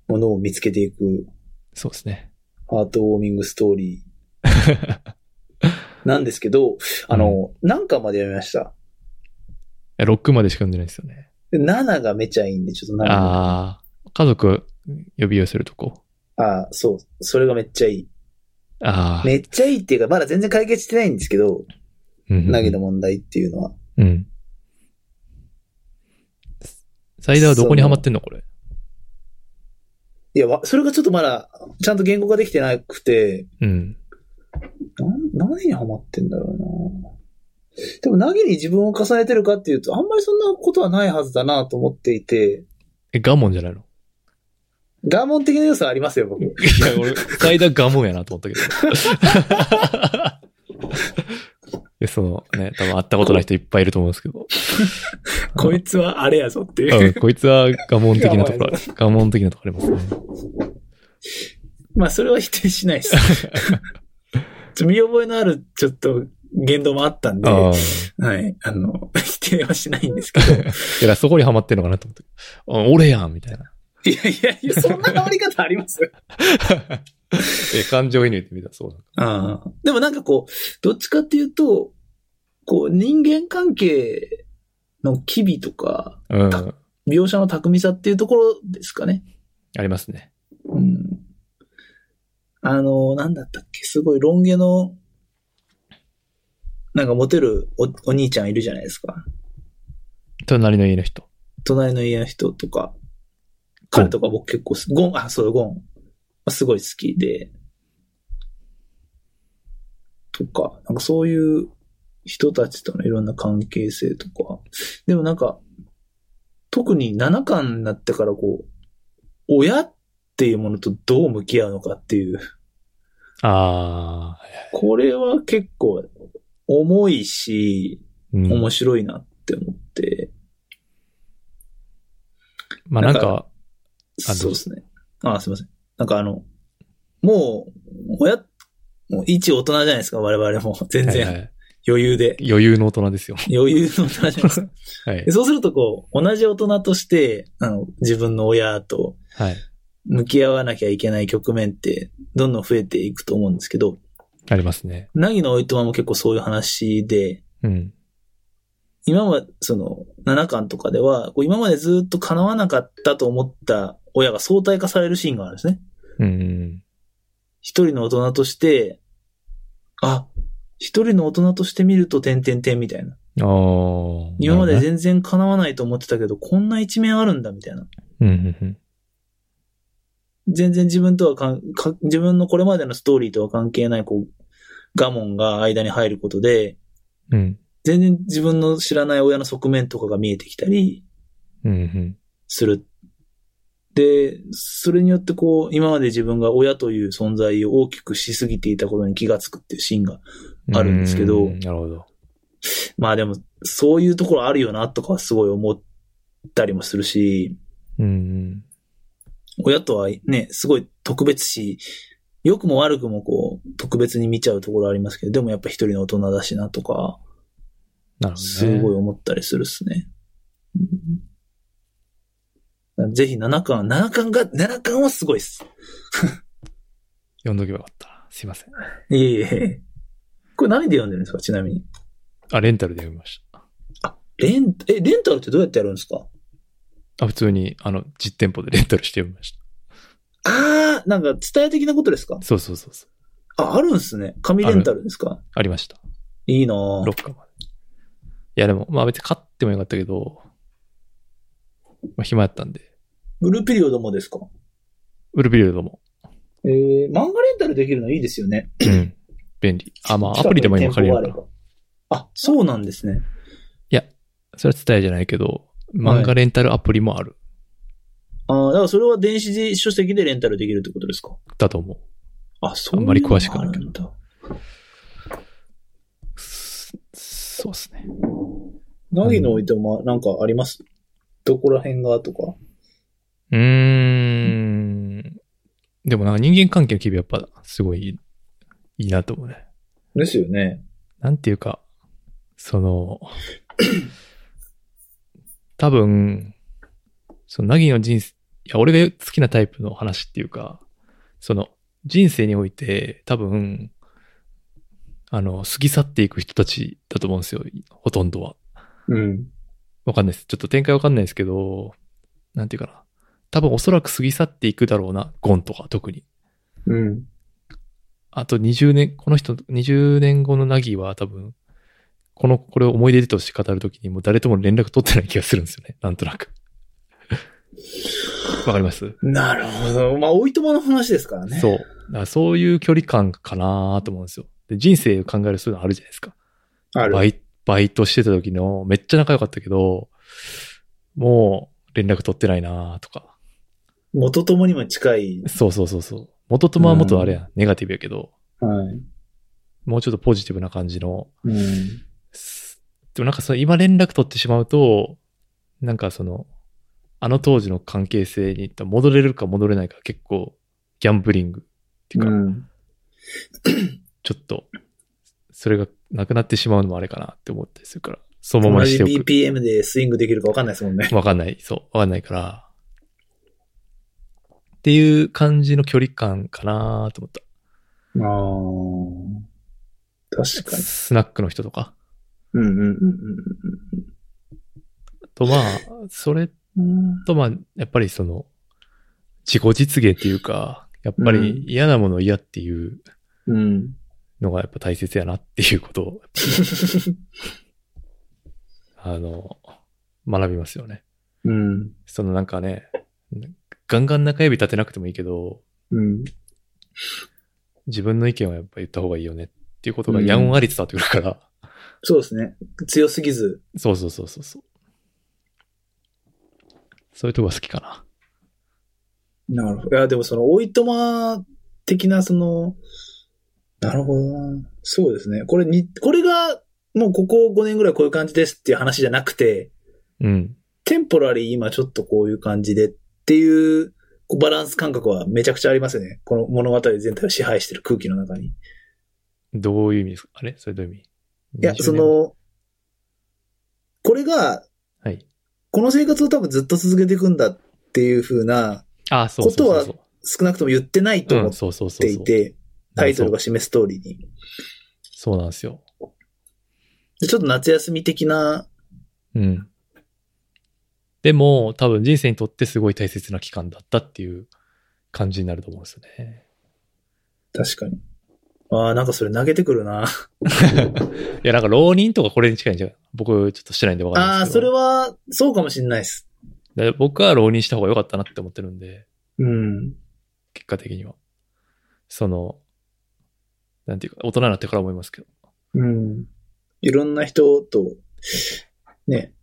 [SPEAKER 3] ものを見つけていく
[SPEAKER 2] そうですね。
[SPEAKER 3] ハートウォーミングストーリーなんですけど、あの、何巻まで読みました。
[SPEAKER 2] 6までしか読んでないですよね。
[SPEAKER 3] で7がめちゃいいんで、ちょっと7あ
[SPEAKER 2] ああ、家族呼び寄せるとこ。
[SPEAKER 3] あ、そう。それがめっちゃいい。
[SPEAKER 2] ああ。
[SPEAKER 3] めっちゃいいっていうか、まだ全然解決してないんですけど、
[SPEAKER 2] うん
[SPEAKER 3] 投げの問題っていうのは。
[SPEAKER 2] うん。サイダーはどこにハマってんのこれ。
[SPEAKER 3] いや、わそれがちょっとまだ、ちゃんと言語化できてなくて、
[SPEAKER 2] うん。
[SPEAKER 3] なん、何にハマってんだろうなでも、投げに自分を重ねてるかっていうと、あんまりそんなことはないはずだなと思っていて、
[SPEAKER 2] え、ガモンじゃないの
[SPEAKER 3] 我慢的な要素はありますよ、僕。
[SPEAKER 2] いや、俺、サイダーガモンやなと思ったけど。 いや、そのね、多分会ったことない人いっぱいいると思うんですけど。
[SPEAKER 3] こいつはあれやぞっていう。
[SPEAKER 2] うん、こいつはガモン的なところ、ガモン的なところありますね。
[SPEAKER 3] まあ、それは否定しないです。ちょ見覚えのある、ちょっと、言動もあったんで、
[SPEAKER 2] ああ。
[SPEAKER 3] はいい。あの、否定はしないんです けど。
[SPEAKER 2] や、そこにハマってんのかなと思って。あ俺やんみたいな。
[SPEAKER 3] いやいやいや、そんな変わり方あります
[SPEAKER 2] え、感情移入ってみたらそうなんか。
[SPEAKER 3] ああ。でもなんかこう、どっちかっていうと、こう、人間関係の機微とか、
[SPEAKER 2] うん。
[SPEAKER 3] 描写の巧みさっていうところですかね。
[SPEAKER 2] ありますね。
[SPEAKER 3] うん。あの、なんだったっけ、すごいロン毛の、なんかモテるおお兄ちゃんいるじゃないですか。
[SPEAKER 2] 隣の家の人。
[SPEAKER 3] 隣の家の人とか、彼とか僕結構す、ゴン、あ、そう、ゴン。すごい好きで、とか、なんかそういう人たちとのいろんな関係性とか。でもなんか、特に7巻になってからこう、親っていうものとどう向き合うのかっていう、
[SPEAKER 2] ああ。
[SPEAKER 3] これは結構重いし、
[SPEAKER 2] うん
[SPEAKER 3] 面白いなって思って、
[SPEAKER 2] まあなん
[SPEAKER 3] なん
[SPEAKER 2] か、あ
[SPEAKER 3] そうですね。あ、すいません。なんかあの、もう、親、もう一大人じゃないですか、我々も。 全
[SPEAKER 2] はい
[SPEAKER 3] 然
[SPEAKER 2] はい
[SPEAKER 3] 余裕で。
[SPEAKER 2] 余裕の大人ですよ。
[SPEAKER 3] 余裕の大人じゃないです か。
[SPEAKER 2] はい
[SPEAKER 3] で。そうするとこう、同じ大人として、あの、自分の親と
[SPEAKER 2] はい。
[SPEAKER 3] 向き合わなきゃいけない局面って、どんどん増えていくと思うんですけど、
[SPEAKER 2] ありますね。
[SPEAKER 3] なぎのおいとまも結構そういう話で、
[SPEAKER 2] うん。
[SPEAKER 3] 今は、その、7巻とかでは、こう今までずっと叶わなかったと思った親が相対化されるシーンがあるんですね。
[SPEAKER 2] うん。
[SPEAKER 3] 一人の大人として、あ、一人の大人として見ると、点々点みたいな。
[SPEAKER 2] ああ。
[SPEAKER 3] 今まで
[SPEAKER 2] なる
[SPEAKER 3] 全然叶わないと思ってたけど、こんな一面あるんだ、みたいな。
[SPEAKER 2] ほどねうんうん
[SPEAKER 3] 全然自分とはかんか、自分のこれまでのストーリーとは関係ない、こう、ガモンが間に入ることで、
[SPEAKER 2] うん。うん。
[SPEAKER 3] 全然自分の知らない親の側面とかが見えてきたり
[SPEAKER 2] うんうん。
[SPEAKER 3] する。で、それによってこう、今まで自分が親という存在を大きくしすぎていたことに気がつくっていうシーンがあるんですけど
[SPEAKER 2] うなるほど。
[SPEAKER 3] まあでも、そういうところあるよなとかはすごい思ったりもするし、
[SPEAKER 2] うんうん。
[SPEAKER 3] 親とはね、すごい特別し、良くも悪くもこう、特別に見ちゃうところありますけど、でもやっぱ一人の大人だしなとか、
[SPEAKER 2] なるほどね。
[SPEAKER 3] すごい思ったりするっすね。うんぜひ7巻、7巻が、7巻はすごいっす。
[SPEAKER 2] 読んどけばよかったな。すいません。
[SPEAKER 3] いえいえ。これ何で読んでるんですかちなみに。
[SPEAKER 2] あ、レンタルで読みました。
[SPEAKER 3] レン、え、レンタルってどうやってやるんですか
[SPEAKER 2] あ、普通に、あの、実店舗でレンタルしてみまし
[SPEAKER 3] あー、なんか、伝え的なことですか
[SPEAKER 2] た。そうそうそうそう。
[SPEAKER 3] あ、あるんですね。紙レンタルですか
[SPEAKER 2] ありました。
[SPEAKER 3] いいなぁ
[SPEAKER 2] 6巻まで。いや、でも、まあ別に買ってもよかったけど、まあ暇やったんで、
[SPEAKER 3] ブルーピリオドもですか
[SPEAKER 2] ウルビルドも、
[SPEAKER 3] えー、漫画レンタルできるのいいですよね。
[SPEAKER 2] うん、便利。あ、まあアプリでも今借りれるから。
[SPEAKER 3] ら。あ、そうなんですね。
[SPEAKER 2] それは伝えじゃないけど、漫画レンタルアプリもある。
[SPEAKER 3] ああ、だからそれは電子書籍でレンタルできるってことですか
[SPEAKER 2] だと思う。
[SPEAKER 3] あ、そう
[SPEAKER 2] あんまり詳しくないけど
[SPEAKER 3] ど。
[SPEAKER 2] すそうですね。
[SPEAKER 3] 何の置いても、なんかありますどこら辺がとか。
[SPEAKER 2] うーん。でもなんか人間関係の日々やっぱすごいいいいいなと思うね。
[SPEAKER 3] ですよね。
[SPEAKER 2] なんていうか、その、 多分、その、なぎの人生、いや、俺が好きなタイプの話っていうか、その、人生において、多分、あの、過ぎ去っていく人たちだと思うんですよ、ほとんどは。
[SPEAKER 3] うん。
[SPEAKER 2] わかんないです。ちょっと展開わかんないですけど、なんていうかな。多分おそらく過ぎ去っていくだろうな、ゴンとか特に。
[SPEAKER 3] うん。
[SPEAKER 2] あと20年、この人、20年後のナギは多分、この、これを思い出として語るときにもう誰とも連絡取ってない気がするんですよね。なんとなく。 わかります、
[SPEAKER 3] なるほど。まあ、おいともの話ですからね。
[SPEAKER 2] そう。だからそういう距離感かなと思うんですよ。で人生を考えるそういうのあるじゃないですか。
[SPEAKER 3] あ
[SPEAKER 2] バ
[SPEAKER 3] る。
[SPEAKER 2] イバイトしてた時のめっちゃ仲良かったけど、もう連絡取ってないなとか。
[SPEAKER 3] 元ともにも近い。
[SPEAKER 2] そうそうそうそう。元ともは元あれやん、ネガティブやけど、
[SPEAKER 3] はい。
[SPEAKER 2] もうちょっとポジティブな感じの。
[SPEAKER 3] うん。
[SPEAKER 2] すでもなんかその今連絡取ってしまうと、なんかその、あの当時の関係性に戻れるか戻れないか結構ギャンブリングっていうか、
[SPEAKER 3] うん。
[SPEAKER 2] ちょっと、それがなくなってしまうのもあれかなって思ったりするから、そのまま
[SPEAKER 3] 同
[SPEAKER 2] にし
[SPEAKER 3] じ
[SPEAKER 2] ておく。
[SPEAKER 3] BPM でスイングできるかわかんないですもんね。
[SPEAKER 2] わかんない、そう、わかんないから。っていう感じの距離感かなと思った。
[SPEAKER 3] ああ。確かに。
[SPEAKER 2] スナックの人とか。
[SPEAKER 3] うんうんうん
[SPEAKER 2] とまあ、それ
[SPEAKER 3] うんうん。
[SPEAKER 2] とまあ、やっぱりその、自己実現っていうか、やっぱり嫌なもの嫌っていう
[SPEAKER 3] うん。
[SPEAKER 2] のがやっぱ大切やなっていうこと を、あの、学びますよね。
[SPEAKER 3] うん。
[SPEAKER 2] そのなんかね、ガンガン中指立てなくてもいいけど、
[SPEAKER 3] うん。
[SPEAKER 2] 自分の意見はやっぱ言った方がいいよねっていうことが
[SPEAKER 3] うん
[SPEAKER 2] やんわり伝わってくるから、
[SPEAKER 3] そうですね。強すぎず。
[SPEAKER 2] そうそうそうそうそう。そういうとこが好きかな。
[SPEAKER 3] なるほど。いや、でもその、おいとま的な、その、なるほどな。そうですね。これに、これが、もうここ5年ぐらいこういう感じですっていう話じゃなくて、
[SPEAKER 2] うん。
[SPEAKER 3] テンポラリー今ちょっとこういう感じでっていう、こうバランス感覚はめちゃくちゃありますよね。この物語全体を支配してる空気の中に。い
[SPEAKER 2] どういう意味ですかあれそれどういう意味い
[SPEAKER 3] や、そ、の、これが、
[SPEAKER 2] はい。
[SPEAKER 3] この生活を多分ずっと続けていくんだっていう風な、
[SPEAKER 2] あ、そうそうそうそう。
[SPEAKER 3] 少なくとも言ってないと
[SPEAKER 2] う
[SPEAKER 3] 思っ
[SPEAKER 2] ん、そうそうそう
[SPEAKER 3] て
[SPEAKER 2] そ。
[SPEAKER 3] いうて、タイトルが示す通りに。
[SPEAKER 2] そうなんですよ。
[SPEAKER 3] でちょっと夏休み的な、
[SPEAKER 2] うん。でも、多分人生にとってすごい大切な期間だったっていう感じになると思うんですよ ね。
[SPEAKER 3] 確かに。ああ、なんかそれ投げてくるな。
[SPEAKER 2] いや、なんか浪人とかこれに近いんじゃない僕ちょっとしてないんでわかん
[SPEAKER 3] あ
[SPEAKER 2] ない
[SPEAKER 3] あ、
[SPEAKER 2] ですけ
[SPEAKER 3] それ
[SPEAKER 2] ど。
[SPEAKER 3] は、そうかもしんないです。
[SPEAKER 2] あそれ僕は浪人した方が良かったなって思ってるんで、
[SPEAKER 3] うん。
[SPEAKER 2] 結果的には。その、なんていうか、大人になってから思いますけど。
[SPEAKER 3] うん。いろんな人と、ね、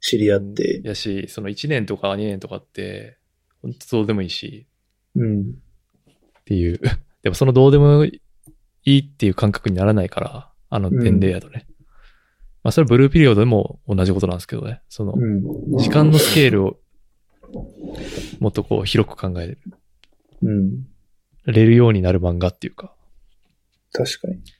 [SPEAKER 3] 知り合って、
[SPEAKER 2] やし、その1年とか2年とかって、本当どうでもいいし、
[SPEAKER 3] うん。
[SPEAKER 2] っていう。 でもそのどうでもいいっていう感覚にならないから、あの
[SPEAKER 3] うん
[SPEAKER 2] 年齢やとね。まあそれはブルーピリオドでも同じことなんですけどね。その
[SPEAKER 3] う、ん。
[SPEAKER 2] 時間のスケールをもっとこう広く考え
[SPEAKER 3] うん。
[SPEAKER 2] れるようになる漫画っていうか。
[SPEAKER 3] 確かに。
[SPEAKER 2] だか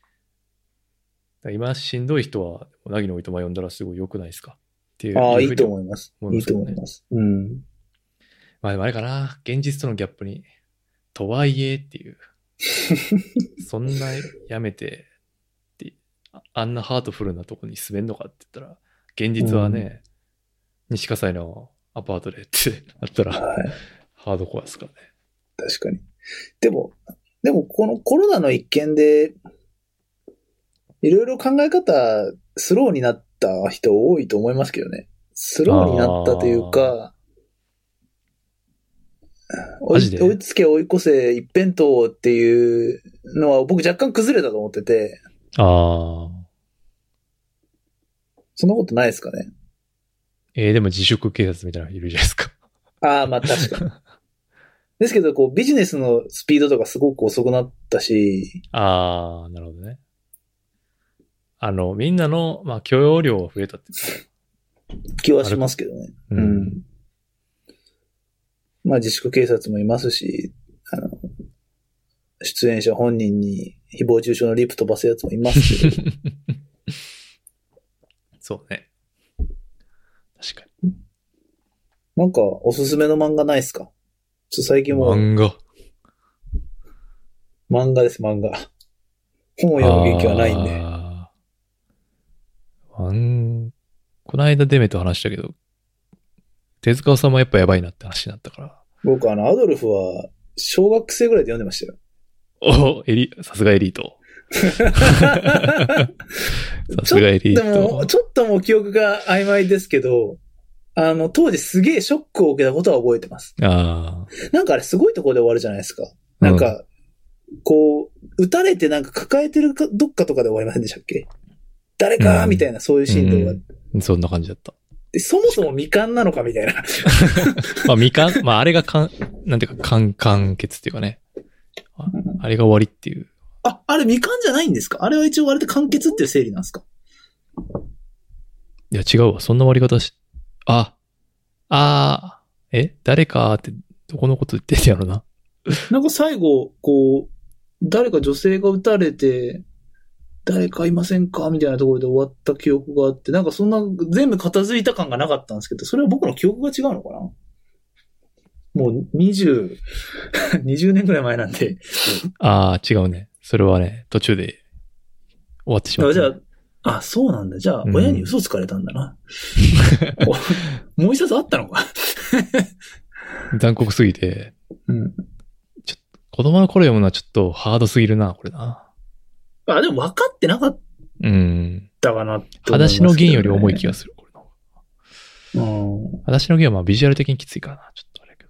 [SPEAKER 2] ら今しんどい人は、なぎのおいとま読んだらすごい良くないですかっていう。
[SPEAKER 3] ああ、いい
[SPEAKER 2] うふうに。
[SPEAKER 3] と思います。
[SPEAKER 2] 思い
[SPEAKER 3] い
[SPEAKER 2] ま
[SPEAKER 3] い
[SPEAKER 2] す
[SPEAKER 3] と
[SPEAKER 2] よね
[SPEAKER 3] 思います。うん。
[SPEAKER 2] まあでもあれかな。現実とのギャップに。とはいえって いう。そんなやめてってあ、あんなハートフルなとこに滑んのかって言ったら、現実はね、西葛西のアパートでって なったら、
[SPEAKER 3] はい
[SPEAKER 2] ハードコアですからね。
[SPEAKER 3] 確かに。でも、でもこのコロナの一件で、いろいろ考え方、スローになった人多いと思いますけどね。スローになったというか、追
[SPEAKER 2] マ
[SPEAKER 3] い
[SPEAKER 2] ジで
[SPEAKER 3] 追いつけ追い越せ一辺倒っていうのは僕若干崩れたと思ってて、
[SPEAKER 2] ああ。
[SPEAKER 3] そんなことないですかね。
[SPEAKER 2] えーでも自粛警察みたいなのいるじゃないですか。
[SPEAKER 3] ああ、まあ確かに。 ですけど、こうビジネスのスピードとかすごく遅くなったし、
[SPEAKER 2] ああ、なるほどね。あの、みんなの、まあ、許容量は増えたっていうか
[SPEAKER 3] 気はしますけどね。
[SPEAKER 2] う
[SPEAKER 3] うん。まあ自粛警察もいますし、あの、出演者本人に誹謗中傷のリプ飛ばすやつもいますけ ど、
[SPEAKER 2] そうね。確かに。
[SPEAKER 3] なんかおすすめの漫画ないですかちょっと最近もう
[SPEAKER 2] 漫画。
[SPEAKER 3] 漫画です、漫画。本を読む元気はないんで。
[SPEAKER 2] あー。あんこの間デメと話したけど、手塚さんもやっぱやばいなって話になったから。
[SPEAKER 3] 僕あの、アドルフは小学生ぐらいで読んでましたよ。
[SPEAKER 2] おエリ、さすがエリート。 さすがエリー
[SPEAKER 3] でも、
[SPEAKER 2] ト。
[SPEAKER 3] ちょっともう記憶が曖昧ですけど、あの、当時すげえショックを受けたことは覚えてます。
[SPEAKER 2] あ
[SPEAKER 3] なんかあれすごいところで終わるじゃないですか。
[SPEAKER 2] あ。
[SPEAKER 3] なんか、こう、撃たれてなんか抱えてるかどっかとかで終わりませんでしたっけ誰か
[SPEAKER 2] うん
[SPEAKER 3] みたいな、そういうシーンで終わって、
[SPEAKER 2] うんそんな感じだった。
[SPEAKER 3] そもそも未完なのかみたいな。
[SPEAKER 2] まあ、未完、まあ、あれがかん、なんていうか、完、完結っていうかね。ああれが終わりっていう。
[SPEAKER 3] あ、あれ未完じゃないんですかあれは一応あれで完結っていう整理なんですか
[SPEAKER 2] いや、違うわ。そんな割り方し、あ、あー、え誰かって、どこのこと言ってんやろな。
[SPEAKER 3] なんか最後、こう、誰か女性が撃たれて、誰かいませんかみたいなところで終わった記憶があって、なんかそんな全部片付いた感がなかったんですけど、それは僕の記憶が違うのかなもう20、20年ぐらい前なんで。
[SPEAKER 2] ああ、違うね。それはね、途中で終わってしまった。
[SPEAKER 3] あじゃあ、あ、そうなんだ。じゃあ
[SPEAKER 2] う、ん
[SPEAKER 3] 親に嘘つかれたん だな。おもう一冊あったのか。
[SPEAKER 2] 残酷すぎて、
[SPEAKER 3] うん。
[SPEAKER 2] 子供の頃読むのはちょっとハードすぎるな、これな。
[SPEAKER 3] あ、でも分かってなかっ
[SPEAKER 2] うん。
[SPEAKER 3] たかなって思い
[SPEAKER 2] 裸
[SPEAKER 3] ま
[SPEAKER 2] 足
[SPEAKER 3] すけどね
[SPEAKER 2] の弦より重い気がする、これの。
[SPEAKER 3] うん。
[SPEAKER 2] 裸足の弦はまあビジュアル的にきついからな、ちょっとあれやけ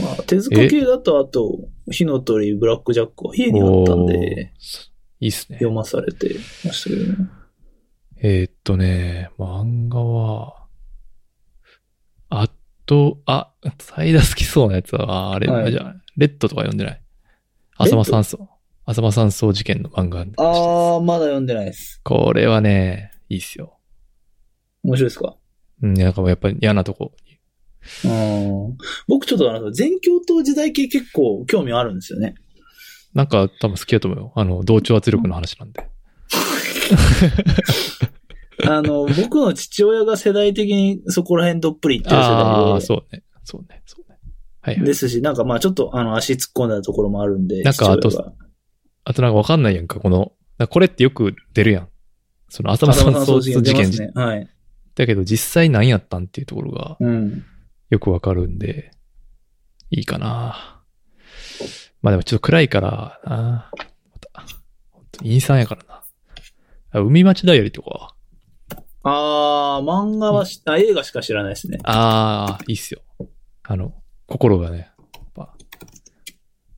[SPEAKER 2] ど。
[SPEAKER 3] まあ、手塚系だと、あと、火の鳥、ブラックジャックは家にあったんで、
[SPEAKER 2] おーいいっすね。
[SPEAKER 3] 読まされてましたけどね。
[SPEAKER 2] えーっとね、漫画は、あと、あ、最大好きそうなやつは、あれ、
[SPEAKER 3] はい
[SPEAKER 2] あじゃあレッドとか読んでない浅間山荘。浅間山荘事件の漫画でした
[SPEAKER 3] あー、まだ読んでないです。
[SPEAKER 2] これはね、いいっすよ。
[SPEAKER 3] 面白いですか
[SPEAKER 2] うん、なんかもうやっぱり嫌なとこ。
[SPEAKER 3] うん。僕ちょっとあの、全教頭時代系結構興味あるんですよね。
[SPEAKER 2] なんか多分好きだと思うよ。あの、同調圧力の話なんで。
[SPEAKER 3] あの、僕の父親が世代的にそこら辺どっぷり行ってる世代で。
[SPEAKER 2] ああ、そうね。そうね。そうね。はいはい。
[SPEAKER 3] ですし、なんかまあちょっとあの足突っ込んだところもあるんで。
[SPEAKER 2] なんかあと
[SPEAKER 3] 父親が
[SPEAKER 2] あとなんかわかんないやんか、この、なんかこれってよく出るやん。その浅間
[SPEAKER 3] 浅間
[SPEAKER 2] 山
[SPEAKER 3] 山
[SPEAKER 2] 荘
[SPEAKER 3] 荘
[SPEAKER 2] 事
[SPEAKER 3] 事
[SPEAKER 2] 件
[SPEAKER 3] 件出ます
[SPEAKER 2] 自
[SPEAKER 3] ね。はい。
[SPEAKER 2] だけど実際何やったんっていうところが
[SPEAKER 3] うん。
[SPEAKER 2] よくわかるんで、いいかな。まあでもちょっと暗いからな。また、本当に陰惨やからな。あ海町ダイアリーとかは。
[SPEAKER 3] あー、漫画はし、あ、映画しか知らないですね。
[SPEAKER 2] ああ、いいっすよ。あの、心がね、やっぱ、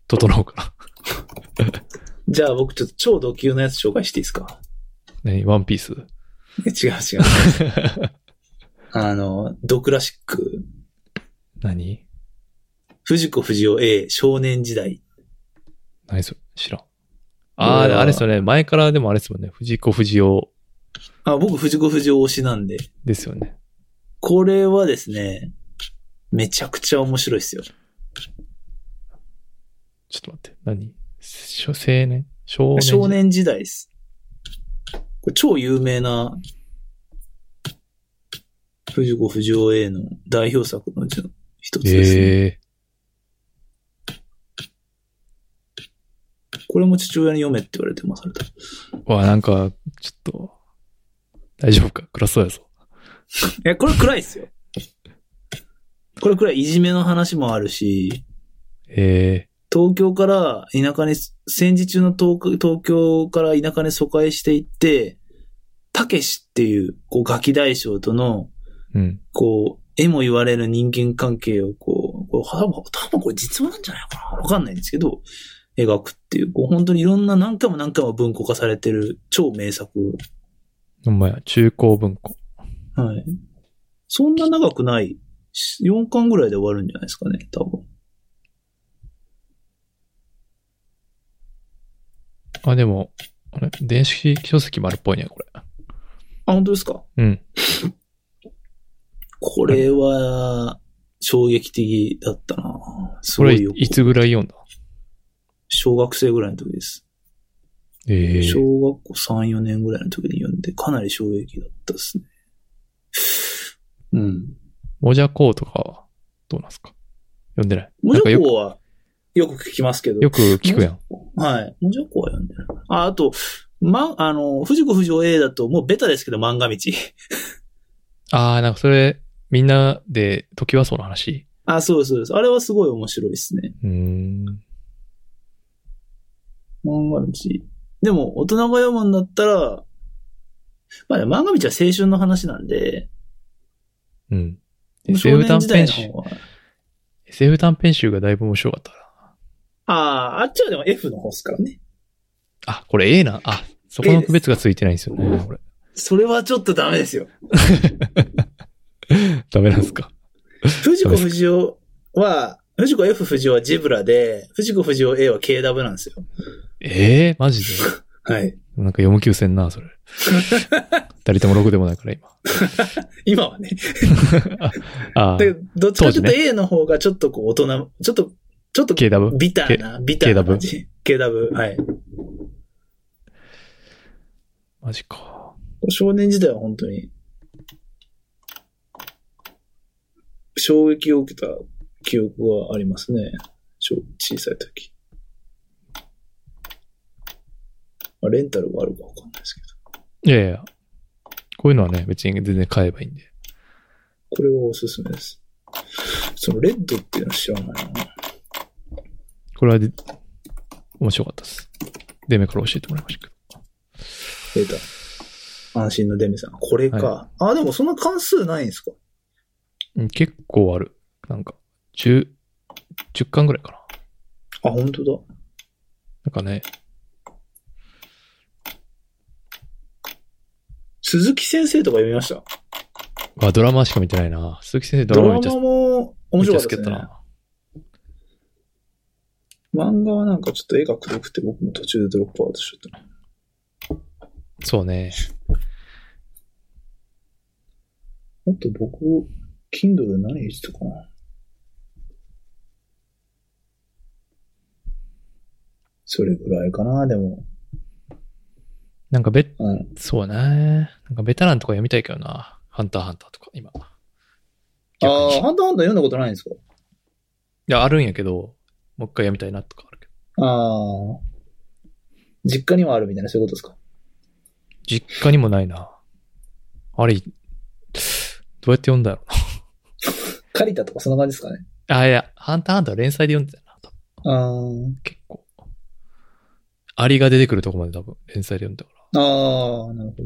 [SPEAKER 2] 整うから。
[SPEAKER 3] じゃあ僕ちょっと超ド級のやつ紹介していいですか
[SPEAKER 2] 何ワンピース。
[SPEAKER 3] 違う違う。 あの、ドクラシック、
[SPEAKER 2] 何
[SPEAKER 3] 藤子不二雄 A 少年時代。
[SPEAKER 2] 何それ知らん。あ
[SPEAKER 3] 俺
[SPEAKER 2] あ、
[SPEAKER 3] は
[SPEAKER 2] あれっすよね。前からでもあれっすもんね。藤子不二雄
[SPEAKER 3] あ、僕藤子不二雄推しなんで、
[SPEAKER 2] ですよね。
[SPEAKER 3] これはですね、めちゃくちゃ面白いですよ。
[SPEAKER 2] ちょっと待って。何しょ青年少年時代
[SPEAKER 3] 少年時代です。これ超有名な、藤子不二雄 A の代表作のうちの一つですね。
[SPEAKER 2] ええ
[SPEAKER 3] これも父親に読めって言われて読まされた。
[SPEAKER 2] わ、なんか、ちょっと、大丈夫か暗そうやぞ。
[SPEAKER 3] え、これ暗いっすよ。これ暗い。いじめの話もあるし、
[SPEAKER 2] え
[SPEAKER 3] 東京から田舎に、戦時中の東東京から田舎に疎開していって、たけしっていう、こう、ガキ大将との、
[SPEAKER 2] えうん。
[SPEAKER 3] こう、絵も言われる人間関係をこう、こう多分多分これ実話なんじゃないかなわかんないんですけど、描くっていう、こう本当にいろんな何回も何回も文庫化されてる超名作。
[SPEAKER 2] ほんまや、中高文庫。
[SPEAKER 3] はい。そんな長くない。4巻ぐらいで終わるんじゃないですかね、多分。
[SPEAKER 2] あ、でも、あれ電子書籍もあるっぽいね、これ。
[SPEAKER 3] あ、本当ですか
[SPEAKER 2] うん。
[SPEAKER 3] これは、衝撃的だったなす
[SPEAKER 2] こ
[SPEAKER 3] ご
[SPEAKER 2] れい
[SPEAKER 3] いよ。
[SPEAKER 2] いつぐらい読んだ
[SPEAKER 3] 小学生ぐらいの時です。
[SPEAKER 2] ええ
[SPEAKER 3] 小学校3、4年ぐらいの時に読んで、かなり衝撃だったですね。うん。
[SPEAKER 2] モジャコーとかはどうなんすか読んでない。
[SPEAKER 3] モジ
[SPEAKER 2] なん
[SPEAKER 3] ャ
[SPEAKER 2] か
[SPEAKER 3] コはよく聞きますけど。
[SPEAKER 2] よくよく聞くやん。
[SPEAKER 3] はい。モジャコは読んでる。あ、あと、ま、あの、藤子不二雄 A だともうベタですけど漫画道。
[SPEAKER 2] ああ、なんかそれ、みんなで、時はその話。
[SPEAKER 3] あ、そうですそうです。あれはすごい面白いですね。
[SPEAKER 2] うーん。
[SPEAKER 3] 漫画道。でも、大人が読むんだったら、まあね、漫画道は青春の話なんで、
[SPEAKER 2] うん。
[SPEAKER 3] 少
[SPEAKER 2] SF
[SPEAKER 3] 年
[SPEAKER 2] 短
[SPEAKER 3] 時
[SPEAKER 2] 編
[SPEAKER 3] 代の
[SPEAKER 2] 集
[SPEAKER 3] 方、は。
[SPEAKER 2] SF 短編集がだいぶ面白かったな。
[SPEAKER 3] ああ、あっちはでも F の方ですからね。
[SPEAKER 2] あ、これ A な。あ、そこの区別がついてないんですよね、これ。
[SPEAKER 3] それはちょっとダメで すよ。
[SPEAKER 2] ダメなんですか。
[SPEAKER 3] 藤子不二雄は、藤子 F 不二雄はジブラで、藤子不二雄 A は KW なんですよ。
[SPEAKER 2] ええマジで。
[SPEAKER 3] はい。
[SPEAKER 2] なんか読む気せん な、それ。誰ともろくでもないから、今。
[SPEAKER 3] 今はね。
[SPEAKER 2] ああ
[SPEAKER 3] で、どっちかとい
[SPEAKER 2] 当
[SPEAKER 3] うと
[SPEAKER 2] 時
[SPEAKER 3] A の方がちょっとこう大人、ちょっと、ちょっと
[SPEAKER 2] KW?
[SPEAKER 3] ビターな、ビターな感じ。KW。はい。
[SPEAKER 2] マジか。
[SPEAKER 3] 少年時代は本当に、衝撃を受けた記憶はありますね。小小さい時。まあ、レンタルがあるかわかんないですけ
[SPEAKER 2] い
[SPEAKER 3] ど。
[SPEAKER 2] やいや。こういうのはね、別に全然買えばいいんで。
[SPEAKER 3] これはおすすめです。そのレッドっていうの知らないな。
[SPEAKER 2] これはで、面白かったです。デメから教えてもらいましたけど。
[SPEAKER 3] 出た。安心のデミさん。これか。あ、でもそんな関数ないんですか
[SPEAKER 2] うん結構ある。なんか、10、10巻ぐらいかな。
[SPEAKER 3] あ、本当だ。
[SPEAKER 2] なんかね、
[SPEAKER 3] 鈴木先生とか読みました。
[SPEAKER 2] あ、ドラマしか見てないな。鈴木先生ド
[SPEAKER 3] ド
[SPEAKER 2] ラ
[SPEAKER 3] ラ
[SPEAKER 2] マめっちゃ
[SPEAKER 3] マも面白かっ
[SPEAKER 2] めっちゃ
[SPEAKER 3] たで
[SPEAKER 2] 好きや
[SPEAKER 3] す
[SPEAKER 2] った
[SPEAKER 3] ね。
[SPEAKER 2] な。
[SPEAKER 3] 漫画はなんかちょっと絵が黒くて僕も途中でドロップアウトしちゃったな。
[SPEAKER 2] そうね。
[SPEAKER 3] あと僕、Kindle 何してたかなそれぐらいかな、でも。
[SPEAKER 2] なんかべ、
[SPEAKER 3] うん。
[SPEAKER 2] そうね。なんかベタランとか読みたいけどな。ハンターハンターとか、今。
[SPEAKER 3] あ
[SPEAKER 2] 逆
[SPEAKER 3] あ
[SPEAKER 2] に
[SPEAKER 3] ー、ハンドハンド読んだことないんですか
[SPEAKER 2] いや、あるんやけど、もう一回やみたいなとかあるけど。
[SPEAKER 3] ああ。実家にはあるみたいな、そういうことですか
[SPEAKER 2] 実家にもないな。あれ、どうやって読んだろう
[SPEAKER 3] 借りたとかそんな感じですかね
[SPEAKER 2] な。あ、いや、ハンターハンター連載で読んでたよな、多分
[SPEAKER 3] あ
[SPEAKER 2] 結構。アリが出てくるとこまで多分、連載で読んだから。
[SPEAKER 3] あ。ああ、なるほど。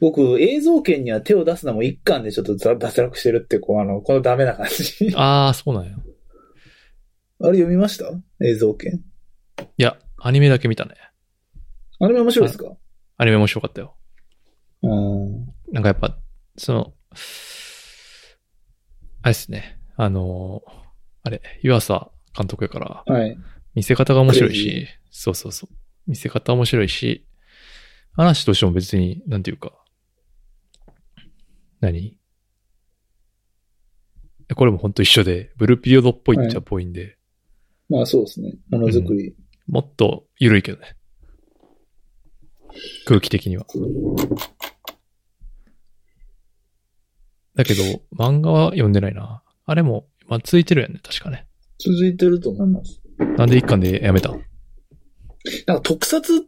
[SPEAKER 3] 僕、映像権には手を出すのも一巻でちょっとざ脱落してるって、こう、あの、このダメな感じ。 あ
[SPEAKER 2] ああ、そうなんや。
[SPEAKER 3] れ読みました映像権。
[SPEAKER 2] いや、アニメだけ見たね。
[SPEAKER 3] あれも面白いですか
[SPEAKER 2] アニメ面白かったよ。
[SPEAKER 3] うん。
[SPEAKER 2] なんかやっぱ、その、あれですね。あのーあれ、湯浅監督やから、
[SPEAKER 3] はい。
[SPEAKER 2] 見せ方が面白い
[SPEAKER 3] クレ
[SPEAKER 2] し、そうそうそう。見せ方面白いし、話としても別に、なんていうか、何これも本当一緒で、ブルーピリオドっぽいっちゃっぽいんで、
[SPEAKER 3] まあそうですね。ものづくり。
[SPEAKER 2] もっと緩いけどね。空気的には。だけど、漫画は読んでないな。あれも、まあ、続いてるやんね、確かね。
[SPEAKER 3] 続いてると思います。
[SPEAKER 2] なんで一巻でやめたん
[SPEAKER 3] なんか特撮っ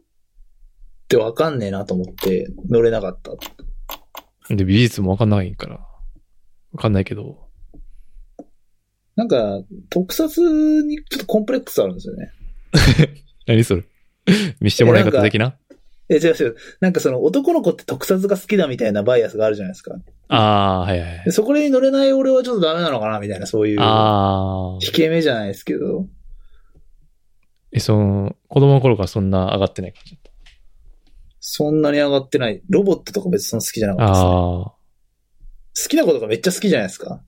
[SPEAKER 3] てわかんねえなと思って乗れなかった。
[SPEAKER 2] で、美術もわかんないから。わかんないけど。
[SPEAKER 3] なんか、特撮にちょっとコンプレックスあるんですよね。
[SPEAKER 2] 何それ 見してもらえなかった的な
[SPEAKER 3] え、違う違う。なんかその男の子って特撮が好きだみたいなバイアスがあるじゃないですか。
[SPEAKER 2] ああー、はいはいはい
[SPEAKER 3] で。そこに乗れない俺はちょっとダメなのかなみたいな、そういう。
[SPEAKER 2] ああ。
[SPEAKER 3] 引け目じゃないですけど。
[SPEAKER 2] え、その、子供の頃からそんな上がってない感じだっ
[SPEAKER 3] そんなに上がってない。ロボットとか別にそんな好きじゃな
[SPEAKER 2] た。
[SPEAKER 3] かったです、ね。
[SPEAKER 2] ああ、
[SPEAKER 3] 好きなことがめっちゃ好きじゃないですか。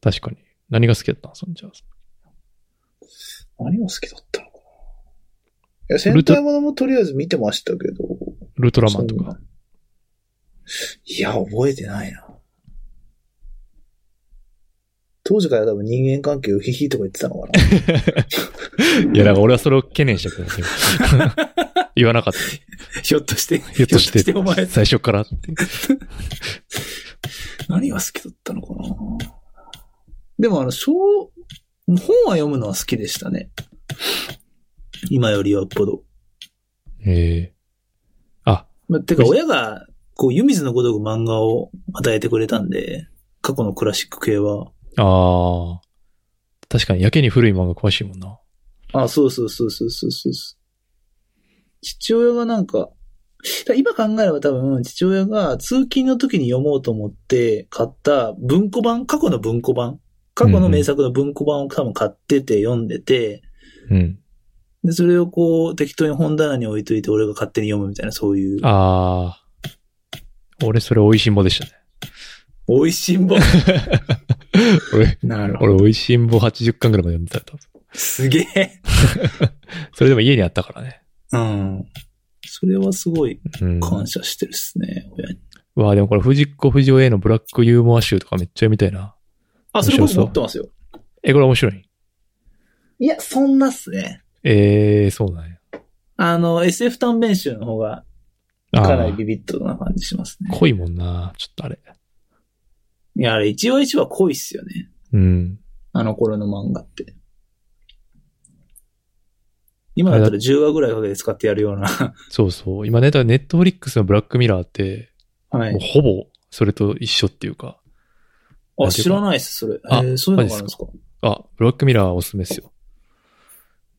[SPEAKER 2] 確かに。何が好きだったのそんじゃあ。
[SPEAKER 3] 何が好きだったのかな。いや、戦隊ものもとりあえず見てましたけど。
[SPEAKER 2] ウルトラマンと
[SPEAKER 3] そん
[SPEAKER 2] か
[SPEAKER 3] な。。いや、覚えてないな。当時から多分人間関係ウヒヒとか言ってたのかな。
[SPEAKER 2] いや、だから俺はそれを懸念してたん ですよ。言わなかった。
[SPEAKER 3] ひょっとして。
[SPEAKER 2] ひょっとして、
[SPEAKER 3] お前、
[SPEAKER 2] 最初からって。
[SPEAKER 3] 何が好きだったのかな。でもあの、小、本は読むのは好きでしたね。今よりよっぽど。
[SPEAKER 2] ええあ、
[SPEAKER 3] まあ、てか、親が、こう、湯水のごとく漫画を与えてくれたんで、過去のクラシック系は。
[SPEAKER 2] ああ。確かに、やけに古い漫画詳しいもんな。
[SPEAKER 3] あ、そうそうそうそうそうそうそう。父親がなんか、だ今考えれば多分、父親が通勤の時に読もうと思って買った文庫版、過去の文庫版、過去の名作の文庫版を多分買ってて読んでて、
[SPEAKER 2] うん。
[SPEAKER 3] で、それをこう、適当に本棚に置いといて俺が勝手に読むみたいな、そういう。
[SPEAKER 2] ああ。俺、それ、美味しんぼでしたね。
[SPEAKER 3] 美味しんぼ。
[SPEAKER 2] 俺、
[SPEAKER 3] なる
[SPEAKER 2] 俺、美味しんぼ80巻ぐらいまで読んでた。多分
[SPEAKER 3] すげえ。
[SPEAKER 2] それでも家にあったからね。
[SPEAKER 3] うん。それはすごい
[SPEAKER 2] うん。
[SPEAKER 3] 感謝してるっすね、親に。
[SPEAKER 2] うわあでもこれ、藤子不二雄へのブラックユーモア集とかめっちゃ読みたいな。
[SPEAKER 3] あ、それ僕持ってますよ。
[SPEAKER 2] え、これ面白い
[SPEAKER 3] いや、そんなっすね。
[SPEAKER 2] ええー、そうなんや。
[SPEAKER 3] あの、SF 短編集の方が、
[SPEAKER 2] あ
[SPEAKER 3] かなり
[SPEAKER 2] あ
[SPEAKER 3] ビビッドな感じしますね。
[SPEAKER 2] 濃いもんな。ちょっとあれ。
[SPEAKER 3] いや、あれ、一話一話濃いっすよね。
[SPEAKER 2] うん。
[SPEAKER 3] あの頃の漫画って。今だったら10話ぐらいかけて使ってやるような。
[SPEAKER 2] そうそう。今ね、だネットフリックスのブラックミラーって、
[SPEAKER 3] は
[SPEAKER 2] もう
[SPEAKER 3] い。
[SPEAKER 2] ほぼそれと一緒っていうか、
[SPEAKER 3] あ、知らないっす、それ。え
[SPEAKER 2] あ
[SPEAKER 3] ーそういうのがあるんですか
[SPEAKER 2] あ、ブラックミラーおすすめですよ。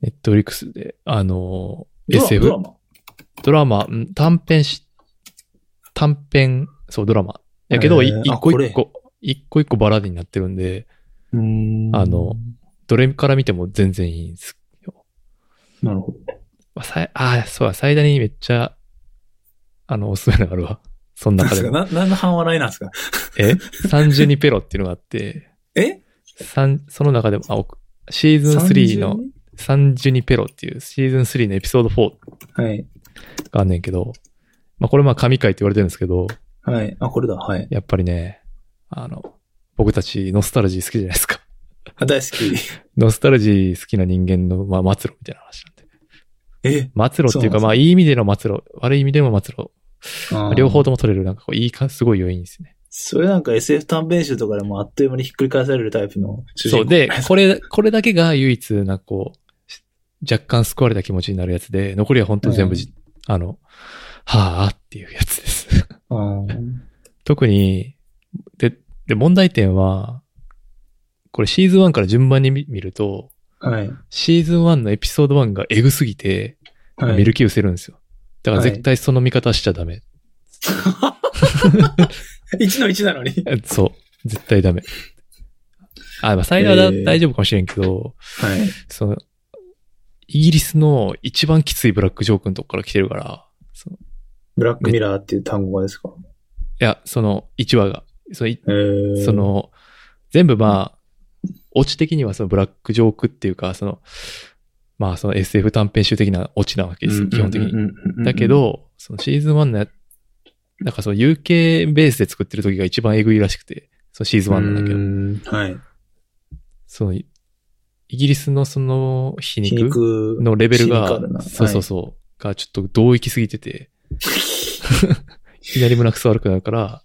[SPEAKER 2] ネットフリックスで、あのー、
[SPEAKER 3] ドラ
[SPEAKER 2] SF
[SPEAKER 3] ドラマ
[SPEAKER 2] ドラマ、うん短編し、短編、そう、ドラマ。やけど、
[SPEAKER 3] へ
[SPEAKER 2] い
[SPEAKER 3] ーあ
[SPEAKER 2] 一個
[SPEAKER 3] これ
[SPEAKER 2] 一個、一個一個バラーデになってるんで、
[SPEAKER 3] うーん
[SPEAKER 2] あの、どれから見ても全然いいんですよ。
[SPEAKER 3] なるほど。
[SPEAKER 2] まあ、さいあー、そうだ、最大にめっちゃ、あの、おすすめのがあるわ。その
[SPEAKER 3] なん
[SPEAKER 2] 中
[SPEAKER 3] す
[SPEAKER 2] で
[SPEAKER 3] か
[SPEAKER 2] も。
[SPEAKER 3] な、なんの半笑いなんですか
[SPEAKER 2] え ?32 ペロっていうのがあって、
[SPEAKER 3] え
[SPEAKER 2] 三その中でも、あ、奥シーズン3の32ペロっていうシーズン3のエピソード4
[SPEAKER 3] 32はい。
[SPEAKER 2] があんねんけど、まあこれまあ神回って言われてるんですけど、
[SPEAKER 3] はい。あ、これだ。はい。
[SPEAKER 2] やっぱりね、あの、僕たちノスタルジー好きじゃないですか。
[SPEAKER 3] あ大好き。
[SPEAKER 2] ノスタルジー好きな人間の、まあ末路みたいな話なんで。
[SPEAKER 3] え
[SPEAKER 2] 末路っていう
[SPEAKER 3] そうなんで
[SPEAKER 2] か、
[SPEAKER 3] す
[SPEAKER 2] まあいい意味での末路、悪い意味でも末路、両方。とも取れる、なんかこういいか、すごい良いんですね。
[SPEAKER 3] それなんか SF 短編集とかでもあっという間にひっくり返されるタイプの主
[SPEAKER 2] そ
[SPEAKER 3] 人公。
[SPEAKER 2] う。 で、これ、これだけが唯一、なんかこう、若干救われた気持ちになるやつで、残りは本当に全部じ、あの、はぁっていうやつです。
[SPEAKER 3] うん。
[SPEAKER 2] 特に、で、で、問題点は、これシーズン1から順番に見見ると、
[SPEAKER 3] はい。
[SPEAKER 2] シーズン1のエピソード1がエグすぎて、
[SPEAKER 3] はい。
[SPEAKER 2] 見る気失せるんですよ。だから絶対その見方しちゃダメ。
[SPEAKER 3] 1の1なのに。
[SPEAKER 2] えそう。絶対ダメ。あ、まあ、最大は
[SPEAKER 3] えー
[SPEAKER 2] 大丈夫かもしれんけど、
[SPEAKER 3] はい。
[SPEAKER 2] その、イギリスの一番きついブラックジョークのとこから来てるから、その
[SPEAKER 3] ブラックミラーっていう単語がですか
[SPEAKER 2] いや、その1話が、その、い
[SPEAKER 3] えー
[SPEAKER 2] そ、の、全部まあ、オチ的にはそのブラックジョークっていうか、その、まあその SF 短編集的なオチなわけですよ、基本的に。
[SPEAKER 3] に
[SPEAKER 2] だけ、ど、そのシーズン1のや、なんかその UK ベースで作ってる時が一番エグいらしくて、そのシーズン1なんだけど。
[SPEAKER 3] だけど。はい。
[SPEAKER 2] その、イギリスのその皮
[SPEAKER 3] 皮
[SPEAKER 2] 肉
[SPEAKER 3] 肉。
[SPEAKER 2] のレベル
[SPEAKER 3] シニ
[SPEAKER 2] が
[SPEAKER 3] カル、な
[SPEAKER 2] そうそうそう、がちょっと同域すぎてて、いきなり胸くそ悪くなるから、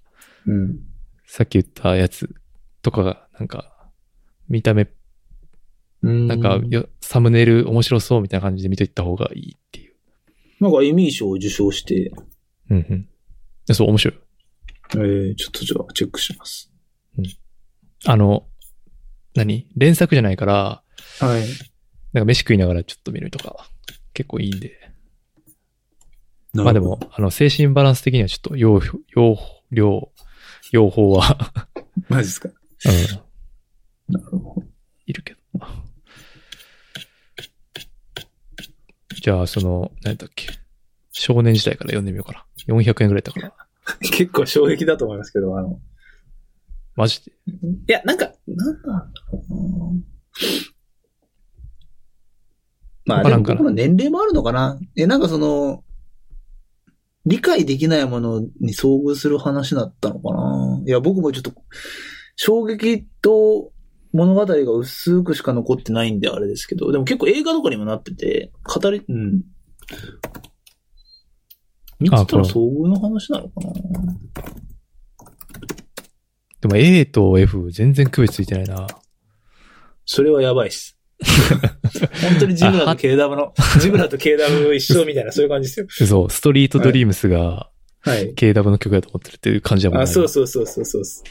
[SPEAKER 3] うん。
[SPEAKER 2] さっき言ったやつとかが、なんか、見た目、
[SPEAKER 3] な
[SPEAKER 2] なんかよ、サムネイル面白そうみたいな感じで見といった方がいいっていう。
[SPEAKER 3] なんかエミー賞を受賞して、
[SPEAKER 2] うんうんいや。そう、面白い。
[SPEAKER 3] えー、ちょっとじゃあチェックします。
[SPEAKER 2] あの、何連作じゃないから、
[SPEAKER 3] はい。
[SPEAKER 2] なんか飯食いながらちょっと見るとか、結構いいんで。まあでも、あの、精神バランス的にはちょっと、用、用、用、用法 は、
[SPEAKER 3] マジですか。
[SPEAKER 2] うん、
[SPEAKER 3] なるほど。
[SPEAKER 2] いるけど。じゃあ、その、何だっけ。少年時代から読んでみようかな。400円ぐらいだったから。
[SPEAKER 3] 結構衝撃だと思いますけど、あの、
[SPEAKER 2] マジで。
[SPEAKER 3] いや、なんか、なんなんだろうなまあ、
[SPEAKER 2] わか
[SPEAKER 3] で
[SPEAKER 2] らん
[SPEAKER 3] も
[SPEAKER 2] から
[SPEAKER 3] 僕の年齢もあるのかなえ、なんかその、理解できないものに遭遇する話だったのかないや、僕もちょっと、衝撃と物語が薄くしか残ってないんであれですけど、でも結構映画とかにもなってて、語り、うん。未知との遭遇の話なのかな
[SPEAKER 2] でも A と F 全然区別ついてないな。
[SPEAKER 3] それはやばいっ す。本当にジブラとケイダブの、ジブラとケイダブ一緒みたいな、そういう感じですよ。
[SPEAKER 2] そう、ストリートドリームスが
[SPEAKER 3] はい。
[SPEAKER 2] KW の曲だと思ってるっていう感じだもんね。
[SPEAKER 3] あ、そうそうそうそうそうっす。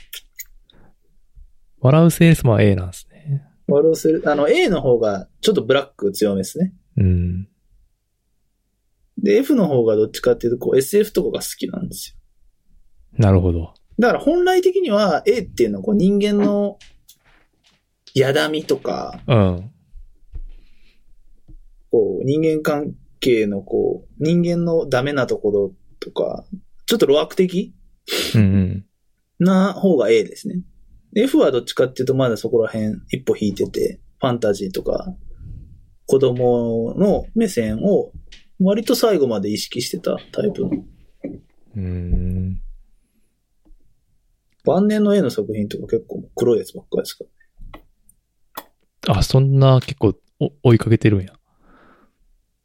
[SPEAKER 2] 笑うセールスマンは A なんですね。
[SPEAKER 3] 笑わせる。あの、A の方がちょっとブラック強めですね。
[SPEAKER 2] うん。
[SPEAKER 3] で、F の方がどっちかっていうと、こう SF とかが好きなんですよ。
[SPEAKER 2] なるほど。
[SPEAKER 3] だから本来的には A っていうのはこう人間のやだみとか、
[SPEAKER 2] うん。
[SPEAKER 3] こう人間関係のこう、人間のダメなところとか、ちょっと路悪的
[SPEAKER 2] うんうん。
[SPEAKER 3] な方が A ですね。F はどっちかっていうとまだそこら辺一歩引いてて、ファンタジーとか、子供の目線を割と最後まで意識してたタイプの。
[SPEAKER 2] うーん。
[SPEAKER 3] 晩年の A の作品とか結構黒いやつばっかりですから。
[SPEAKER 2] あ、そんな結構お追いかけてるんや。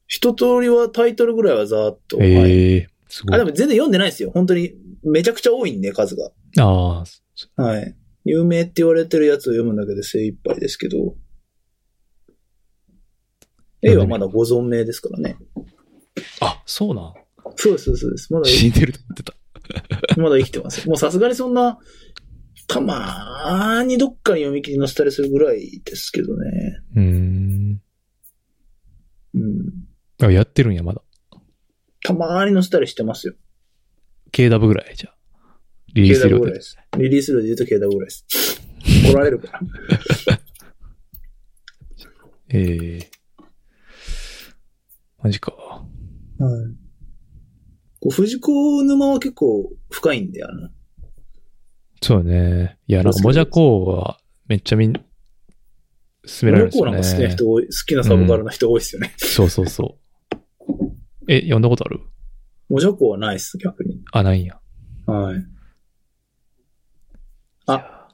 [SPEAKER 3] 一通りはタイトルぐらいはざーっと。はい
[SPEAKER 2] ええすご
[SPEAKER 3] あ、
[SPEAKER 2] い。
[SPEAKER 3] で
[SPEAKER 2] あ
[SPEAKER 3] も全然読んでないですよ。本当にめちゃくちゃ多いんで、数が。
[SPEAKER 2] あー、そ
[SPEAKER 3] はい。有名って言われてるやつを読むだけで精一杯ですけど。A はまだご存命ですからね。
[SPEAKER 2] あ、そうなん。
[SPEAKER 3] そうです、そうです。まだ
[SPEAKER 2] 死んでると思ってた。
[SPEAKER 3] まだ生きてます。もうさすがにそんな、たまーにどっかに読み切り載せたりするぐらいですけどね。
[SPEAKER 2] うーん。
[SPEAKER 3] うん。
[SPEAKER 2] あ、やってるんや、まだ。
[SPEAKER 3] たまーに載せたりしてますよ。
[SPEAKER 2] KW ぐらいじゃあ。リリース
[SPEAKER 3] KW
[SPEAKER 2] 量
[SPEAKER 3] ぐらい
[SPEAKER 2] で
[SPEAKER 3] で。す。リリース量で言うと KW ぐらいです。怒られるから。
[SPEAKER 2] ええマジか。
[SPEAKER 3] はい。こう藤子沼は結構深いんで、あの、
[SPEAKER 2] そうね。いや、なんか、もじゃこうはめっちゃみん、勧められるんです
[SPEAKER 3] コー
[SPEAKER 2] よ
[SPEAKER 3] ナ
[SPEAKER 2] ね。
[SPEAKER 3] ーも好きな人多い、好きなサブカルの人多いですよね。
[SPEAKER 2] そうそうそう。え、読んだことある
[SPEAKER 3] もじゃこはないっす、逆に。
[SPEAKER 2] あ、ないんや。
[SPEAKER 3] はい。あ、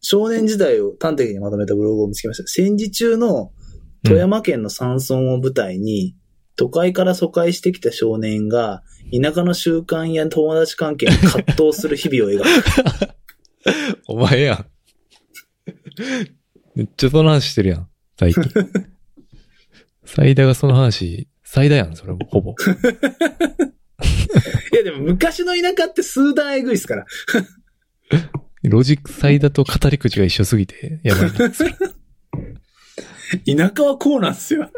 [SPEAKER 3] 少年時代を端的にまとめたブログを見つけました。戦時中の富山県の山村を舞台に、都会から疎開してきた少年が、田舎の習慣や友達関係に葛藤する日々を 描く。
[SPEAKER 2] お前やん。めっちゃその話してるやん、最 近。最大がその話、最大やん、それも、ほぼ。
[SPEAKER 3] いやでも昔の田舎って数段えぐいっすから。
[SPEAKER 2] ロジック最大と語り口が一緒すぎて、やばいな。
[SPEAKER 3] 田舎はこうなんすよ。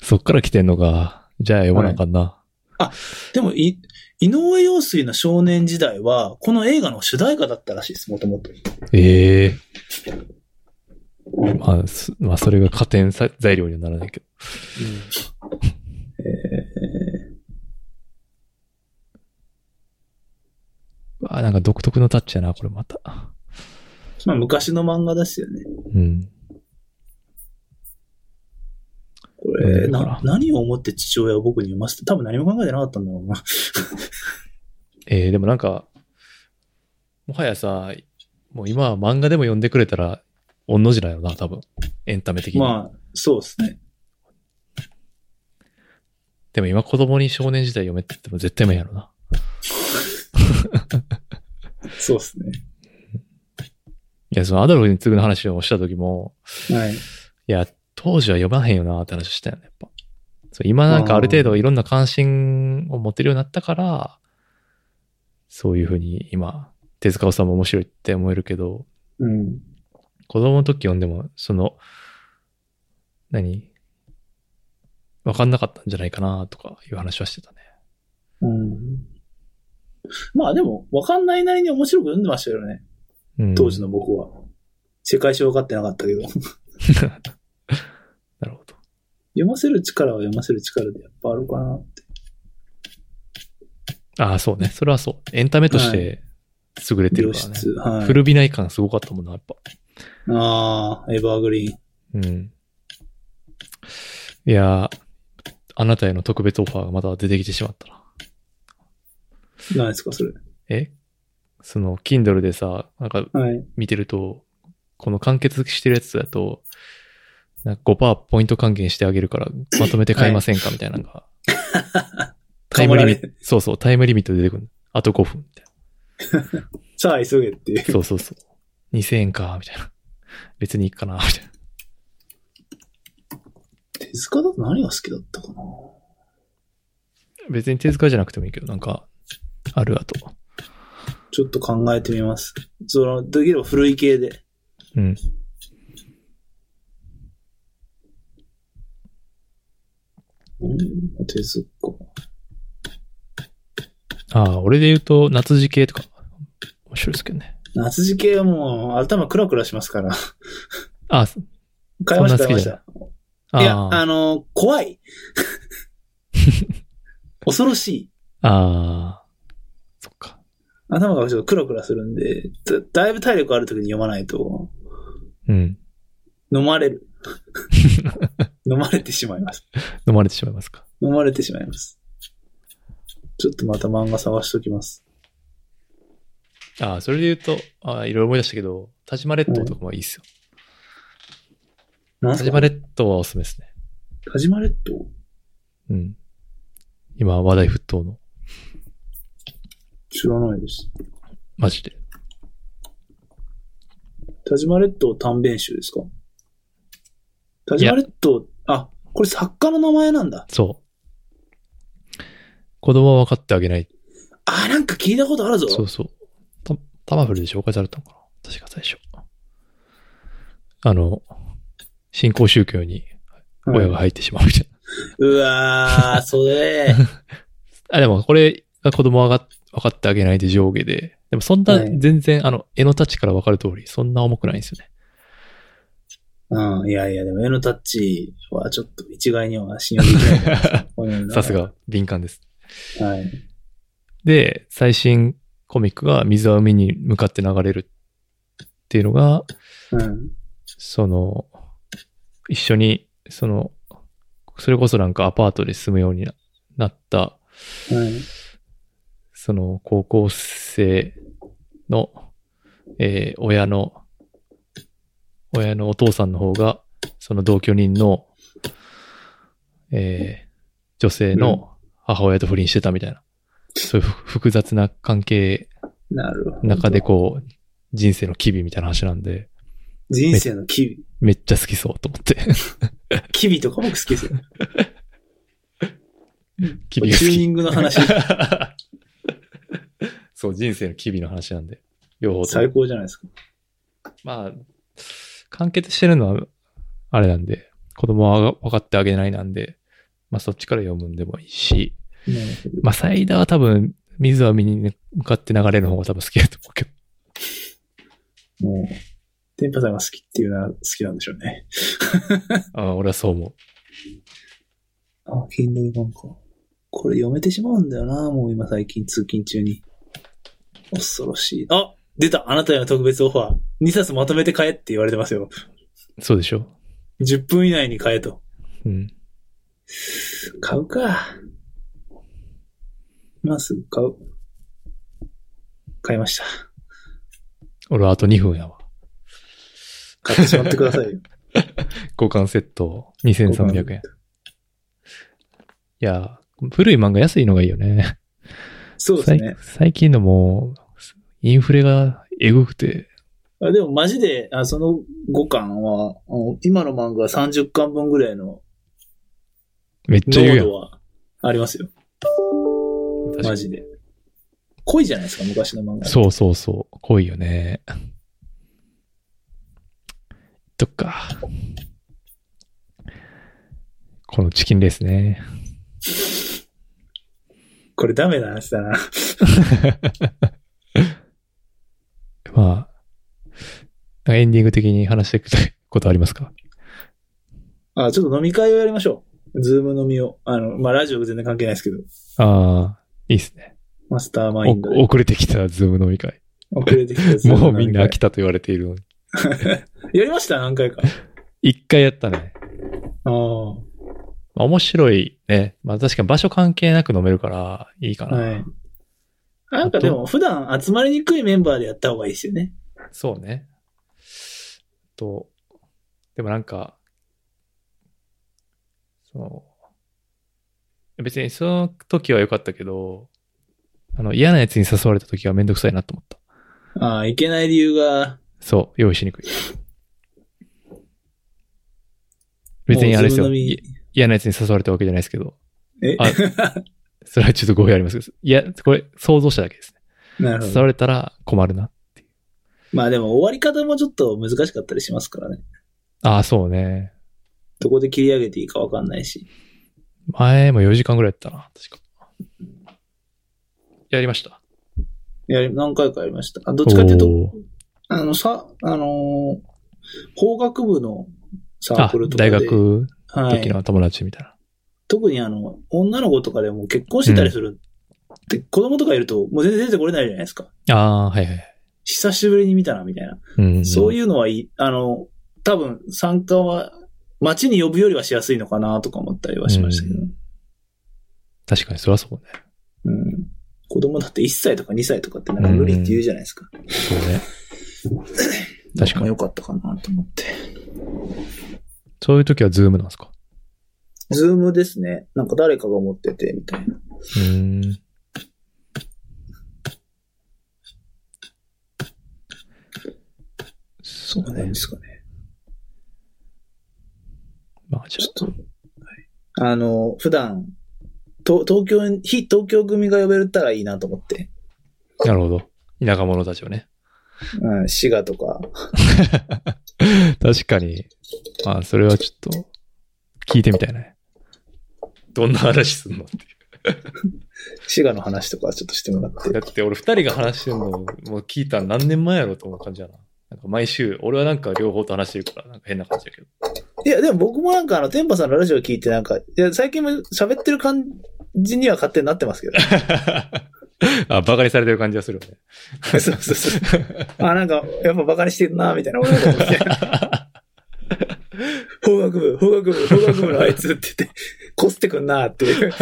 [SPEAKER 2] そっから来てんのか。じゃあ読まなあかんな。
[SPEAKER 3] でもい、井上陽水の少年時代は、この映画の主題歌だったらしいです、もともと。
[SPEAKER 2] ええまあ、すまあ、それが加点さ材料にはならないけど。あなんか独特のタッチやな、これまた。
[SPEAKER 3] まあ昔の漫画ですよね。
[SPEAKER 2] うん。
[SPEAKER 3] これ、
[SPEAKER 2] うん
[SPEAKER 3] な、何を思って父親は僕に読ませて、多分何も考えてなかったんだろうな。
[SPEAKER 2] ええでもなんか、もはやさ、もう今は漫画でも読んでくれたら、御の字だよな、多分。エンタメ的に。
[SPEAKER 3] まあ、そうですね。
[SPEAKER 2] でも今子供に少年時代読めって言っても絶対無理やろな。
[SPEAKER 3] そうですね。
[SPEAKER 2] いや、そのアダルフに次ぐの話をした時も、
[SPEAKER 3] はい。
[SPEAKER 2] いや、当時は読まへんよなって話したよね、やっぱ。そう今なんかある程度いろんな関心を持てるようになったから、そういうふうに今、手塚治虫も面白いって思えるけど、
[SPEAKER 3] うん。
[SPEAKER 2] 子供の時読んでも、その、何わかんなかったんじゃないかなとかいう話はしてたね。
[SPEAKER 3] うん。まあでも、わかんないなりに面白く読んでましたよね。
[SPEAKER 2] うん、
[SPEAKER 3] 当時の僕は。世界史分かってなかったけど。読
[SPEAKER 2] なるほど。
[SPEAKER 3] ませる力は読ませる力でやっぱあるかなって。
[SPEAKER 2] ああ、そうね。それはそう。エンタメとして優れてる
[SPEAKER 3] 良
[SPEAKER 2] からね。
[SPEAKER 3] 質。はい。
[SPEAKER 2] 古びない感すごかったもんな、やっぱ。
[SPEAKER 3] ああ、エバーグリーン。
[SPEAKER 2] うん。いやー、あなたへの特別オファーがまた出てきてしまったな。
[SPEAKER 3] 何ですか、それ。
[SPEAKER 2] えその、Kindle でさ、なんか
[SPEAKER 3] はい。
[SPEAKER 2] 見てると、この完結してるやつだと、なんか5%ポイント還元してあげるから、まとめて買いませんかみたいなのが。タイムリミット、そうそう、タイムリミットで出てくる。あと5分みたい
[SPEAKER 3] さあ、急げっていう。
[SPEAKER 2] な。そうそうそう。2000円か、みたいな。別にいいかな、みたいな。
[SPEAKER 3] 手塚だと何が好きだったかな
[SPEAKER 2] 別に手塚じゃなくてもいいけど、なんか、あるあと。
[SPEAKER 3] ちょっと考えてみます。その、できれば古い系で。
[SPEAKER 2] うん。
[SPEAKER 3] うん、手塚。
[SPEAKER 2] ああ、俺で言うと、夏時系とか、面白いですけどね。
[SPEAKER 3] 夏時系はもう頭クラクラしますから。
[SPEAKER 2] ああ、
[SPEAKER 3] 買いました、
[SPEAKER 2] そんな
[SPEAKER 3] 買い
[SPEAKER 2] 好
[SPEAKER 3] ま
[SPEAKER 2] き
[SPEAKER 3] し
[SPEAKER 2] じゃ
[SPEAKER 3] た。いや、あ
[SPEAKER 2] あ
[SPEAKER 3] の、怖い。恐ろしい。
[SPEAKER 2] あー、そっか。
[SPEAKER 3] 頭がちょっとクラクラするんで、だだいぶ体力ある時に読まないと、
[SPEAKER 2] うん。
[SPEAKER 3] 飲ま れる。飲まれてしまいます。
[SPEAKER 2] 飲まれてしまいますか。
[SPEAKER 3] 飲まれてしまいます。ちょっとまた漫画探しときます。
[SPEAKER 2] ああ、それで言うと、ああ、いろいろ思い出したけど、田島列島とかもいいっすよ。
[SPEAKER 3] 何
[SPEAKER 2] 田
[SPEAKER 3] すか
[SPEAKER 2] 島列島はおすすめですね。
[SPEAKER 3] 田島列島
[SPEAKER 2] うん。今、話題沸騰の。
[SPEAKER 3] 知らないです。
[SPEAKER 2] マジで。
[SPEAKER 3] 田島列島短編集ですか田島列島、あ、これ作家の名前なんだ。
[SPEAKER 2] そう。子供は分かってあげない。
[SPEAKER 3] あ、なんか聞いたことあるぞ。
[SPEAKER 2] そうそう。たタマフルで紹介されたのかな確か最初。あの、新興宗教に
[SPEAKER 3] はい
[SPEAKER 2] 親が入ってしまうみたいな。
[SPEAKER 3] うわー、それ。
[SPEAKER 2] あ、でもこれが子供は分か分かってあげないで上下で。でもそんな
[SPEAKER 3] はい
[SPEAKER 2] 全然、あの、絵のタッチから分かる通り、そんな重くないんですよね。
[SPEAKER 3] うん、いやいや、でも絵のタッチはちょっと一概には信用できないと 思うん だ。
[SPEAKER 2] さすが、敏感です。
[SPEAKER 3] はい。
[SPEAKER 2] で、最新コミックが水は海に向かって流れるっていうのが、
[SPEAKER 3] うん。
[SPEAKER 2] その、一緒に、その、それこそなんかアパートで住むようにななった、
[SPEAKER 3] うん。
[SPEAKER 2] その高校生の、えー親の、親のお父さんの方が、その同居人の、えー女性の母親と不倫してたみたいな、そういうふ複雑な関係
[SPEAKER 3] なるほど。
[SPEAKER 2] 中でこう、人生の機微みたいな話なんで、
[SPEAKER 3] 人生の機微。
[SPEAKER 2] めっちゃ好きそうと思って。
[SPEAKER 3] 機微とか僕好きですよ。
[SPEAKER 2] 機
[SPEAKER 3] チュ
[SPEAKER 2] 微が好
[SPEAKER 3] ーニ
[SPEAKER 2] き。
[SPEAKER 3] ング の話、
[SPEAKER 2] そう、人生の機微の話なんで、両方とも
[SPEAKER 3] 最高じゃないですか。
[SPEAKER 2] まあ、完結してるのは、あれなんで、子供は分かってあげないなんで、まあそっちから読むんでもいいし、
[SPEAKER 3] なるほど
[SPEAKER 2] まあサイダーは多分、水は見に向かって流れる方が多分好きだと思うけど。
[SPEAKER 3] もう、天パさんが好きっていうのは好きなんでしょうね。
[SPEAKER 2] ああ俺はそう思う。
[SPEAKER 3] あ、Kindle 版か。これ読めてしまうんだよな、もう今最近通勤中に。恐ろしい。あ出たあなたへの特別オファー。2冊まとめて買えって言われてますよ。
[SPEAKER 2] そうでしょ
[SPEAKER 3] 10分以内に買えと。
[SPEAKER 2] うん。
[SPEAKER 3] 買うか。今すぐ買う。買いました。
[SPEAKER 2] 俺はあと2分やわ。
[SPEAKER 3] 買ってしまってくださ いよ。
[SPEAKER 2] 交換セット2300円。いやー、古い漫画安いのがいいよね。
[SPEAKER 3] そうですね
[SPEAKER 2] 最。最近のもう、インフレがえぐくて、
[SPEAKER 3] あでもマジで、あその5巻は、あの今の漫画は30巻分ぐらいの
[SPEAKER 2] めっちゃ言う
[SPEAKER 3] 濃
[SPEAKER 2] やん
[SPEAKER 3] 度。はありますよ。
[SPEAKER 2] 確か
[SPEAKER 3] マ
[SPEAKER 2] に
[SPEAKER 3] ジで。濃いじゃないですか、昔の漫画。
[SPEAKER 2] そうそうそう。濃いよね。どっか。このチキンレースね。
[SPEAKER 3] これダメな話だな。
[SPEAKER 2] まあ、エンディング的に話していくことありますか
[SPEAKER 3] あ、ちょっと飲み会をやりましょう。ズーム飲みを。あの、まあ、ラジオ全然関係ないですけど。
[SPEAKER 2] ああ、いいっすね。
[SPEAKER 3] マスターマインドで
[SPEAKER 2] お遅れてきたズーム飲み 会。
[SPEAKER 3] 遅れてきたズーム
[SPEAKER 2] もう
[SPEAKER 3] 飲み会
[SPEAKER 2] みんな飽きたと言われているのに。
[SPEAKER 3] やりました何回か。
[SPEAKER 2] 一回やったね。
[SPEAKER 3] ああ。
[SPEAKER 2] まあ面白いね。まあ確かに場所関係なく飲めるからいいかな。
[SPEAKER 3] はい。なんかでも、普段集まりにくいメンバーでやった方がいいですよね。
[SPEAKER 2] そうね。と、でもなんか、その、別にその時は良かったけど、あの、嫌なやつに誘われた時はめんどくさいなと思った。
[SPEAKER 3] ああ、いけない理由が、
[SPEAKER 2] そう、用意しにくい。別にあれです
[SPEAKER 3] も
[SPEAKER 2] よ。
[SPEAKER 3] うズーム飲み
[SPEAKER 2] い嫌なやつに誘われたわけじゃないですけど、
[SPEAKER 3] え
[SPEAKER 2] あそれはちょっと語弊ありますけど、いや、これ想像しただけですね。
[SPEAKER 3] なるほ
[SPEAKER 2] 誘
[SPEAKER 3] ど。
[SPEAKER 2] われたら困るな。
[SPEAKER 3] まあでも終わり方もちょっと難しかったりしますからね。
[SPEAKER 2] ああ、そうね。
[SPEAKER 3] どこで切り上げていいかわかんないし。
[SPEAKER 2] 前も4時間ぐらいやったな、確か。やりました。
[SPEAKER 3] いや、何回かやりました。あどっちかっていうと、
[SPEAKER 2] おー
[SPEAKER 3] あの、さ、あのー法学部のサー
[SPEAKER 2] あ
[SPEAKER 3] クル、とか
[SPEAKER 2] 大
[SPEAKER 3] で。
[SPEAKER 2] 学
[SPEAKER 3] は
[SPEAKER 2] 時
[SPEAKER 3] い。
[SPEAKER 2] の友達みたいな。
[SPEAKER 3] 特にあの、女の子とかでも結婚してたりする。で、子供とかいると、もう全然出てこれないじゃないですか。
[SPEAKER 2] ああー、はいはい。
[SPEAKER 3] 久しぶりに見たな、みたいな。
[SPEAKER 2] うん、
[SPEAKER 3] そう
[SPEAKER 2] う
[SPEAKER 3] いうのはいい。あの、多分、参加は、街に呼ぶよりはしやすいのかな、とか思ったりはしましたけど。
[SPEAKER 2] ん。確かに、そりゃそうね。
[SPEAKER 3] うん子供だって1歳とか2歳とかってなんか無理って言うじゃないですか。
[SPEAKER 2] そうね。確かに
[SPEAKER 3] 良かったかなと思って。
[SPEAKER 2] そういう時はズームなんですか。
[SPEAKER 3] ズームですね。なんか誰かが持ってて、みたいな。
[SPEAKER 2] うーん。そ
[SPEAKER 3] そう
[SPEAKER 2] う
[SPEAKER 3] なん
[SPEAKER 2] ね
[SPEAKER 3] で。すかね。
[SPEAKER 2] まあ、じゃ
[SPEAKER 3] ちょっと。はいあの、普段、と東京に、非東京組が呼べたらいいなと思って。
[SPEAKER 2] あ、なるほど。田舎者たちをね。
[SPEAKER 3] うん、滋賀とか。
[SPEAKER 2] 確かに。まあ、それはちょっと、聞いてみたいね。どんな話すんのって。
[SPEAKER 3] 滋賀の話とかちょっとしてもらって。
[SPEAKER 2] だって俺二人が話してるのもう聞いたの何年前やろと思う感じやな。なんか毎週、俺はなんか両方と話してるから、なんか変な感じだけど。
[SPEAKER 3] いや、でも僕もなんかあの、天パさんのラジオ聞いてなんか、いや、最近も喋ってる感じには勝手になってますけど。
[SPEAKER 2] あ、バカにされてる感じがするよね。
[SPEAKER 3] そうそうそう。あ、なんか、やっぱバカにしてるな、みたいな。俺のことみたいな。法学部、法学部、法学部のあいつって言って、こすってくんな、っていう。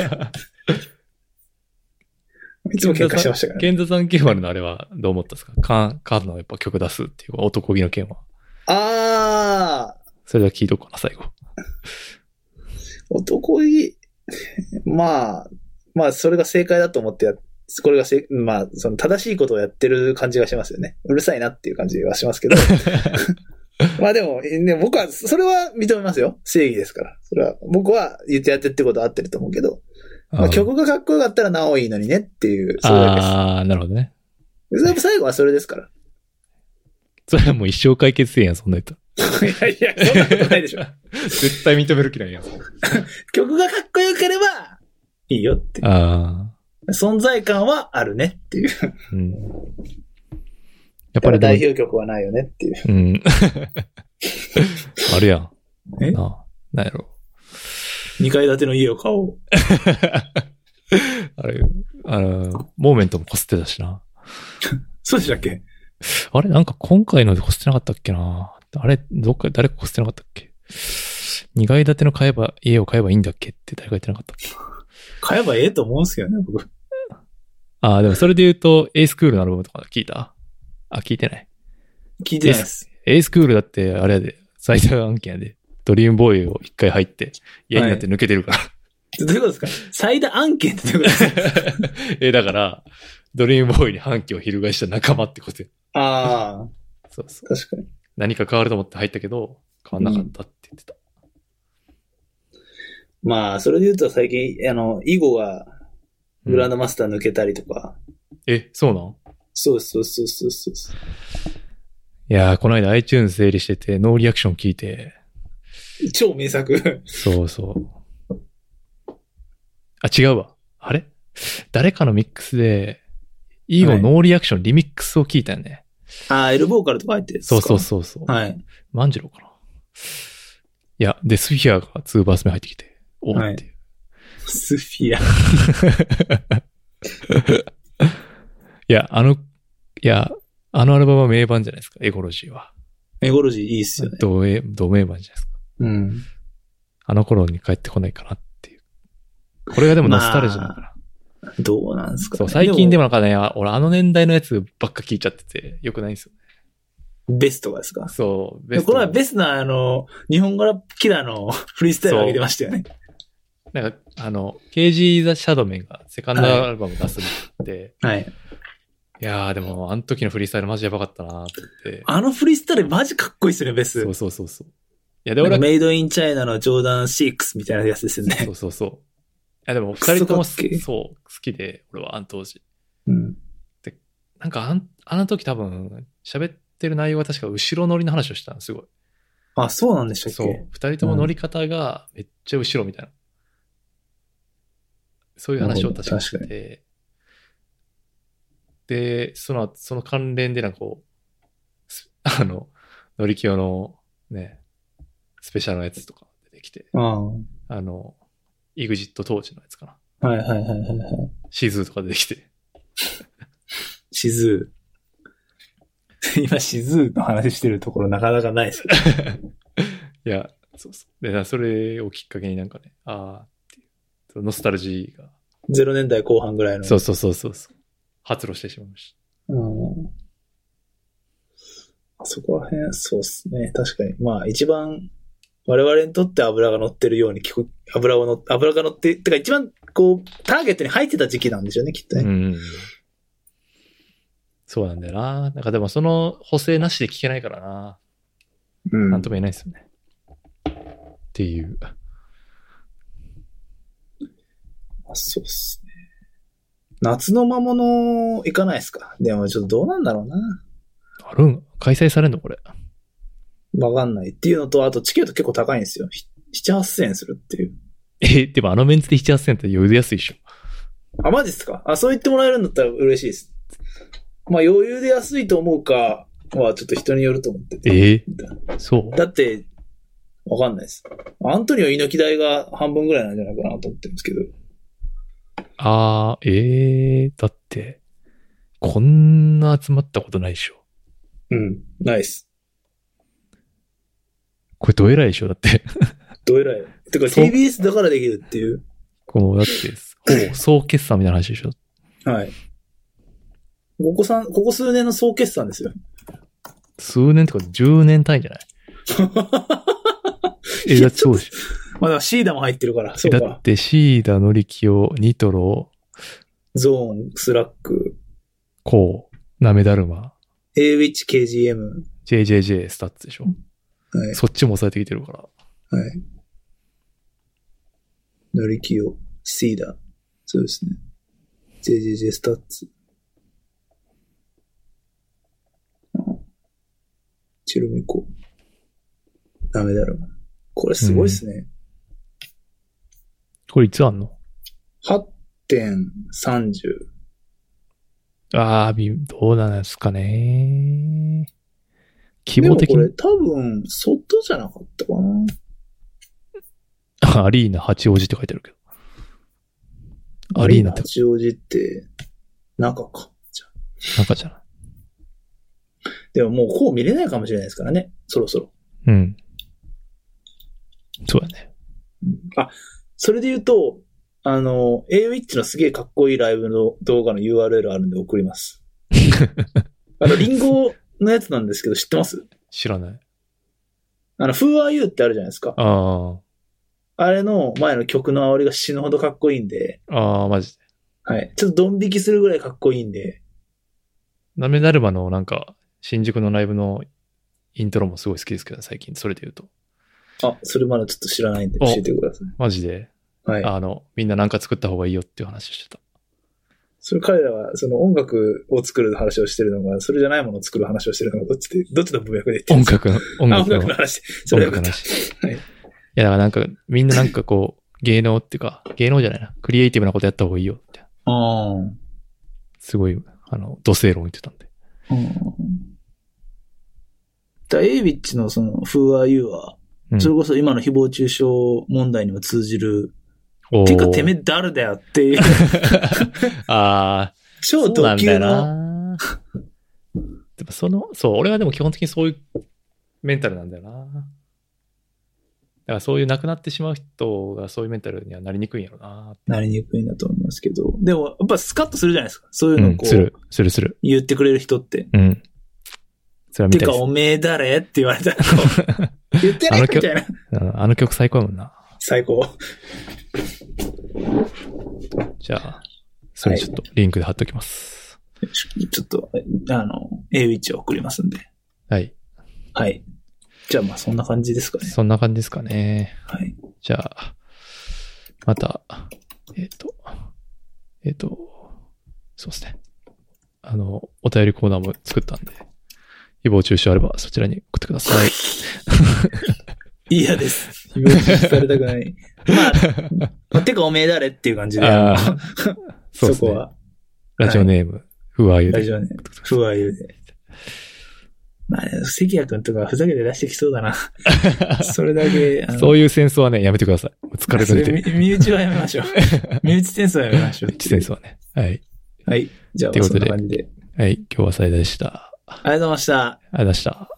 [SPEAKER 3] いつも喧嘩してましたから ね。
[SPEAKER 2] ケンザさん剣丸のあれはどう思ったんですかカン、カンのやっぱ曲出すっていう男気の剣は。
[SPEAKER 3] あー、
[SPEAKER 2] それだけ聞いとこうかな、最後。
[SPEAKER 3] 男気、 まあ、まあ、それが正解だと思ってやっこれがせ、まあ、その正しいことをやってる感じがしますよね。うるさいなっていう感じはしま すけど。まあでも、ね、僕は、それは認めますよ。正義ですから。それは、僕は言ってやってってことは合ってると思うけど、まあ、曲がかっこよかったらなおいいのにねっていう、それだけです
[SPEAKER 2] あー、なるほどね。。
[SPEAKER 3] やっぱ最後はそれですから。
[SPEAKER 2] それはもう一生解決せえやん、そんなやつ。
[SPEAKER 3] いやいや、そんなことないでしょ。
[SPEAKER 2] 絶対認める気ないやん。
[SPEAKER 3] 曲がかっこよければ、いいよって。
[SPEAKER 2] あ
[SPEAKER 3] 存在感はあるねっていう。
[SPEAKER 2] あ。うん。やっぱりでも
[SPEAKER 3] 代表曲はないよねっていう。
[SPEAKER 2] うん。 あるやん。
[SPEAKER 3] え
[SPEAKER 2] なあなんやろ。
[SPEAKER 3] 二階建ての家を買おう。
[SPEAKER 2] あれ、あの、モーメントもこすってたしな。
[SPEAKER 3] そうでしたっけ
[SPEAKER 2] あれ、なんか今回のでこすってなかったっけな。あれ、どっか、誰かこすってなかったっけ二階建ての買えば、家を買えばいいんだっけって誰か言ってなかったっけ
[SPEAKER 3] 買えばええと思うんすけどね、僕。
[SPEAKER 2] ああ、でもそれで言うと、エイスクールのアルバムとか聞いたあ、聞いてない。
[SPEAKER 3] 聞いてないです。
[SPEAKER 2] エイスクールだって、あれやで、最大案件やで、ドリームボーイを一回入って、嫌になって抜けてるから。
[SPEAKER 3] どういうことですか最大案件ってどういうことですか
[SPEAKER 2] え、だから、ドリームボーイに反旗を翻した仲間ってことよ
[SPEAKER 3] ああ。
[SPEAKER 2] そうそう。
[SPEAKER 3] 確かに。
[SPEAKER 2] 何か変わると思って入ったけど、変わんなかったって言ってた。
[SPEAKER 3] まあ、それで言うと最近、あの、囲碁がグランドマスター抜けたりとか。
[SPEAKER 2] え、そうなん
[SPEAKER 3] そうそうそうそうそう。
[SPEAKER 2] いやー、この間 iTunes 整理してて、ノーリアクション聞いて、
[SPEAKER 3] 超名作。
[SPEAKER 2] そうそう。あ、違うわ。あれ誰かのミックスで、イーゴ
[SPEAKER 3] はい
[SPEAKER 2] ノーリアクションリミックスを聞いたよね。
[SPEAKER 3] あー、エルボーカルとか入ってるんです
[SPEAKER 2] そ
[SPEAKER 3] か
[SPEAKER 2] うそうそうそう。
[SPEAKER 3] はい。
[SPEAKER 2] 万次郎かな。いや、で、スフィアが2バース目入ってきて、おーっていう。
[SPEAKER 3] スフィア。
[SPEAKER 2] いや、あの、いや、あのアルバムは名盤じゃないですか、エゴロジーは。
[SPEAKER 3] エゴロジーいいっすよね。
[SPEAKER 2] 同名、同名盤じゃないですか。
[SPEAKER 3] うん。
[SPEAKER 2] あの頃に帰ってこないかなっていう。これがでもノスタルジーだから。
[SPEAKER 3] どうなんですかね、
[SPEAKER 2] そう、最近でもなんかね、俺あの年代のやつばっか聞いちゃってて、よくないんですよね。
[SPEAKER 3] も。ベストがですか
[SPEAKER 2] そう、
[SPEAKER 3] この前ベ
[SPEAKER 2] ス
[SPEAKER 3] ストな、あの、日本語ラップキラーのフリースタイル上げてましたよね。
[SPEAKER 2] ト。なんか、あの、KG ザ・シャドメンがセカンドアルバム出すって、い、
[SPEAKER 3] はい。
[SPEAKER 2] やーでも、あの時のフリースタイルマジやばかったなーって
[SPEAKER 3] あのフリースタイルマジかっこいいっすよね、ベス
[SPEAKER 2] 言って。そうそうそうそう。いや、で、
[SPEAKER 3] なん
[SPEAKER 2] 俺
[SPEAKER 3] か
[SPEAKER 2] は、
[SPEAKER 3] メイドインチャイナのジョーダン6みたいなやつですよね
[SPEAKER 2] そ。うそうそう。いや、でも、二人とも
[SPEAKER 3] クソかっ
[SPEAKER 2] す
[SPEAKER 3] けえ
[SPEAKER 2] そう、好きで、俺はあの当時。
[SPEAKER 3] うん。
[SPEAKER 2] なんかあん、あの時多分、喋ってる内容は確か後ろ乗りの話をしたの、すごい。
[SPEAKER 3] あ、そうなんでしたっけ
[SPEAKER 2] そう。二人とも乗り方がめっちゃ後ろみたいな。そういう話を確かして
[SPEAKER 3] な
[SPEAKER 2] て。で、その、その関連でなんかこう、す あの、乗り気用のね、スペシャルのやつとか出てきて、
[SPEAKER 3] ああ。は
[SPEAKER 2] あの、イグジット当時のやつかな。
[SPEAKER 3] いはいはいはいはい。
[SPEAKER 2] シーズーとか出てきて。
[SPEAKER 3] シズー。 今、シズーの話してるところなかなかないですよ ね。
[SPEAKER 2] いや、そうそう。で、なそれをきっかけになんかね、ああっていう、そのノスタルジーが、
[SPEAKER 3] 0年代後半ぐらいの。
[SPEAKER 2] そうそうそうそうそう、発露してしまいました。
[SPEAKER 3] うんそこら辺、そうですね。確かに。まあ、一番、我々にとって油が乗ってるように聞く、油をの、油が乗って、てか一番、こう、ターゲットに入ってた時期なんでしょうね、きっと
[SPEAKER 2] う
[SPEAKER 3] ね。
[SPEAKER 2] ん。そうなんだよな。なんかでもその補正なしで聞けないからな。
[SPEAKER 3] うん
[SPEAKER 2] なんとも言えないですよね。っていう。
[SPEAKER 3] そうっすね。夏の魔物、行かないですかでも、ちょっとどうなんだろうな。
[SPEAKER 2] あるん開催されんのこれ。
[SPEAKER 3] わかんないっていうのと、あと、チケット結構高いんですよ。七八千円するっていう。
[SPEAKER 2] え、でもあのメンツで7、8000円って余裕で安いでしょ。
[SPEAKER 3] あ、マジっすかあ、そう言ってもらえるんだったら嬉しいです。まあ、余裕で安いと思うかは、ちょっと人によると思ってて。
[SPEAKER 2] えそう
[SPEAKER 3] だって、わかんないです。アントニオ猪木代が半分ぐらいなんじゃないかなと思ってるんですけど。
[SPEAKER 2] あー、えー、だって、こんな集まったことないでしょ。
[SPEAKER 3] うん。ないっす。
[SPEAKER 2] これどえらいでしょだって。
[SPEAKER 3] どえらい。てか
[SPEAKER 2] そう
[SPEAKER 3] TBS だからできるっていう。
[SPEAKER 2] こう、だって、ほぼ総決算みたいな話でしょ。
[SPEAKER 3] はい。ここさん、ここ数年の総決算ですよ。
[SPEAKER 2] 数年とか10年単位じゃない え、だってそうでしょ。
[SPEAKER 3] まあ、だからシーダも入ってるから、そう
[SPEAKER 2] だ
[SPEAKER 3] か
[SPEAKER 2] っ。て、シーダ、ノリキオ、ニトロ、
[SPEAKER 3] ゾーン、スラック、
[SPEAKER 2] コウ、ナメダルマ、
[SPEAKER 3] A ウィッチ、KGM。は
[SPEAKER 2] JJJ、スタッツでしょ。
[SPEAKER 3] い。
[SPEAKER 2] そっちも抑えてきてるから。
[SPEAKER 3] はい。乗り気を、シーダ。そうですね。JJJ スタッツ。うんチルミコ。ダメだろ。これすごいですね。
[SPEAKER 2] これいつあんの
[SPEAKER 3] 8.30。
[SPEAKER 2] あー、びどうなんですかね。希
[SPEAKER 3] でも
[SPEAKER 2] 望
[SPEAKER 3] こ
[SPEAKER 2] 的に
[SPEAKER 3] れ、多分、外じゃなかったかな。
[SPEAKER 2] アリーナ八王子って書いてあるけど。アリーナって
[SPEAKER 3] 八王子って、中か。じゃあ
[SPEAKER 2] 中じゃない。
[SPEAKER 3] でももうこう見れないかもしれないですからね。そろそろ。
[SPEAKER 2] うん。そうだね。
[SPEAKER 3] あ、それで言うと、あの、a w i t c h のすげえかっこいいライブの動画の URL あるんで送 ります。あの、リンゴのやつなんですけど、知ってます
[SPEAKER 2] 知らない。
[SPEAKER 3] あの、Who Are You ってあるじゃないですか。
[SPEAKER 2] あ
[SPEAKER 3] あれの前の曲の煽りが死ぬほどかっこいいんで、
[SPEAKER 2] ー、あー、マジで。
[SPEAKER 3] はい。ちょっとドン引きするぐらいかっこいいんで、
[SPEAKER 2] ナメダルマのなんか、新宿のライブのイントロもすごい好きですけど、最近、それで言うと。
[SPEAKER 3] あ、それまだちょっと知らないんで教えてくださ
[SPEAKER 2] マジで、
[SPEAKER 3] い。はい。
[SPEAKER 2] あの、みんななんか作った方がいいよっていう話をしてた。
[SPEAKER 3] それ彼らは、その音楽を作る話をしてるのが、それじゃないものを作る話をしてるのが、どっちで、どっちの文脈で言ってるん
[SPEAKER 2] 音
[SPEAKER 3] ですか
[SPEAKER 2] 楽の、音楽
[SPEAKER 3] あ
[SPEAKER 2] の、
[SPEAKER 3] 音楽の話。それはよかった。
[SPEAKER 2] 話。
[SPEAKER 3] はい
[SPEAKER 2] いや、だからなんか、みんななんかこう、芸能っていうか、芸能じゃないな、クリエイティブなことやった方がいいよって、
[SPEAKER 3] あ
[SPEAKER 2] すごい、あの、土星論言ってたんで。
[SPEAKER 3] あ。うん。だエイビッチのその、Who are you は、
[SPEAKER 2] うん
[SPEAKER 3] それこそ今の誹謗中傷問題にも通じる、
[SPEAKER 2] おー
[SPEAKER 3] てかてめえ誰だよっていう、
[SPEAKER 2] ああ、そ
[SPEAKER 3] 超
[SPEAKER 2] うな
[SPEAKER 3] ド
[SPEAKER 2] んだ
[SPEAKER 3] 級
[SPEAKER 2] よ
[SPEAKER 3] の、
[SPEAKER 2] な。 でもその、そう、俺はでも基本的にそういうメンタルなんだよな。だからそういう亡くなってしまう人がそういうメンタルにはなりにくいんやろな。
[SPEAKER 3] なりにくいんだと思いますけど、でもやっぱスカッとするじゃないですか。そういう
[SPEAKER 2] う
[SPEAKER 3] のを
[SPEAKER 2] ん、
[SPEAKER 3] こ
[SPEAKER 2] す
[SPEAKER 3] う
[SPEAKER 2] る、、するする。
[SPEAKER 3] 言ってくれる人って。
[SPEAKER 2] うん。それは見
[SPEAKER 3] て
[SPEAKER 2] たい
[SPEAKER 3] か、
[SPEAKER 2] です
[SPEAKER 3] おめえ誰って言われたら、こう言ってね
[SPEAKER 2] あの
[SPEAKER 3] み
[SPEAKER 2] 曲
[SPEAKER 3] たいな。
[SPEAKER 2] うんあの曲最高やもんな。
[SPEAKER 3] 最高。
[SPEAKER 2] じゃあ、それちょっとリンクで貼っときます。
[SPEAKER 3] ちょっと、あの、A ウィッチを送りますんで。
[SPEAKER 2] はい。
[SPEAKER 3] はい。じゃあまあそんな感じですかね。
[SPEAKER 2] そんな感じですかね。
[SPEAKER 3] はい。
[SPEAKER 2] じゃあ、また、えっ、と、えっ、と、そうですね。あの、お便りコーナーも作ったんで、誹謗中傷あればそちらに送ってくだ さい。
[SPEAKER 3] 嫌です。誹謗中傷されたくない。まあまあ、てかおめえ誰っていう感じで、
[SPEAKER 2] あ
[SPEAKER 3] あ
[SPEAKER 2] ー
[SPEAKER 3] の
[SPEAKER 2] そうで
[SPEAKER 3] そ
[SPEAKER 2] すね
[SPEAKER 3] こは、
[SPEAKER 2] ラジオネーム、ふわゆ
[SPEAKER 3] 大
[SPEAKER 2] で。
[SPEAKER 3] 丈夫ね。不和言うで。まあ、関谷くんとかふざけて出してきそうだな。それだけ、あの
[SPEAKER 2] そういう戦争はね、やめてください。もう疲れ
[SPEAKER 3] そ
[SPEAKER 2] る
[SPEAKER 3] れ
[SPEAKER 2] ん で。
[SPEAKER 3] み身内はやめましょう。身内戦争はやめましょう。
[SPEAKER 2] 一戦争はね。はい。
[SPEAKER 3] はい。じゃあ、
[SPEAKER 2] というこ
[SPEAKER 3] そ
[SPEAKER 2] と
[SPEAKER 3] ん
[SPEAKER 2] で
[SPEAKER 3] な感じで。
[SPEAKER 2] はい。今日は最大でした。
[SPEAKER 3] ありがとうございました。
[SPEAKER 2] ありがとうございました。